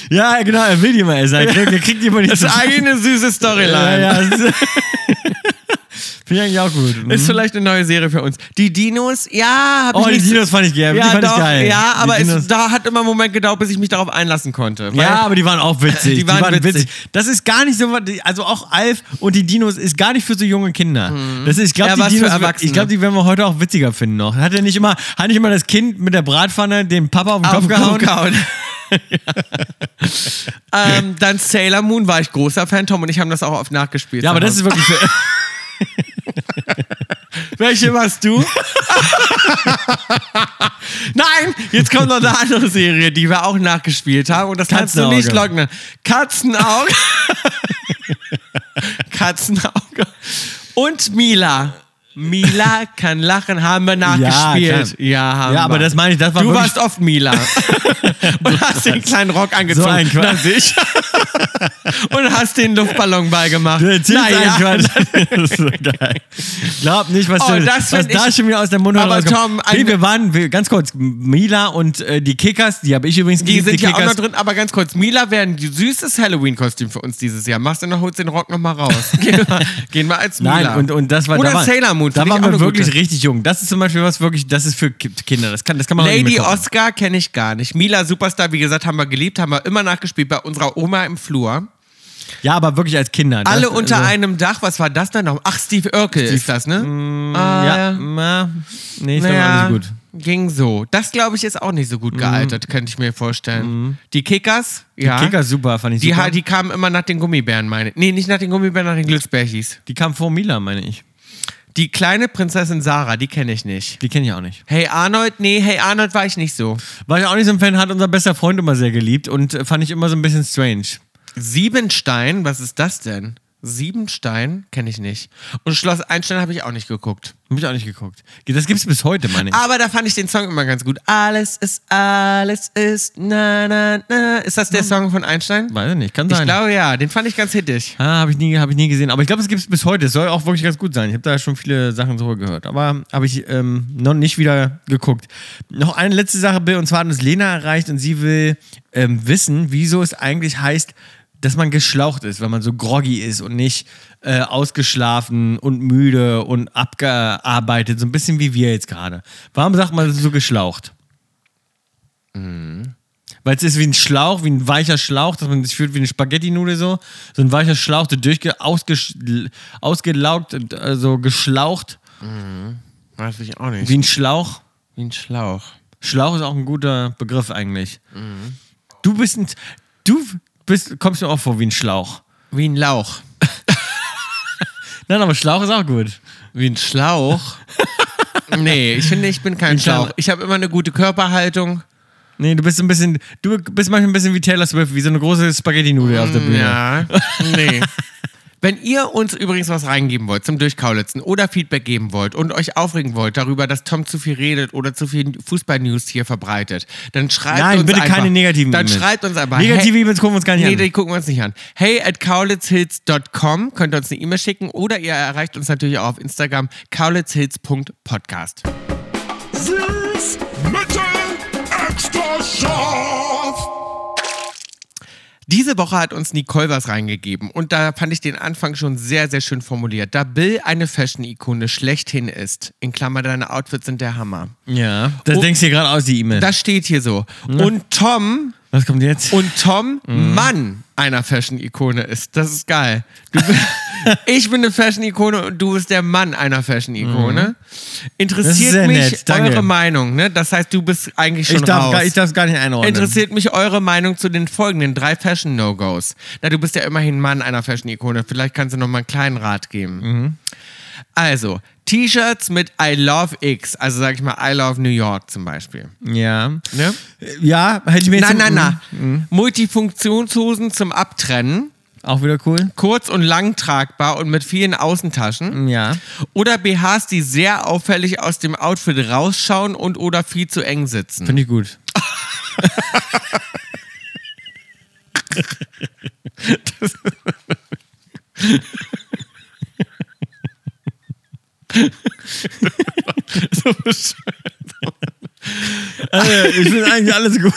Speaker 2: ja, genau, er will die mal essen. Er kriegt, er kriegt die mal nicht
Speaker 1: Das
Speaker 2: zu-
Speaker 1: ist eigentlich eine süße
Speaker 2: Ja,
Speaker 1: Storyline.
Speaker 2: ja. das ist- Finde ich eigentlich auch gut. Mhm.
Speaker 1: Ist vielleicht eine neue Serie für uns. Die Dinos, ja, habe
Speaker 2: Oh,
Speaker 1: ich
Speaker 2: die
Speaker 1: nicht
Speaker 2: Dinos fand ich geil.
Speaker 1: ja,
Speaker 2: die fand
Speaker 1: doch,
Speaker 2: ich geil.
Speaker 1: ja,
Speaker 2: Die
Speaker 1: aber
Speaker 2: Dinos-
Speaker 1: es, da hat immer einen Moment gedauert, bis ich mich darauf einlassen konnte. Weil-
Speaker 2: Ja, aber die waren auch witzig.
Speaker 1: Die waren witzig.
Speaker 2: Das ist gar nicht so, was- also auch Alf und die Dinos ist gar nicht für so junge Kinder. Das ist, ich glaube,
Speaker 1: Eher was
Speaker 2: die
Speaker 1: Mhm. für
Speaker 2: Dinos,
Speaker 1: Erwachsene.
Speaker 2: ich glaube, die werden wir heute auch witziger finden noch. Hat er nicht immer, hat nicht immer das Kind mit der Bratpfanne den Papa auf den
Speaker 1: auf
Speaker 2: Kopf gehauen?
Speaker 1: ähm, dann Sailor Moon war ich großer Fan, Tom und ich haben das auch oft nachgespielt.
Speaker 2: Ja, aber das ist wirklich für,
Speaker 1: Welche warst du? Nein, jetzt kommt noch eine andere Serie, die wir auch nachgespielt haben und das kannst du nicht
Speaker 2: Katzenauge.
Speaker 1: leugnen. Katzenauge. Katzenauge. Und Mila. Mila kann lachen, haben wir nachgespielt.
Speaker 2: klar.
Speaker 1: haben
Speaker 2: Ja, aber
Speaker 1: wir.
Speaker 2: das meine ich, das war
Speaker 1: Du
Speaker 2: wirklich-
Speaker 1: warst oft Mila. und hast den kleinen Rock angezogen.
Speaker 2: ein Quatsch.
Speaker 1: Na, sicher. und hast den Luftballon beigemacht.
Speaker 2: Du erzählst eigentlich
Speaker 1: Naja,
Speaker 2: was. Das ist so geil. Glaub nicht, was,
Speaker 1: Oh,
Speaker 2: du,
Speaker 1: das
Speaker 2: was
Speaker 1: find
Speaker 2: da
Speaker 1: ich-
Speaker 2: schon wieder aus der Mundhöhle
Speaker 1: Aber
Speaker 2: rauskommt.
Speaker 1: Tom,
Speaker 2: nee,
Speaker 1: ein-
Speaker 2: wir waren, wir, ganz kurz, Mila und äh, die Kickers, die habe ich übrigens
Speaker 1: die
Speaker 2: geliebt,
Speaker 1: sind ja auch
Speaker 2: Kickers.
Speaker 1: noch drin, aber ganz kurz, Mila wäre ein süßes Halloween-Kostüm für uns dieses Jahr. Machst du noch, holst den Rock nochmal raus. Gehen wir, gehen wir als Mila.
Speaker 2: Genau. Nein, und, und das war
Speaker 1: Oder
Speaker 2: da waren-
Speaker 1: Sailor Moon.
Speaker 2: Da
Speaker 1: find ich
Speaker 2: waren
Speaker 1: auch
Speaker 2: wir
Speaker 1: eine
Speaker 2: wirklich
Speaker 1: gute.
Speaker 2: richtig jung. Das ist zum Beispiel was wirklich, das ist für Ki- Kinder. Das kann, das kann man heute
Speaker 1: Lady
Speaker 2: nicht mehr gucken.
Speaker 1: Oscar kenne ich gar nicht. Mila Superstar, wie gesagt, haben wir geliebt, haben wir immer nachgespielt bei unserer Oma im Flur.
Speaker 2: Ja, aber wirklich als Kinder. Das-
Speaker 1: Alle unter
Speaker 2: also,
Speaker 1: einem Dach. Was war das denn noch? Ach, Steve Urkel ist das, ne? ah,
Speaker 2: Mm, Ja, na, nee, ich
Speaker 1: naja,
Speaker 2: glaube nicht gut. Mm.
Speaker 1: ging so. Das, glaube ich, ist auch nicht so gut gealtert, könnte ich mir vorstellen. Die Kickers, ja.
Speaker 2: Kickers super, fand ich
Speaker 1: die,
Speaker 2: super.
Speaker 1: ha- die kamen immer nach den Gummibären, meine Nee, nicht nach den Gummibären, nach den Glücksbärchis.
Speaker 2: die kam vor Mila, meine ich.
Speaker 1: Die kleine Prinzessin Sarah, die kenne ich nicht.
Speaker 2: Die kenne ich auch nicht.
Speaker 1: Hey Arnold, nee, hey Arnold war ich nicht so.
Speaker 2: War ich auch nicht so ein Fan, hat unser bester Freund immer sehr geliebt und äh, fand ich immer so ein bisschen strange.
Speaker 1: Siebenstein, was ist das denn? Siebenstein kenne ich nicht. Und Schloss Einstein habe ich auch nicht geguckt.
Speaker 2: Hab ich auch nicht geguckt. Das gibt's bis heute, meine ich.
Speaker 1: Aber da fand ich den Song immer ganz gut. Alles ist, alles ist, na, na, na. Ist das der Song von Einstein?
Speaker 2: Weiß ich nicht, kann
Speaker 1: Ich
Speaker 2: sein.
Speaker 1: glaube ja, den fand ich ganz hittig.
Speaker 2: ah, habe ich, nie- hab ich nie gesehen. Aber ich glaube, es gibt's bis heute. Es soll auch wirklich ganz gut sein. Ich habe da schon viele Sachen drüber gehört. Aber habe ich ähm, noch nicht wieder geguckt. Noch eine letzte Sache, Bill. Und zwar hat uns Lena erreicht und sie will ähm, wissen, wieso es eigentlich heißt, dass man geschlaucht ist, wenn man so groggy ist und nicht äh, ausgeschlafen und müde und abgearbeitet. So ein bisschen wie wir jetzt gerade. Warum sagt man so geschlaucht? Weil es ist wie ein Schlauch, wie ein weicher Schlauch, dass man sich fühlt wie eine Spaghetti-Nudel so. So ein weicher Schlauch, der durchge ausgesch ausgelaugt, und, äh, so geschlaucht,
Speaker 1: Weiß ich auch nicht.
Speaker 2: wie ein Schlauch.
Speaker 1: Wie ein Schlauch.
Speaker 2: Schlauch ist auch ein guter Begriff eigentlich.
Speaker 1: Mhm.
Speaker 2: Du bist ein, du bist, kommst mir auch vor wie ein Schlauch.
Speaker 1: Wie ein Lauch.
Speaker 2: Nein, aber Schlauch ist auch gut.
Speaker 1: Wie ein Schlauch? nee, ich finde, ich bin kein
Speaker 2: Wie ein Schlauch.
Speaker 1: Schlauch. Ich habe immer eine gute Körperhaltung.
Speaker 2: Nee, du bist ein bisschen, du bist manchmal ein bisschen wie Taylor Swift, wie so eine große Spaghetti-Nudel auf der Bühne.
Speaker 1: Mm, Ja, nee. Wenn ihr uns übrigens was reingeben wollt zum Durchkaulitzen oder Feedback geben wollt und euch aufregen wollt darüber, dass Tom zu viel redet oder zu viel Fußball-News hier verbreitet, dann schreibt
Speaker 2: Nein,
Speaker 1: uns
Speaker 2: bitte
Speaker 1: einfach,
Speaker 2: keine negativen
Speaker 1: Dann
Speaker 2: E-Mails.
Speaker 1: schreibt uns aber.
Speaker 2: Negative
Speaker 1: hey,
Speaker 2: E-Mails gucken wir uns gar nicht
Speaker 1: Nee,
Speaker 2: an.
Speaker 1: die gucken wir uns nicht an. Hey at kaulitzhits.com könnt ihr uns eine E-Mail schicken oder ihr erreicht uns natürlich auch auf Instagram kaulitzhits.podcast.
Speaker 3: Süß, Mittel, extra scharf.
Speaker 1: Diese Woche hat uns Nicole was reingegeben und da fand ich den Anfang schon sehr, sehr schön formuliert. Da Bill eine Fashion-Ikone schlechthin ist, in Klammer, deine Outfits sind der Hammer.
Speaker 2: ja. Das
Speaker 1: Oh.
Speaker 2: denkst du dir gerade aus, die E-Mail.
Speaker 1: Das steht hier so. Und Tom,
Speaker 2: Was kommt jetzt?
Speaker 1: und Tom,
Speaker 2: Mhm.
Speaker 1: Mann einer Fashion-Ikone ist. Das ist geil. Du, ich bin eine Fashion-Ikone und du bist der Mann einer Fashion-Ikone.
Speaker 2: Mhm. Das ist
Speaker 1: Interessiert
Speaker 2: sehr
Speaker 1: mich
Speaker 2: nett, danke.
Speaker 1: eure Meinung. Ne? Das heißt, du bist eigentlich schon
Speaker 2: ich darf
Speaker 1: raus.
Speaker 2: gar- ich darf's gar nicht einordnen.
Speaker 1: Interessiert mich eure Meinung zu den folgenden drei Fashion No-Gos. Na, du bist ja immerhin Mann einer Fashion-Ikone. Vielleicht kannst du noch mal einen kleinen Rat geben.
Speaker 2: Mhm.
Speaker 1: Also, T-Shirts mit I love X. Also, sag ich mal, I love New York zum Beispiel.
Speaker 2: Ja.
Speaker 1: Ne?
Speaker 2: Ja, hätte ich Mhm. mir jetzt.
Speaker 1: Na, na, na. Multifunktionshosen zum Abtrennen.
Speaker 2: Auch wieder cool.
Speaker 1: Kurz und lang tragbar und mit vielen Außentaschen.
Speaker 2: Ja.
Speaker 1: Oder BHs, die sehr auffällig aus dem Outfit rausschauen und oder viel zu eng sitzen.
Speaker 2: Finde ich gut. Also, ich finde eigentlich alles gut.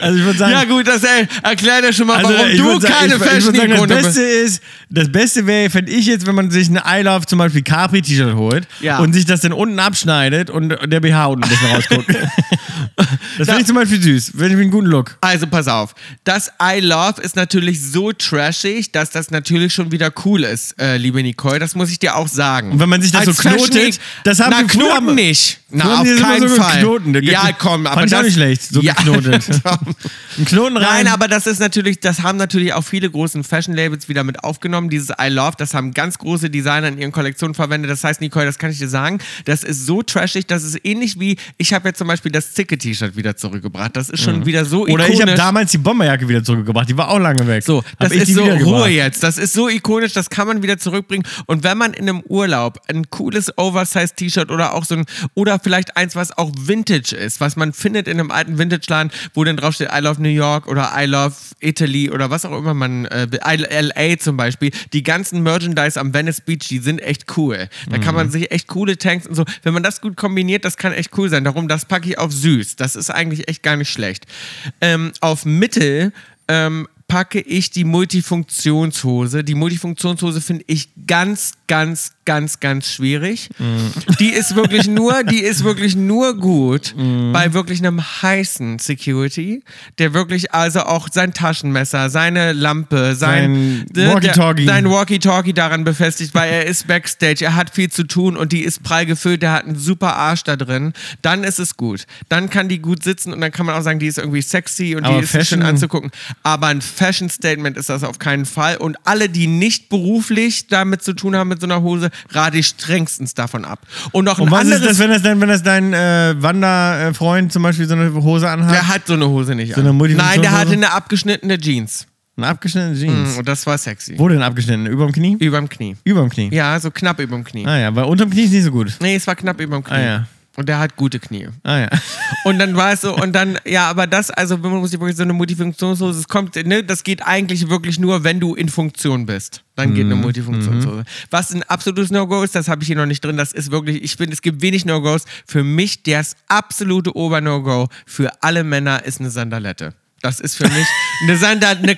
Speaker 2: Also ich würde sagen,
Speaker 1: Ja gut, das ey, erklärt ja schon mal,
Speaker 2: also,
Speaker 1: warum
Speaker 2: ich
Speaker 1: du
Speaker 2: würd sagen,
Speaker 1: keine
Speaker 2: ich, ich würd sagen,
Speaker 1: Fashion-Ikone
Speaker 2: Das
Speaker 1: bist.
Speaker 2: Beste ist, das Beste wäre, fände ich jetzt, wenn man sich ein I Love zum Beispiel Capri-T-Shirt holt
Speaker 1: Ja.
Speaker 2: und sich das dann unten abschneidet und der BH unten ein bisschen rausguckt. das finde ich zum Beispiel süß. Finde ich einen guten Look.
Speaker 1: Also pass auf, das I Love ist natürlich so trashig, dass das natürlich schon wieder cool ist, äh, liebe Nicole. Das muss ich dir auch sagen.
Speaker 2: Und wenn man sich das
Speaker 1: Als
Speaker 2: so knotet,
Speaker 1: Fashion-Ik-
Speaker 2: das haben
Speaker 1: na,
Speaker 2: wir früher
Speaker 1: Knoten
Speaker 2: am-
Speaker 1: nicht.
Speaker 2: Früher
Speaker 1: Na,
Speaker 2: haben die
Speaker 1: auf
Speaker 2: das immer
Speaker 1: keinen
Speaker 2: so
Speaker 1: Fall.
Speaker 2: geknoten. Das-
Speaker 1: Ja, komm, aber
Speaker 2: Fand ich
Speaker 1: das
Speaker 2: auch nicht schlecht, so
Speaker 1: ja,
Speaker 2: geknotet. Ähm.
Speaker 1: Tom.
Speaker 2: Ein Knoten rein.
Speaker 1: Nein, aber das ist natürlich, das haben natürlich auch viele großen Fashion-Labels wieder mit aufgenommen. Dieses I Love, das haben ganz große Designer in ihren Kollektionen verwendet. Das heißt, Nicole, das kann ich dir sagen, das ist so trashig, das ist ähnlich wie, ich habe jetzt zum Beispiel das Zicke-T-Shirt wieder zurückgebracht. Das ist schon wieder so
Speaker 2: Mhm. Oder
Speaker 1: ikonisch.
Speaker 2: ich habe damals die Bomberjacke wieder zurückgebracht. Die war auch lange weg.
Speaker 1: so,
Speaker 2: Hab
Speaker 1: das
Speaker 2: ich
Speaker 1: ist
Speaker 2: die
Speaker 1: so
Speaker 2: wiedergebracht.
Speaker 1: Ruhe jetzt. Das ist so ikonisch, das kann man wieder zurückbringen. Und wenn man in einem Urlaub ein cooles Oversize-T-Shirt oder auch so ein, oder vielleicht eins, was auch Vintage ist, was man findet in einem alten Vintage-Laden, wo dann draufsteht Beispiel I Love New York oder I Love Italy oder was auch immer man, äh, be- I- LA zum Beispiel, die ganzen Merchandise am Venice Beach, die sind echt cool. Da kann
Speaker 2: Mhm.
Speaker 1: man sich echt coole Tanks und so, wenn man das gut kombiniert, das kann echt cool sein. Darum, das packe ich auf süß. Das ist eigentlich echt gar nicht schlecht. Ähm, auf Mittel ähm, packe ich die Multifunktionshose. Die Multifunktionshose finde ich ganz, ganz, ganz, ganz schwierig.
Speaker 2: Mm.
Speaker 1: Die ist wirklich nur, die ist wirklich nur gut
Speaker 2: Mm.
Speaker 1: bei wirklich einem heißen Security, der wirklich also auch sein Taschenmesser, seine Lampe, sein, ne,
Speaker 2: Sein
Speaker 1: der- der-
Speaker 2: Walkie-Talkie.
Speaker 1: sein Walkie-Talkie daran befestigt, weil er ist Backstage, er hat viel zu tun und die ist prall gefüllt, der hat einen super Arsch da drin. Dann ist es gut. Dann kann die gut sitzen und dann kann man auch sagen, die ist irgendwie sexy und
Speaker 2: Aber
Speaker 1: die ist schön
Speaker 2: Fashion-
Speaker 1: anzugucken gucken. Aber ein Fashion Statement ist das auf keinen Fall. Und alle, die nicht beruflich damit zu tun haben mit so einer Hose, rate ich strengstens davon ab. Und noch ein
Speaker 2: Und was
Speaker 1: anderes,
Speaker 2: ist das, wenn das dein, wenn das dein äh, Wanderfreund zum Beispiel so eine Hose anhat?
Speaker 1: der hat so eine Hose nicht
Speaker 2: eine
Speaker 1: an.
Speaker 2: Multifunktionshose?
Speaker 1: Nein, der hatte eine abgeschnittene Jeans.
Speaker 2: Eine abgeschnittene Jeans.
Speaker 1: Und das war sexy.
Speaker 2: Hm, Wo denn abgeschnitten? Überm Knie?
Speaker 1: Überm Knie.
Speaker 2: Überm Knie.
Speaker 1: Ja, so knapp überm Knie.
Speaker 2: Ah ja, weil unterm Knie ist nicht so gut.
Speaker 1: Nee, es war knapp überm Knie.
Speaker 2: Ah, ja.
Speaker 1: Und der hat gute Knie.
Speaker 2: Ah ja.
Speaker 1: Und dann war es so, und dann, ja, aber das, also man muss sich wirklich so eine Multifunktionshose, es kommt, ne, das geht eigentlich wirklich nur, wenn du in Funktion bist. Dann geht eine
Speaker 2: Mhm.
Speaker 1: Multifunktionshose. Was ein absolutes No-Go ist, das habe ich hier noch nicht drin, das ist wirklich, ich finde, es gibt wenig No-Gos. Für mich das absolute Ober-No-Go für alle Männer ist eine Sandalette. Das ist für mich eine, Sandal eine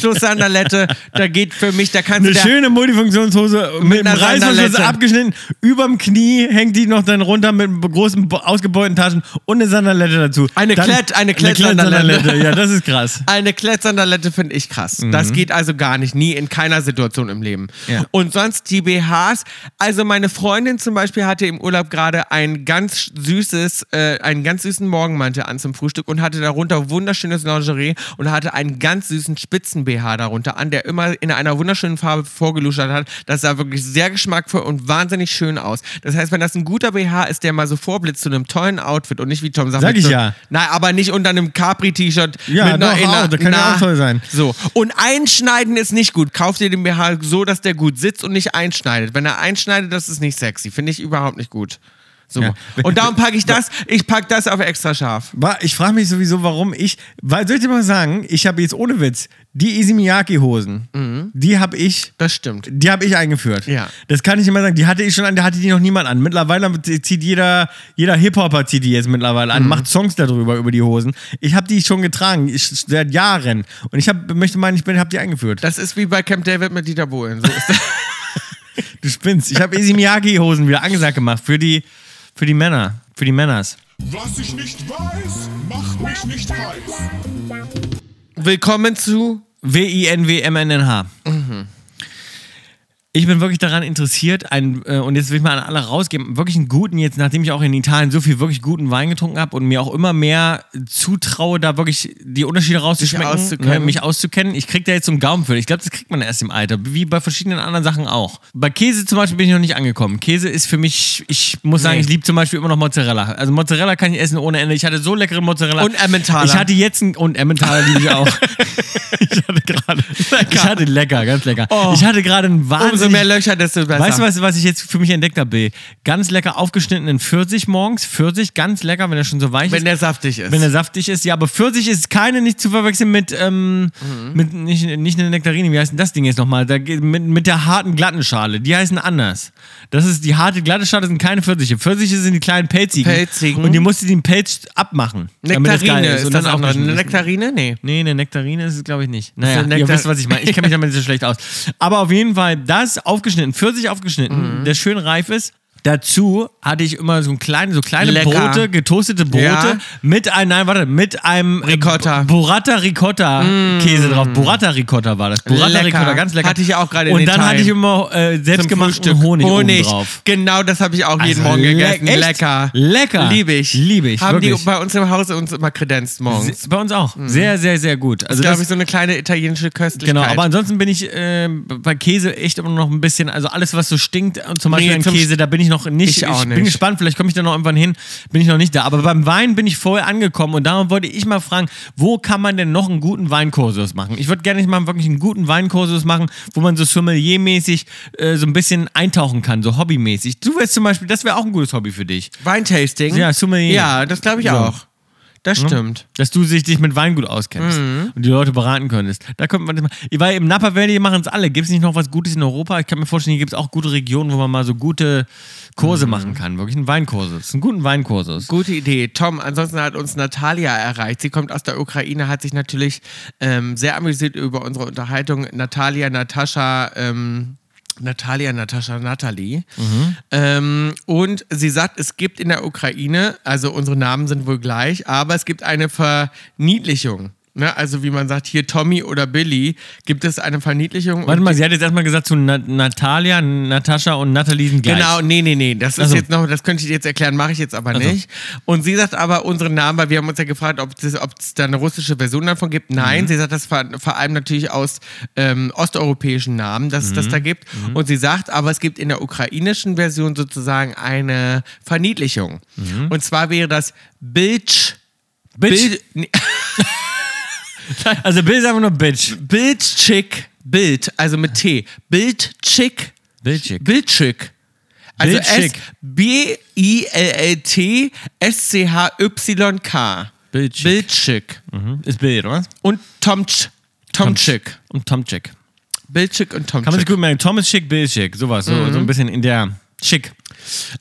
Speaker 1: Klettverschluss-Sandalette, da geht für mich, da kannst
Speaker 2: Eine
Speaker 1: du...
Speaker 2: schöne Multifunktionshose mit
Speaker 1: Also
Speaker 2: einem
Speaker 1: einer
Speaker 2: Reißverschluss
Speaker 1: Sandalette.
Speaker 2: abgeschnitten. Überm Knie hängt die noch dann runter mit großen bo- ausgebeulten Taschen und eine Sandalette dazu.
Speaker 1: Eine
Speaker 2: dann,
Speaker 1: Klett- eine Klett-Sandalette.
Speaker 2: Klett-Sandalette. Ja, das ist krass. Mhm.
Speaker 1: Eine Klettsandalette finde ich krass. Das geht also gar nicht, nie in keiner Situation im Leben.
Speaker 2: Ja.
Speaker 1: Und sonst die BHs. Also meine Freundin zum Beispiel hatte im Urlaub gerade ein ganz süßes, äh, einen ganz süßen Morgenmantel an zum Frühstück und hatte darunter wunderschönes Lingerie und hatte einen ganz süßen spitzen BH darunter an, der immer in einer wunderschönen Farbe vorgeluschert hat. Das sah wirklich sehr geschmackvoll und wahnsinnig schön aus. Das heißt, wenn das ein guter BH ist, der mal so vorblitzt zu einem tollen Outfit und nicht wie Tom sagt,
Speaker 2: Sag
Speaker 1: mit
Speaker 2: ich
Speaker 1: so,
Speaker 2: ja.
Speaker 1: Nein, aber nicht unter einem Capri-T-Shirt
Speaker 2: Ja,
Speaker 1: mit einer,
Speaker 2: doch,
Speaker 1: in einer,
Speaker 2: auch, das kann ja
Speaker 1: na,
Speaker 2: auch toll sein.
Speaker 1: So. Und einschneiden ist nicht gut. Kauf dir den BH so, dass der gut sitzt und nicht einschneidet. Wenn er einschneidet, das ist nicht sexy. Finde ich überhaupt nicht gut. So.
Speaker 2: Ja.
Speaker 1: Und darum packe ich das. Ich packe das auf extra scharf.
Speaker 2: Wa- Ich frage mich sowieso, warum ich, weil soll ich dir mal sagen, ich habe jetzt ohne Witz die Isimiyaki-Hosen,
Speaker 1: Mhm.
Speaker 2: die habe ich
Speaker 1: Das stimmt.
Speaker 2: die habe ich eingeführt.
Speaker 1: Ja.
Speaker 2: Das kann ich immer sagen. Die hatte ich schon an, da hatte die noch niemand an. Mittlerweile zieht jeder, jeder Hip-Hopper zieht die jetzt mittlerweile an, macht Songs darüber, über die Hosen. Ich habe die schon getragen, ich, seit Jahren. Und ich hab, möchte meinen, ich bin, habe die eingeführt.
Speaker 1: Das ist wie bei Camp David mit Dieter Bohlen. So ist das.
Speaker 2: Du spinnst. Ich habe Isimiyaki-Hosen wieder angesagt gemacht für die, für die Männer, für die Männers.
Speaker 3: Was ich nicht weiß, macht mich nicht heiß.
Speaker 1: Willkommen zu.
Speaker 2: W-I-N-W-M-N-N-H.
Speaker 1: Mhm.
Speaker 2: Ich bin wirklich daran interessiert, ein, äh, und jetzt will ich mal an alle rausgeben, wirklich einen guten, jetzt nachdem ich auch in Italien so viel wirklich guten Wein getrunken habe und mir auch immer mehr zutraue, da wirklich die Unterschiede rauszuschmecken,
Speaker 1: auszukennen.
Speaker 2: ne, mich auszukennen. Ich krieg da jetzt so einen Gaumen für. Ich glaube, das kriegt man erst im Alter, wie bei verschiedenen anderen Sachen auch. Bei Käse zum Beispiel bin ich noch nicht angekommen. Käse ist für mich, ich muss sagen,
Speaker 1: Nee.
Speaker 2: ich liebe zum Beispiel immer noch Mozzarella. Also Mozzarella kann ich essen ohne Ende. Ich hatte so leckere Mozzarella.
Speaker 1: Und Emmentaler.
Speaker 2: Ich hatte jetzt einen, und Emmentaler liebe ich auch. Ich hatte gerade. Ich hatte lecker, ganz lecker.
Speaker 1: Oh.
Speaker 2: Ich hatte gerade einen
Speaker 1: Umso
Speaker 2: wahnsinnig.
Speaker 1: mehr Löcher, desto besser.
Speaker 2: Weißt du, was, was ich jetzt für mich entdeckt habe, Bill? Ganz lecker aufgeschnittenen Pfirsich morgens. Pfirsich, ganz lecker, wenn er schon so weich
Speaker 1: Wenn
Speaker 2: ist.
Speaker 1: der saftig ist.
Speaker 2: Wenn er saftig ist. Ja, aber Pfirsich ist keine nicht zu verwechseln mit, ähm,
Speaker 1: Mhm.
Speaker 2: mit nicht, nicht eine Nektarine. Wie heißt denn das Ding jetzt nochmal? Da, geht- mit, mit der harten, glatten Schale. Die heißen anders. Das ist, die harte, glatte Schale sind keine Pfirsiche. Pfirsiche sind die kleinen Pelzigen.
Speaker 1: Pelzigen.
Speaker 2: Und die musst du den Pelz abmachen. damit das geil
Speaker 1: Nektarine ist,
Speaker 2: Und
Speaker 1: das
Speaker 2: dann
Speaker 1: andere.
Speaker 2: aufgeschnitten
Speaker 1: Eine
Speaker 2: ist.
Speaker 1: Nektarine? Nee.
Speaker 2: Nee, eine Nektarine ist es, glaube ich, nicht. Naja,
Speaker 1: eine
Speaker 2: ihr
Speaker 1: Nektar-
Speaker 2: wisst, was ich meine. Ich kenne mich damit nicht so schlecht aus. Aber auf jeden Fall, das aufgeschnitten, Pfirsich
Speaker 1: Mhm.
Speaker 2: aufgeschnitten, der schön reif ist. Dazu hatte ich immer so ein kleine, so kleine
Speaker 1: Lecker.
Speaker 2: Brote, getoastete Brote
Speaker 1: Ja.
Speaker 2: mit einem, nein, warte, mit einem äh,
Speaker 1: Ricotta. Mm.
Speaker 2: Burrata Ricotta Käse drauf. Burrata Ricotta war das. Burrata
Speaker 1: Lecker.
Speaker 2: Ricotta, ganz lecker.
Speaker 1: Hatte ich auch gerade in
Speaker 2: Und dann
Speaker 1: Italien.
Speaker 2: hatte ich immer äh, selbstgemachten Honig, Honig drauf. Also
Speaker 1: Genau, das habe ich auch jeden Morgen
Speaker 2: le-
Speaker 1: gegessen.
Speaker 2: echt?
Speaker 1: Lecker.
Speaker 2: Lecker.
Speaker 1: Liebe ich.
Speaker 2: Liebe Ah, ich,
Speaker 1: Haben die
Speaker 2: wirklich.
Speaker 1: bei uns im Hause uns immer kredenzt morgens.
Speaker 2: Se- Bei uns auch. Sehr, sehr, sehr gut. Also
Speaker 1: Das ist,
Speaker 2: das-
Speaker 1: glaube ich, so eine kleine italienische Köstlichkeit.
Speaker 2: Genau, aber ansonsten bin ich äh, bei Käse echt immer noch ein bisschen, also alles, was so stinkt, und zum Beispiel
Speaker 1: Nee,
Speaker 2: ein
Speaker 1: zum
Speaker 2: Käse, da bin ich noch nicht.
Speaker 1: Ich auch
Speaker 2: bin
Speaker 1: nicht.
Speaker 2: gespannt, vielleicht komme ich da noch irgendwann hin, bin ich noch nicht da. Aber beim Wein bin ich voll angekommen und darum wollte ich mal fragen, wo kann man denn noch einen guten Weinkursus machen? Ich würde gerne mal wirklich einen guten Weinkursus machen, wo man so sommeliermäßig äh, so ein bisschen eintauchen kann, so hobbymäßig. Du wärst zum Beispiel, das wäre auch ein gutes Hobby für dich.
Speaker 1: Weintasting?
Speaker 2: Ja, Sommelier.
Speaker 1: Ja, das glaube ich
Speaker 2: So. Ne?
Speaker 1: auch. das stimmt.
Speaker 2: Dass du sich, dich mit Weingut auskennst und die Leute beraten könntest. Da könnte man das mal. Weil im Napa Valley machen es alle. Gibt es nicht noch was Gutes in Europa? Ich kann mir vorstellen, hier gibt es auch gute Regionen, wo man mal so gute Kurse machen kann. Wirklich einen Weinkursus. Einen guten Weinkursus.
Speaker 1: Gute Idee. Tom, ansonsten hat uns Natalia erreicht. Sie kommt aus der Ukraine, hat sich natürlich ähm, sehr amüsiert über unsere Unterhaltung. Natalia, Natascha, ähm, Natalia, Natascha, Natalie.
Speaker 2: Mhm.
Speaker 1: Ähm, und sie sagt, es gibt in der Ukraine, also unsere Namen sind wohl gleich, aber es gibt eine Verniedlichung. Ne? Also wie man sagt, hier Tommy oder Billy, gibt es eine Verniedlichung.
Speaker 2: Warte
Speaker 1: und
Speaker 2: mal,
Speaker 1: die-
Speaker 2: sie hat jetzt erstmal gesagt zu Na Natalia, Natascha und Nathalie sind gleich.
Speaker 1: Genau, nee, nee, nee. Das ist
Speaker 2: Also.
Speaker 1: jetzt noch, das könnte ich dir jetzt erklären, mache ich jetzt aber nicht. Und sie sagt aber unseren Namen, weil wir haben uns ja gefragt, ob es ob es da eine russische Version davon gibt.
Speaker 2: Mhm.
Speaker 1: Nein, sie sagt das vor, vor allem natürlich aus ähm, osteuropäischen Namen, dass es das
Speaker 2: Mhm.
Speaker 1: da gibt. Und sie sagt, aber es gibt in der ukrainischen Version sozusagen eine Verniedlichung.
Speaker 2: Mhm.
Speaker 1: Und zwar wäre das Bitch.
Speaker 2: Bitch.
Speaker 1: Bild, nee,
Speaker 2: Also Bill ist einfach nur Bitch.
Speaker 1: Bildchick, Bild, also mit T. Bildchick,
Speaker 2: Bildchick.
Speaker 1: Bildschick. Also S
Speaker 2: Bildschick.
Speaker 1: B I L L T S C H Y K.
Speaker 2: Bildschick.
Speaker 1: Bildschick.
Speaker 2: Mhm. Ist Bill, oder?
Speaker 1: Und Tomch Tomchick.
Speaker 2: Und Tom Chick.
Speaker 1: Bildschick und
Speaker 2: Kann man sich
Speaker 1: Tomchick.
Speaker 2: gut merken. Thomas Schick, Bill Schick. Sowas. So, so ein bisschen in der Schick.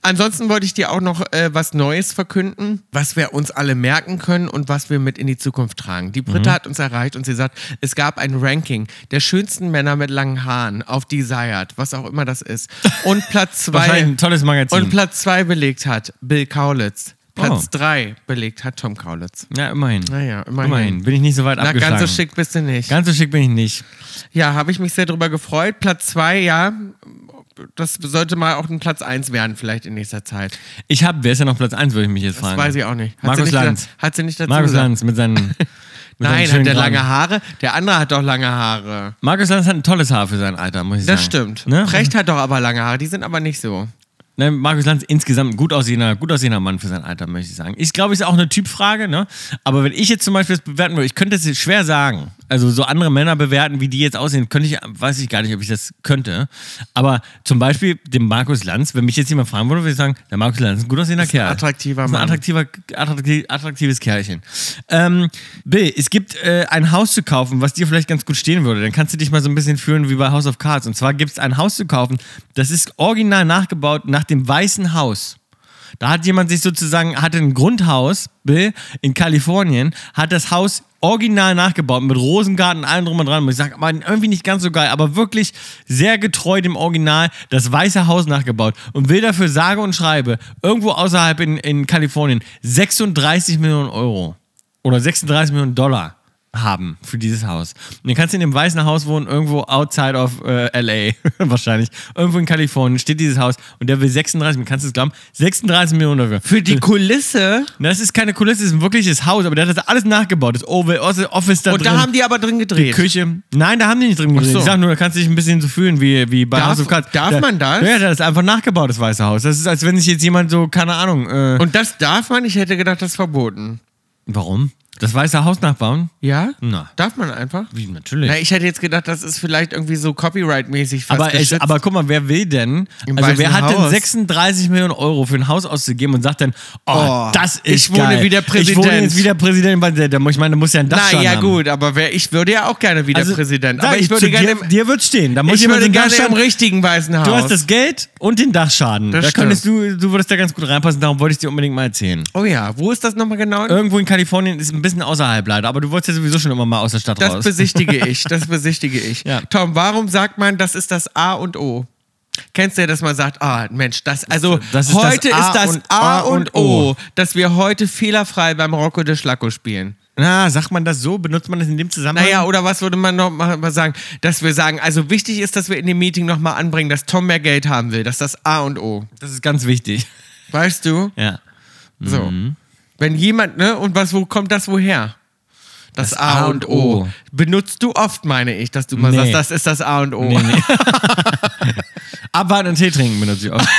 Speaker 1: Ansonsten wollte ich dir auch noch äh, was Neues verkünden, was wir uns alle merken können und was wir mit in die Zukunft tragen. Die
Speaker 2: Mhm.
Speaker 1: Britta hat uns erreicht und sie sagt, es gab ein Ranking der schönsten Männer mit langen Haaren auf Desired, was auch immer das ist. Und Platz
Speaker 2: Wahrscheinlich
Speaker 1: zwei
Speaker 2: ein tolles Magazin.
Speaker 1: und Platz zwei belegt hat Bill Kaulitz.
Speaker 2: Oh.
Speaker 1: Platz drei belegt hat Tom Kaulitz.
Speaker 2: ja, immerhin.
Speaker 1: Naja, immerhin.
Speaker 2: Immerhin. Bin ich nicht so weit
Speaker 1: Na,
Speaker 2: abgeschlagen.
Speaker 1: ganz so schick bist du nicht.
Speaker 2: Ganz so schick bin ich nicht.
Speaker 1: ja, habe ich mich sehr drüber gefreut. Platz zwei, ja, das sollte mal auch ein Platz eins werden, vielleicht in nächster Zeit.
Speaker 2: Ich habe, wer ist ja noch Platz 1, würde ich mich jetzt
Speaker 1: Das
Speaker 2: fragen.
Speaker 1: weiß ich auch nicht. Hat sie
Speaker 2: Markus
Speaker 1: nicht
Speaker 2: Lanz.
Speaker 1: gesagt- hat sie nicht dazu
Speaker 2: Markus
Speaker 1: gesagt.
Speaker 2: Lanz mit seinen. Mit seinen
Speaker 1: Nein,
Speaker 2: schönen
Speaker 1: hat der
Speaker 2: Kragen.
Speaker 1: lange Haare? Der andere hat doch lange Haare.
Speaker 2: Markus Lanz hat ein tolles Haar für sein Alter, muss ich
Speaker 1: Das
Speaker 2: sagen.
Speaker 1: stimmt.
Speaker 2: Ne?
Speaker 1: Precht hat doch aber lange Haare, die sind aber nicht so.
Speaker 2: Ne, Markus Lanz insgesamt ein gut aussehender, gut aussehender Mann für sein Alter, möchte ich sagen. Ich glaube, es ist auch eine Typfrage, ne? Aber wenn ich jetzt zum Beispiel das bewerten würde, ich könnte es jetzt schwer sagen. Also so andere Männer bewerten, wie die jetzt aussehen, könnte ich, weiß ich gar nicht, ob ich das könnte. Aber zum Beispiel den Markus Lanz, wenn mich jetzt jemand fragen würde, würde ich sagen, der Markus Lanz ist ein gut aussehender Kerl.
Speaker 1: attraktiver
Speaker 2: ist ein
Speaker 1: Mann.
Speaker 2: attraktiver, attraktiv, attraktives Kerlchen. Ähm, Bill, es gibt äh, ein Haus zu kaufen, was dir vielleicht ganz gut stehen würde. Dann kannst du dich mal so ein bisschen fühlen wie bei House of Cards. Und zwar gibt es ein Haus zu kaufen, das ist original nachgebaut nach dem Weißen Haus. Da hat jemand sich sozusagen, hatte ein Grundhaus, Bill, in Kalifornien, hat das Haus original nachgebaut mit Rosengarten, allem drum und dran. Und ich sage, aber irgendwie nicht ganz so geil, aber wirklich sehr getreu dem Original das Weiße Haus nachgebaut und will dafür sage und schreibe, irgendwo außerhalb in, in Kalifornien, 36 Millionen Euro oder 36 Millionen Dollar haben für dieses Haus. Und dann kannst du in dem weißen Haus wohnen, irgendwo outside of äh, LA, wahrscheinlich. Irgendwo in Kalifornien steht dieses Haus und der will 36 Millionen, kannst du es glauben? 36 Millionen dafür.
Speaker 1: Für die Kulisse.
Speaker 2: Das ist keine Kulisse, das ist ein wirkliches Haus, aber der hat das alles nachgebaut. Das Oval Office da
Speaker 1: Und
Speaker 2: drin.
Speaker 1: da haben die aber drin gedreht.
Speaker 2: Küche. Nein, da haben die nicht drin gedreht.
Speaker 1: so.
Speaker 2: Ich sag nur, da kannst du dich ein bisschen so fühlen wie, wie bei
Speaker 1: Darf-
Speaker 2: House of Cards.
Speaker 1: darf
Speaker 2: Da-
Speaker 1: man das?
Speaker 2: Ja, das ist einfach nachgebaut, das Weiße Haus. Das ist, als wenn sich jetzt jemand so, keine Ahnung, äh,
Speaker 1: Und das darf man? Ich hätte gedacht, das ist verboten.
Speaker 2: warum? Das Weiße Haus nachbauen?
Speaker 1: Ja?
Speaker 2: Na.
Speaker 1: Darf man einfach?
Speaker 2: Wie, natürlich.
Speaker 1: Na, ich hätte jetzt gedacht, das ist vielleicht irgendwie so copyright-mäßig fast
Speaker 2: Aber, es,
Speaker 1: geschützt.
Speaker 2: aber guck mal, wer will denn?
Speaker 1: Im
Speaker 2: Also wer
Speaker 1: Weißen
Speaker 2: hat denn
Speaker 1: Haus.
Speaker 2: 36 Millionen Euro für ein Haus auszugeben und sagt dann, oh,
Speaker 1: Oh,
Speaker 2: das ist
Speaker 1: ich wohne
Speaker 2: geil.
Speaker 1: wieder
Speaker 2: Ich wohne jetzt
Speaker 1: Präsident.
Speaker 2: wieder Präsident. weil der- der- Ich meine, da muss ja ein Dach
Speaker 1: Na
Speaker 2: schon
Speaker 1: ja
Speaker 2: haben.
Speaker 1: gut, aber wer, ich würde ja auch gerne wieder
Speaker 2: Also,
Speaker 1: Präsident.
Speaker 2: sag
Speaker 1: Aber ich
Speaker 2: zu
Speaker 1: würde gerne,
Speaker 2: dir,
Speaker 1: im,
Speaker 2: dir wird stehen. Da muss
Speaker 1: ich
Speaker 2: jemand
Speaker 1: würde
Speaker 2: den
Speaker 1: gerne im
Speaker 2: Dachschaden.
Speaker 1: richtigen Weißen Haus.
Speaker 2: Du hast das Geld und den Dachschaden.
Speaker 1: Das
Speaker 2: da
Speaker 1: stimmt.
Speaker 2: könntest du, du würdest da ganz gut reinpassen. Darum wollte ich dir unbedingt mal erzählen.
Speaker 1: oh ja, wo ist das nochmal genau?
Speaker 2: Irgendwo in Kalifornien ist ein bisschen außerhalb leider, aber du wolltest ja sowieso schon immer mal aus der Stadt
Speaker 1: Das
Speaker 2: raus.
Speaker 1: besichtige ich, das besichtige ich.
Speaker 2: Ja.
Speaker 1: Tom, warum sagt man, das ist das A und O? Kennst du ja, dass man sagt, ah, Mensch, das, also
Speaker 2: Das ist das
Speaker 1: heute
Speaker 2: A
Speaker 1: ist das
Speaker 2: und-
Speaker 1: A
Speaker 2: A
Speaker 1: und
Speaker 2: und
Speaker 1: O, dass wir heute fehlerfrei beim Rocco de Schlacco spielen.
Speaker 2: Na, sagt man das so? Benutzt man das in dem Zusammenhang?
Speaker 1: Naja, oder was würde man noch mal mal sagen, dass wir sagen, also wichtig ist, dass wir in dem Meeting nochmal anbringen, dass Tom mehr Geld haben will, dass das A und O.
Speaker 2: das ist ganz wichtig.
Speaker 1: Weißt du?
Speaker 2: Ja.
Speaker 1: So.
Speaker 2: Mhm.
Speaker 1: Wenn jemand, ne, und was, wo kommt das woher? Das, A, und o. Benutzt du oft, meine ich, dass du mal
Speaker 2: Nee.
Speaker 1: sagst, das ist das A und O.
Speaker 2: Abwarten und Tee trinken benutze ich auch.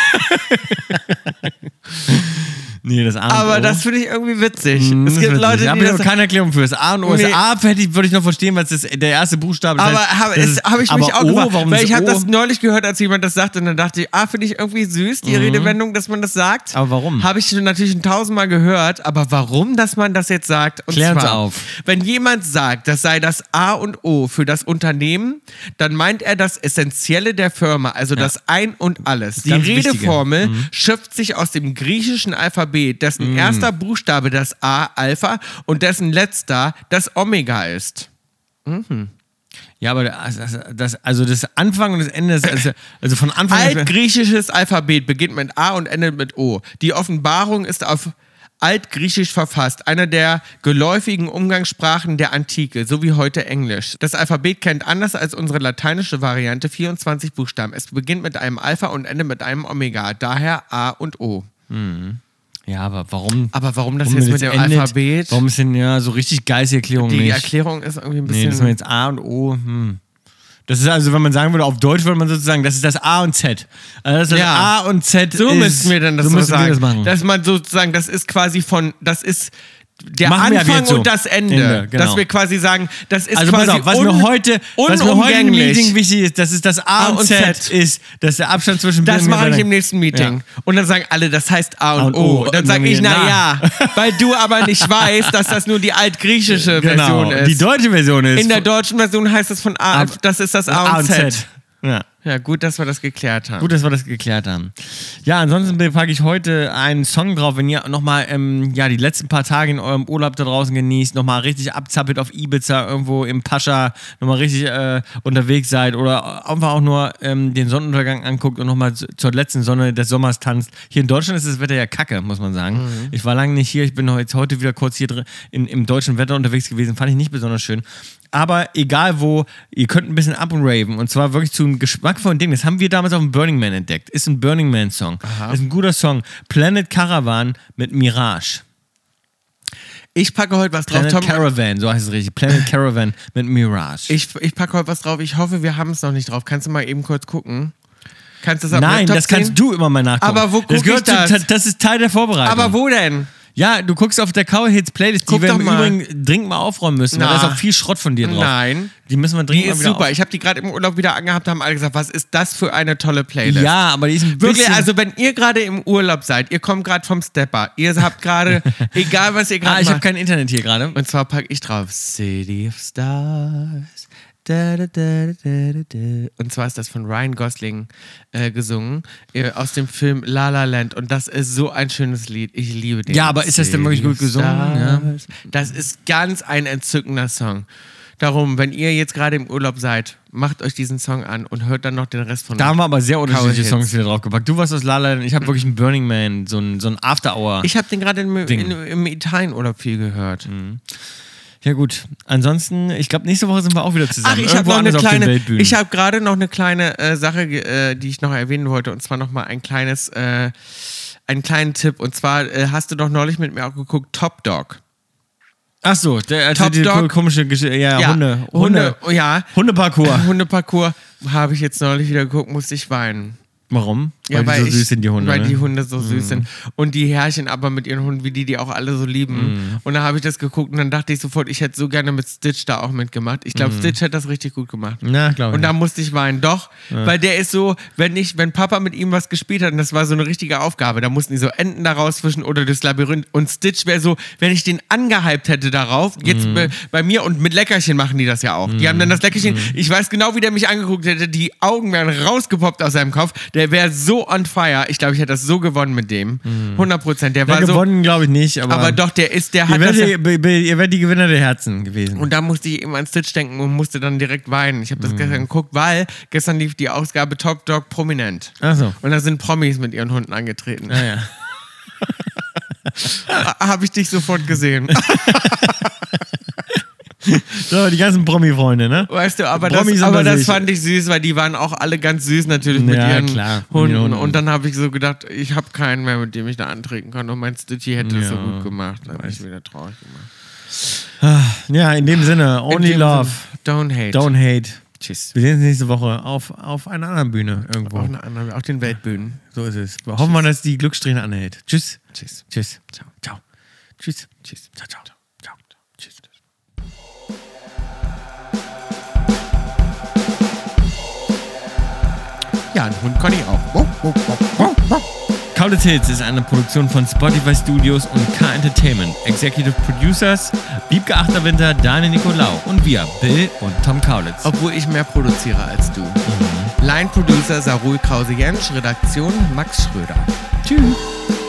Speaker 2: Nee, das A und
Speaker 1: Aber
Speaker 2: O.
Speaker 1: das finde ich irgendwie Hm, witzig.
Speaker 2: Mhm,
Speaker 1: es gibt
Speaker 2: das
Speaker 1: Leute,
Speaker 2: habe
Speaker 1: die
Speaker 2: ich
Speaker 1: das
Speaker 2: noch keine Erklärung für. Das A und O.
Speaker 1: Nee.
Speaker 2: Das A hätte ich- würde ich noch verstehen, weil es ist der erste Buchstabe das
Speaker 1: aber
Speaker 2: heißt,
Speaker 1: habe
Speaker 2: das
Speaker 1: es-
Speaker 2: ist-
Speaker 1: habe ich mich
Speaker 2: aber
Speaker 1: auch
Speaker 2: O,
Speaker 1: gefragt,
Speaker 2: warum
Speaker 1: weil ich habe
Speaker 2: O?
Speaker 1: das neulich gehört, als jemand das sagte und dann dachte ich, ah, finde ich irgendwie süß, die Redewendung, dass man das sagt.
Speaker 2: Mhm. Aber warum?
Speaker 1: Habe ich schon natürlich ein tausendmal gehört, aber warum, dass man das jetzt sagt? Und
Speaker 2: Klär uns
Speaker 1: zwar,
Speaker 2: auf.
Speaker 1: Wenn jemand sagt, das sei das A und O für das Unternehmen, dann meint er das Essentielle der Firma, also das Ein und Alles. Die
Speaker 2: ganz Wichtige. Mhm.
Speaker 1: Redeformel schöpft sich aus dem griechischen Alphabet, dessen erster Buchstabe das A, Alpha, und dessen letzter das Omega ist.
Speaker 2: Ja, aber das, das- das, also das Anfang und das Ende, ist- also, also von Anfang bis-
Speaker 1: Altgriechisches Alphabet beginnt mit A und endet mit O. Die Offenbarung ist auf Altgriechisch verfasst, einer der geläufigen Umgangssprachen der Antike, so wie heute Englisch. Das Alphabet kennt anders als unsere lateinische Variante 24 Buchstaben. Es beginnt mit einem Alpha und endet mit einem Omega, daher A und O.
Speaker 2: Ja, aber warum?
Speaker 1: Aber warum das
Speaker 2: warum
Speaker 1: jetzt
Speaker 2: das
Speaker 1: mit dem
Speaker 2: endet?
Speaker 1: Alphabet?
Speaker 2: Warum ist denn ja so richtig geistige Erklärung
Speaker 1: die
Speaker 2: nicht?
Speaker 1: Erklärung ist irgendwie ein
Speaker 2: nee,
Speaker 1: bisschen.
Speaker 2: das ist jetzt A und O. Hm. Das ist also, wenn man sagen würde, auf Deutsch würde man sozusagen, das ist das A und Z. Also das ist
Speaker 1: Ja.
Speaker 2: das A und Z.
Speaker 1: so
Speaker 2: ist,
Speaker 1: müssen wir dann das
Speaker 2: so
Speaker 1: so
Speaker 2: müssen
Speaker 1: sagen.
Speaker 2: Wir das machen.
Speaker 1: Dass man sozusagen, das ist quasi von, das ist der
Speaker 2: Machen wir ab
Speaker 1: Anfang
Speaker 2: jetzt so.
Speaker 1: und das Ende.
Speaker 2: Ende, genau.
Speaker 1: Dass wir quasi sagen, das ist
Speaker 2: also pass
Speaker 1: quasi
Speaker 2: auf, was
Speaker 1: un
Speaker 2: mir heute, was mir heute im
Speaker 1: unumgänglich.
Speaker 2: Meeting wichtig ist, das ist das A, und, Z, ist, dass der Abstand zwischen
Speaker 1: das
Speaker 2: Birnen und
Speaker 1: mache ich
Speaker 2: Birnen-
Speaker 1: im nächsten Meeting.
Speaker 2: Ja.
Speaker 1: Und dann sagen alle, das heißt A und, O. Dann
Speaker 2: Und
Speaker 1: sage
Speaker 2: dann
Speaker 1: ich,
Speaker 2: wir, na.
Speaker 1: naja, weil du aber nicht weißt, dass das nur die altgriechische
Speaker 2: Genau,
Speaker 1: Version ist.
Speaker 2: die deutsche Version ist
Speaker 1: In der deutschen Version heißt es von A,
Speaker 2: Ab-
Speaker 1: das ist das
Speaker 2: von
Speaker 1: A und, Z.
Speaker 2: Ja.
Speaker 1: Ja, gut, dass wir das geklärt haben.
Speaker 2: Gut, dass wir das geklärt haben. Ja, ansonsten packe ich heute einen Song drauf, wenn ihr nochmal ähm, ja, die letzten paar Tage in eurem Urlaub da draußen genießt, nochmal richtig abzappelt auf Ibiza, irgendwo im Pascha, nochmal richtig äh, unterwegs seid oder einfach auch nur ähm, den Sonnenuntergang anguckt und nochmal zu- zur letzten Sonne des Sommers tanzt. Hier in Deutschland ist das Wetter ja kacke, muss man sagen. Ich war lange nicht hier, ich bin jetzt heute wieder kurz hier drin in, im deutschen Wetter unterwegs gewesen, fand ich nicht besonders schön. Aber egal wo, ihr könnt ein bisschen up und raven. Und zwar wirklich zum Geschmack von Ding. Das haben wir damals auf dem Burning Man entdeckt. Ist ein Burning Man Song. Ist ein guter Song. Planet Caravan mit Mirage.
Speaker 1: Ich packe heute was drauf,
Speaker 2: Planet
Speaker 1: Tom.
Speaker 2: Caravan, so heißt es richtig. Planet Caravan mit Mirage.
Speaker 1: Ich, ich packe heute was drauf. Ich hoffe, wir haben es noch nicht drauf. Kannst du mal eben kurz gucken? Kannst du das ab
Speaker 2: Nein,
Speaker 1: Laptop
Speaker 2: das kannst
Speaker 1: sehen?
Speaker 2: du immer mal nachgucken.
Speaker 1: Aber wo guck
Speaker 2: das gehört
Speaker 1: ich das?
Speaker 2: Zu, ta- das ist Teil der Vorbereitung.
Speaker 1: Aber wo denn?
Speaker 2: ja, du guckst auf der Cow Hits Playlist,
Speaker 1: Guck
Speaker 2: die wir
Speaker 1: doch
Speaker 2: im
Speaker 1: mal.
Speaker 2: Übrigen dringend mal aufräumen müssen. weil Da
Speaker 1: Na.
Speaker 2: ist auch viel Schrott von dir drauf.
Speaker 1: Nein.
Speaker 2: Die müssen wir
Speaker 1: Die
Speaker 2: dringend mal
Speaker 1: ist
Speaker 2: wieder
Speaker 1: super.
Speaker 2: Auf
Speaker 1: Ich habe die gerade im Urlaub wieder angehabt, haben alle gesagt, was ist das für eine tolle Playlist?
Speaker 2: ja, aber die ist ein
Speaker 1: Wirklich,
Speaker 2: bisschen
Speaker 1: also wenn ihr gerade im Urlaub seid, ihr kommt gerade vom Stepper, ihr habt gerade, egal was ihr gerade
Speaker 2: Ah, ich habe
Speaker 1: macht.
Speaker 2: kein Internet hier gerade.
Speaker 1: Und zwar packe ich drauf City of Stars. Da, da, da, da, da, da. Und zwar ist das von Ryan Gosling äh, gesungen äh, aus dem Film La La Land. Und das ist so ein schönes Lied. Ich liebe den.
Speaker 2: Ja, aber ist das denn wirklich gut
Speaker 1: City of
Speaker 2: gesungen?
Speaker 1: Stars. Das ist ganz ein entzückender Song. Darum, wenn ihr jetzt gerade im Urlaub seid, macht euch diesen Song an und hört dann noch den Rest von
Speaker 2: Da haben wir aber sehr unterschiedliche
Speaker 1: Hits.
Speaker 2: Songs wieder draufgepackt. Du warst aus Lala, ich habe wirklich einen Burning Man, so ein, so ein After Hour.
Speaker 1: Ich habe den gerade im,
Speaker 2: Ding.
Speaker 1: in, im Italienurlaub viel gehört.
Speaker 2: ja gut, ansonsten, ich glaube, nächste Woche sind wir auch wieder zusammen.
Speaker 1: Ach, ich habe
Speaker 2: Irgendwo
Speaker 1: noch eine
Speaker 2: anders auf den
Speaker 1: kleine.
Speaker 2: Weltbühnen.
Speaker 1: Ich habe gerade noch eine kleine äh, Sache, ge- äh, die ich noch erwähnen wollte. Und zwar noch mal ein kleines, äh, einen kleinen Tipp. Und zwar äh, hast du doch neulich mit mir auch geguckt Top Dog.
Speaker 2: Ach so, der also
Speaker 1: Top
Speaker 2: die
Speaker 1: Dog.
Speaker 2: ko- komische Geschichte. Ja, ja, Hunde. Äh,
Speaker 1: Hunde, oh ja. Äh,
Speaker 2: Hundeparcours.
Speaker 1: Hundeparcours habe ich jetzt neulich wieder geguckt, musste ich weinen.
Speaker 2: Warum? Weil, die
Speaker 1: ich-
Speaker 2: so süß sind, die Hunde.
Speaker 1: Weil
Speaker 2: ne?
Speaker 1: die Hunde so süß sind. Und die Herrchen aber mit ihren Hunden, wie die, die auch alle so lieben.
Speaker 2: Mhm.
Speaker 1: Und da habe ich das geguckt und dann dachte ich sofort, ich hätte so gerne mit Stitch da auch mitgemacht. Ich
Speaker 2: Mhm.
Speaker 1: glaube, Stitch hätte das richtig gut gemacht.
Speaker 2: Na, glaub ich
Speaker 1: Und da musste ich weinen, doch. Weil der ist so, wenn ich, wenn Papa mit ihm was gespielt hat, und das war so eine richtige Aufgabe, da mussten die so Enten da rausfischen oder das Labyrinth. Und Stitch wäre so, wenn ich den angehypt hätte darauf, jetzt bei, bei mir und mit Leckerchen machen die das ja auch. Die haben dann das Leckerchen, ich weiß genau, wie der mich angeguckt hätte, die Augen wären rausgepoppt aus seinem Kopf. Der wäre so on fire. Ich glaube, ich hätte das so gewonnen mit dem. 100 Prozent. Der
Speaker 2: Ja,
Speaker 1: war so.
Speaker 2: gewonnen, glaube ich nicht, aber,
Speaker 1: Aber doch, der ist, der
Speaker 2: ihr
Speaker 1: hat das.
Speaker 2: werdet
Speaker 1: ja-
Speaker 2: die, be- be- ihr werdet die Gewinner der Herzen gewesen.
Speaker 1: und da musste ich eben an Stitch denken und musste dann direkt weinen. Ich habe
Speaker 2: Mhm.
Speaker 1: das gestern geguckt, weil gestern lief die Ausgabe Top Dog prominent.
Speaker 2: Ach so.
Speaker 1: Und da sind Promis mit ihren Hunden angetreten.
Speaker 2: Ah, ja.
Speaker 1: Habe ich dich sofort gesehen.
Speaker 2: So, die ganzen Promi-Freunde, ne?
Speaker 1: Weißt du, aber
Speaker 2: Promis
Speaker 1: das,
Speaker 2: unter
Speaker 1: aber das
Speaker 2: sich.
Speaker 1: fand ich süß, weil die waren auch alle ganz süß natürlich mit
Speaker 2: Ja,
Speaker 1: ihren
Speaker 2: klar, mit
Speaker 1: Hunden.
Speaker 2: den Hunden.
Speaker 1: Und dann habe ich so gedacht, ich habe keinen mehr, mit dem ich da antreten kann. Und mein Stitchy hätte das so
Speaker 2: Ja,
Speaker 1: gut gemacht. Dann bin ich wieder traurig gemacht.
Speaker 2: Ja, in dem Sinne,
Speaker 1: In
Speaker 2: only
Speaker 1: dem
Speaker 2: love,
Speaker 1: Sinne, Don't hate.
Speaker 2: don't hate.
Speaker 1: Tschüss.
Speaker 2: Wir sehen uns nächste Woche auf, auf einer anderen Bühne irgendwo.
Speaker 1: Auf, einer anderen, auf den Weltbühnen.
Speaker 2: So ist es. Wir Hoffen wir, dass die Glückssträhne anhält. Tschüss.
Speaker 1: Tschüss.
Speaker 2: Tschüss.
Speaker 1: Ciao.
Speaker 2: Ciao. Tschüss.
Speaker 1: Tschüss.
Speaker 2: Ciao, ciao. Ciao. Tschüss.
Speaker 1: Ja, einen Hund kann ich auch. Wow, wow, wow, wow, wow.
Speaker 2: Kaulitz Hills ist eine Produktion von Spotify Studios und K Entertainment. Executive Producers Wiebke Achterwinter, Daniel Nicolau und wir, Bill und Tom Kaulitz.
Speaker 1: Obwohl ich mehr produziere als du. Line-Producer Sarul Krause-Jensch, Redaktion Max Schröder.
Speaker 2: tschüss.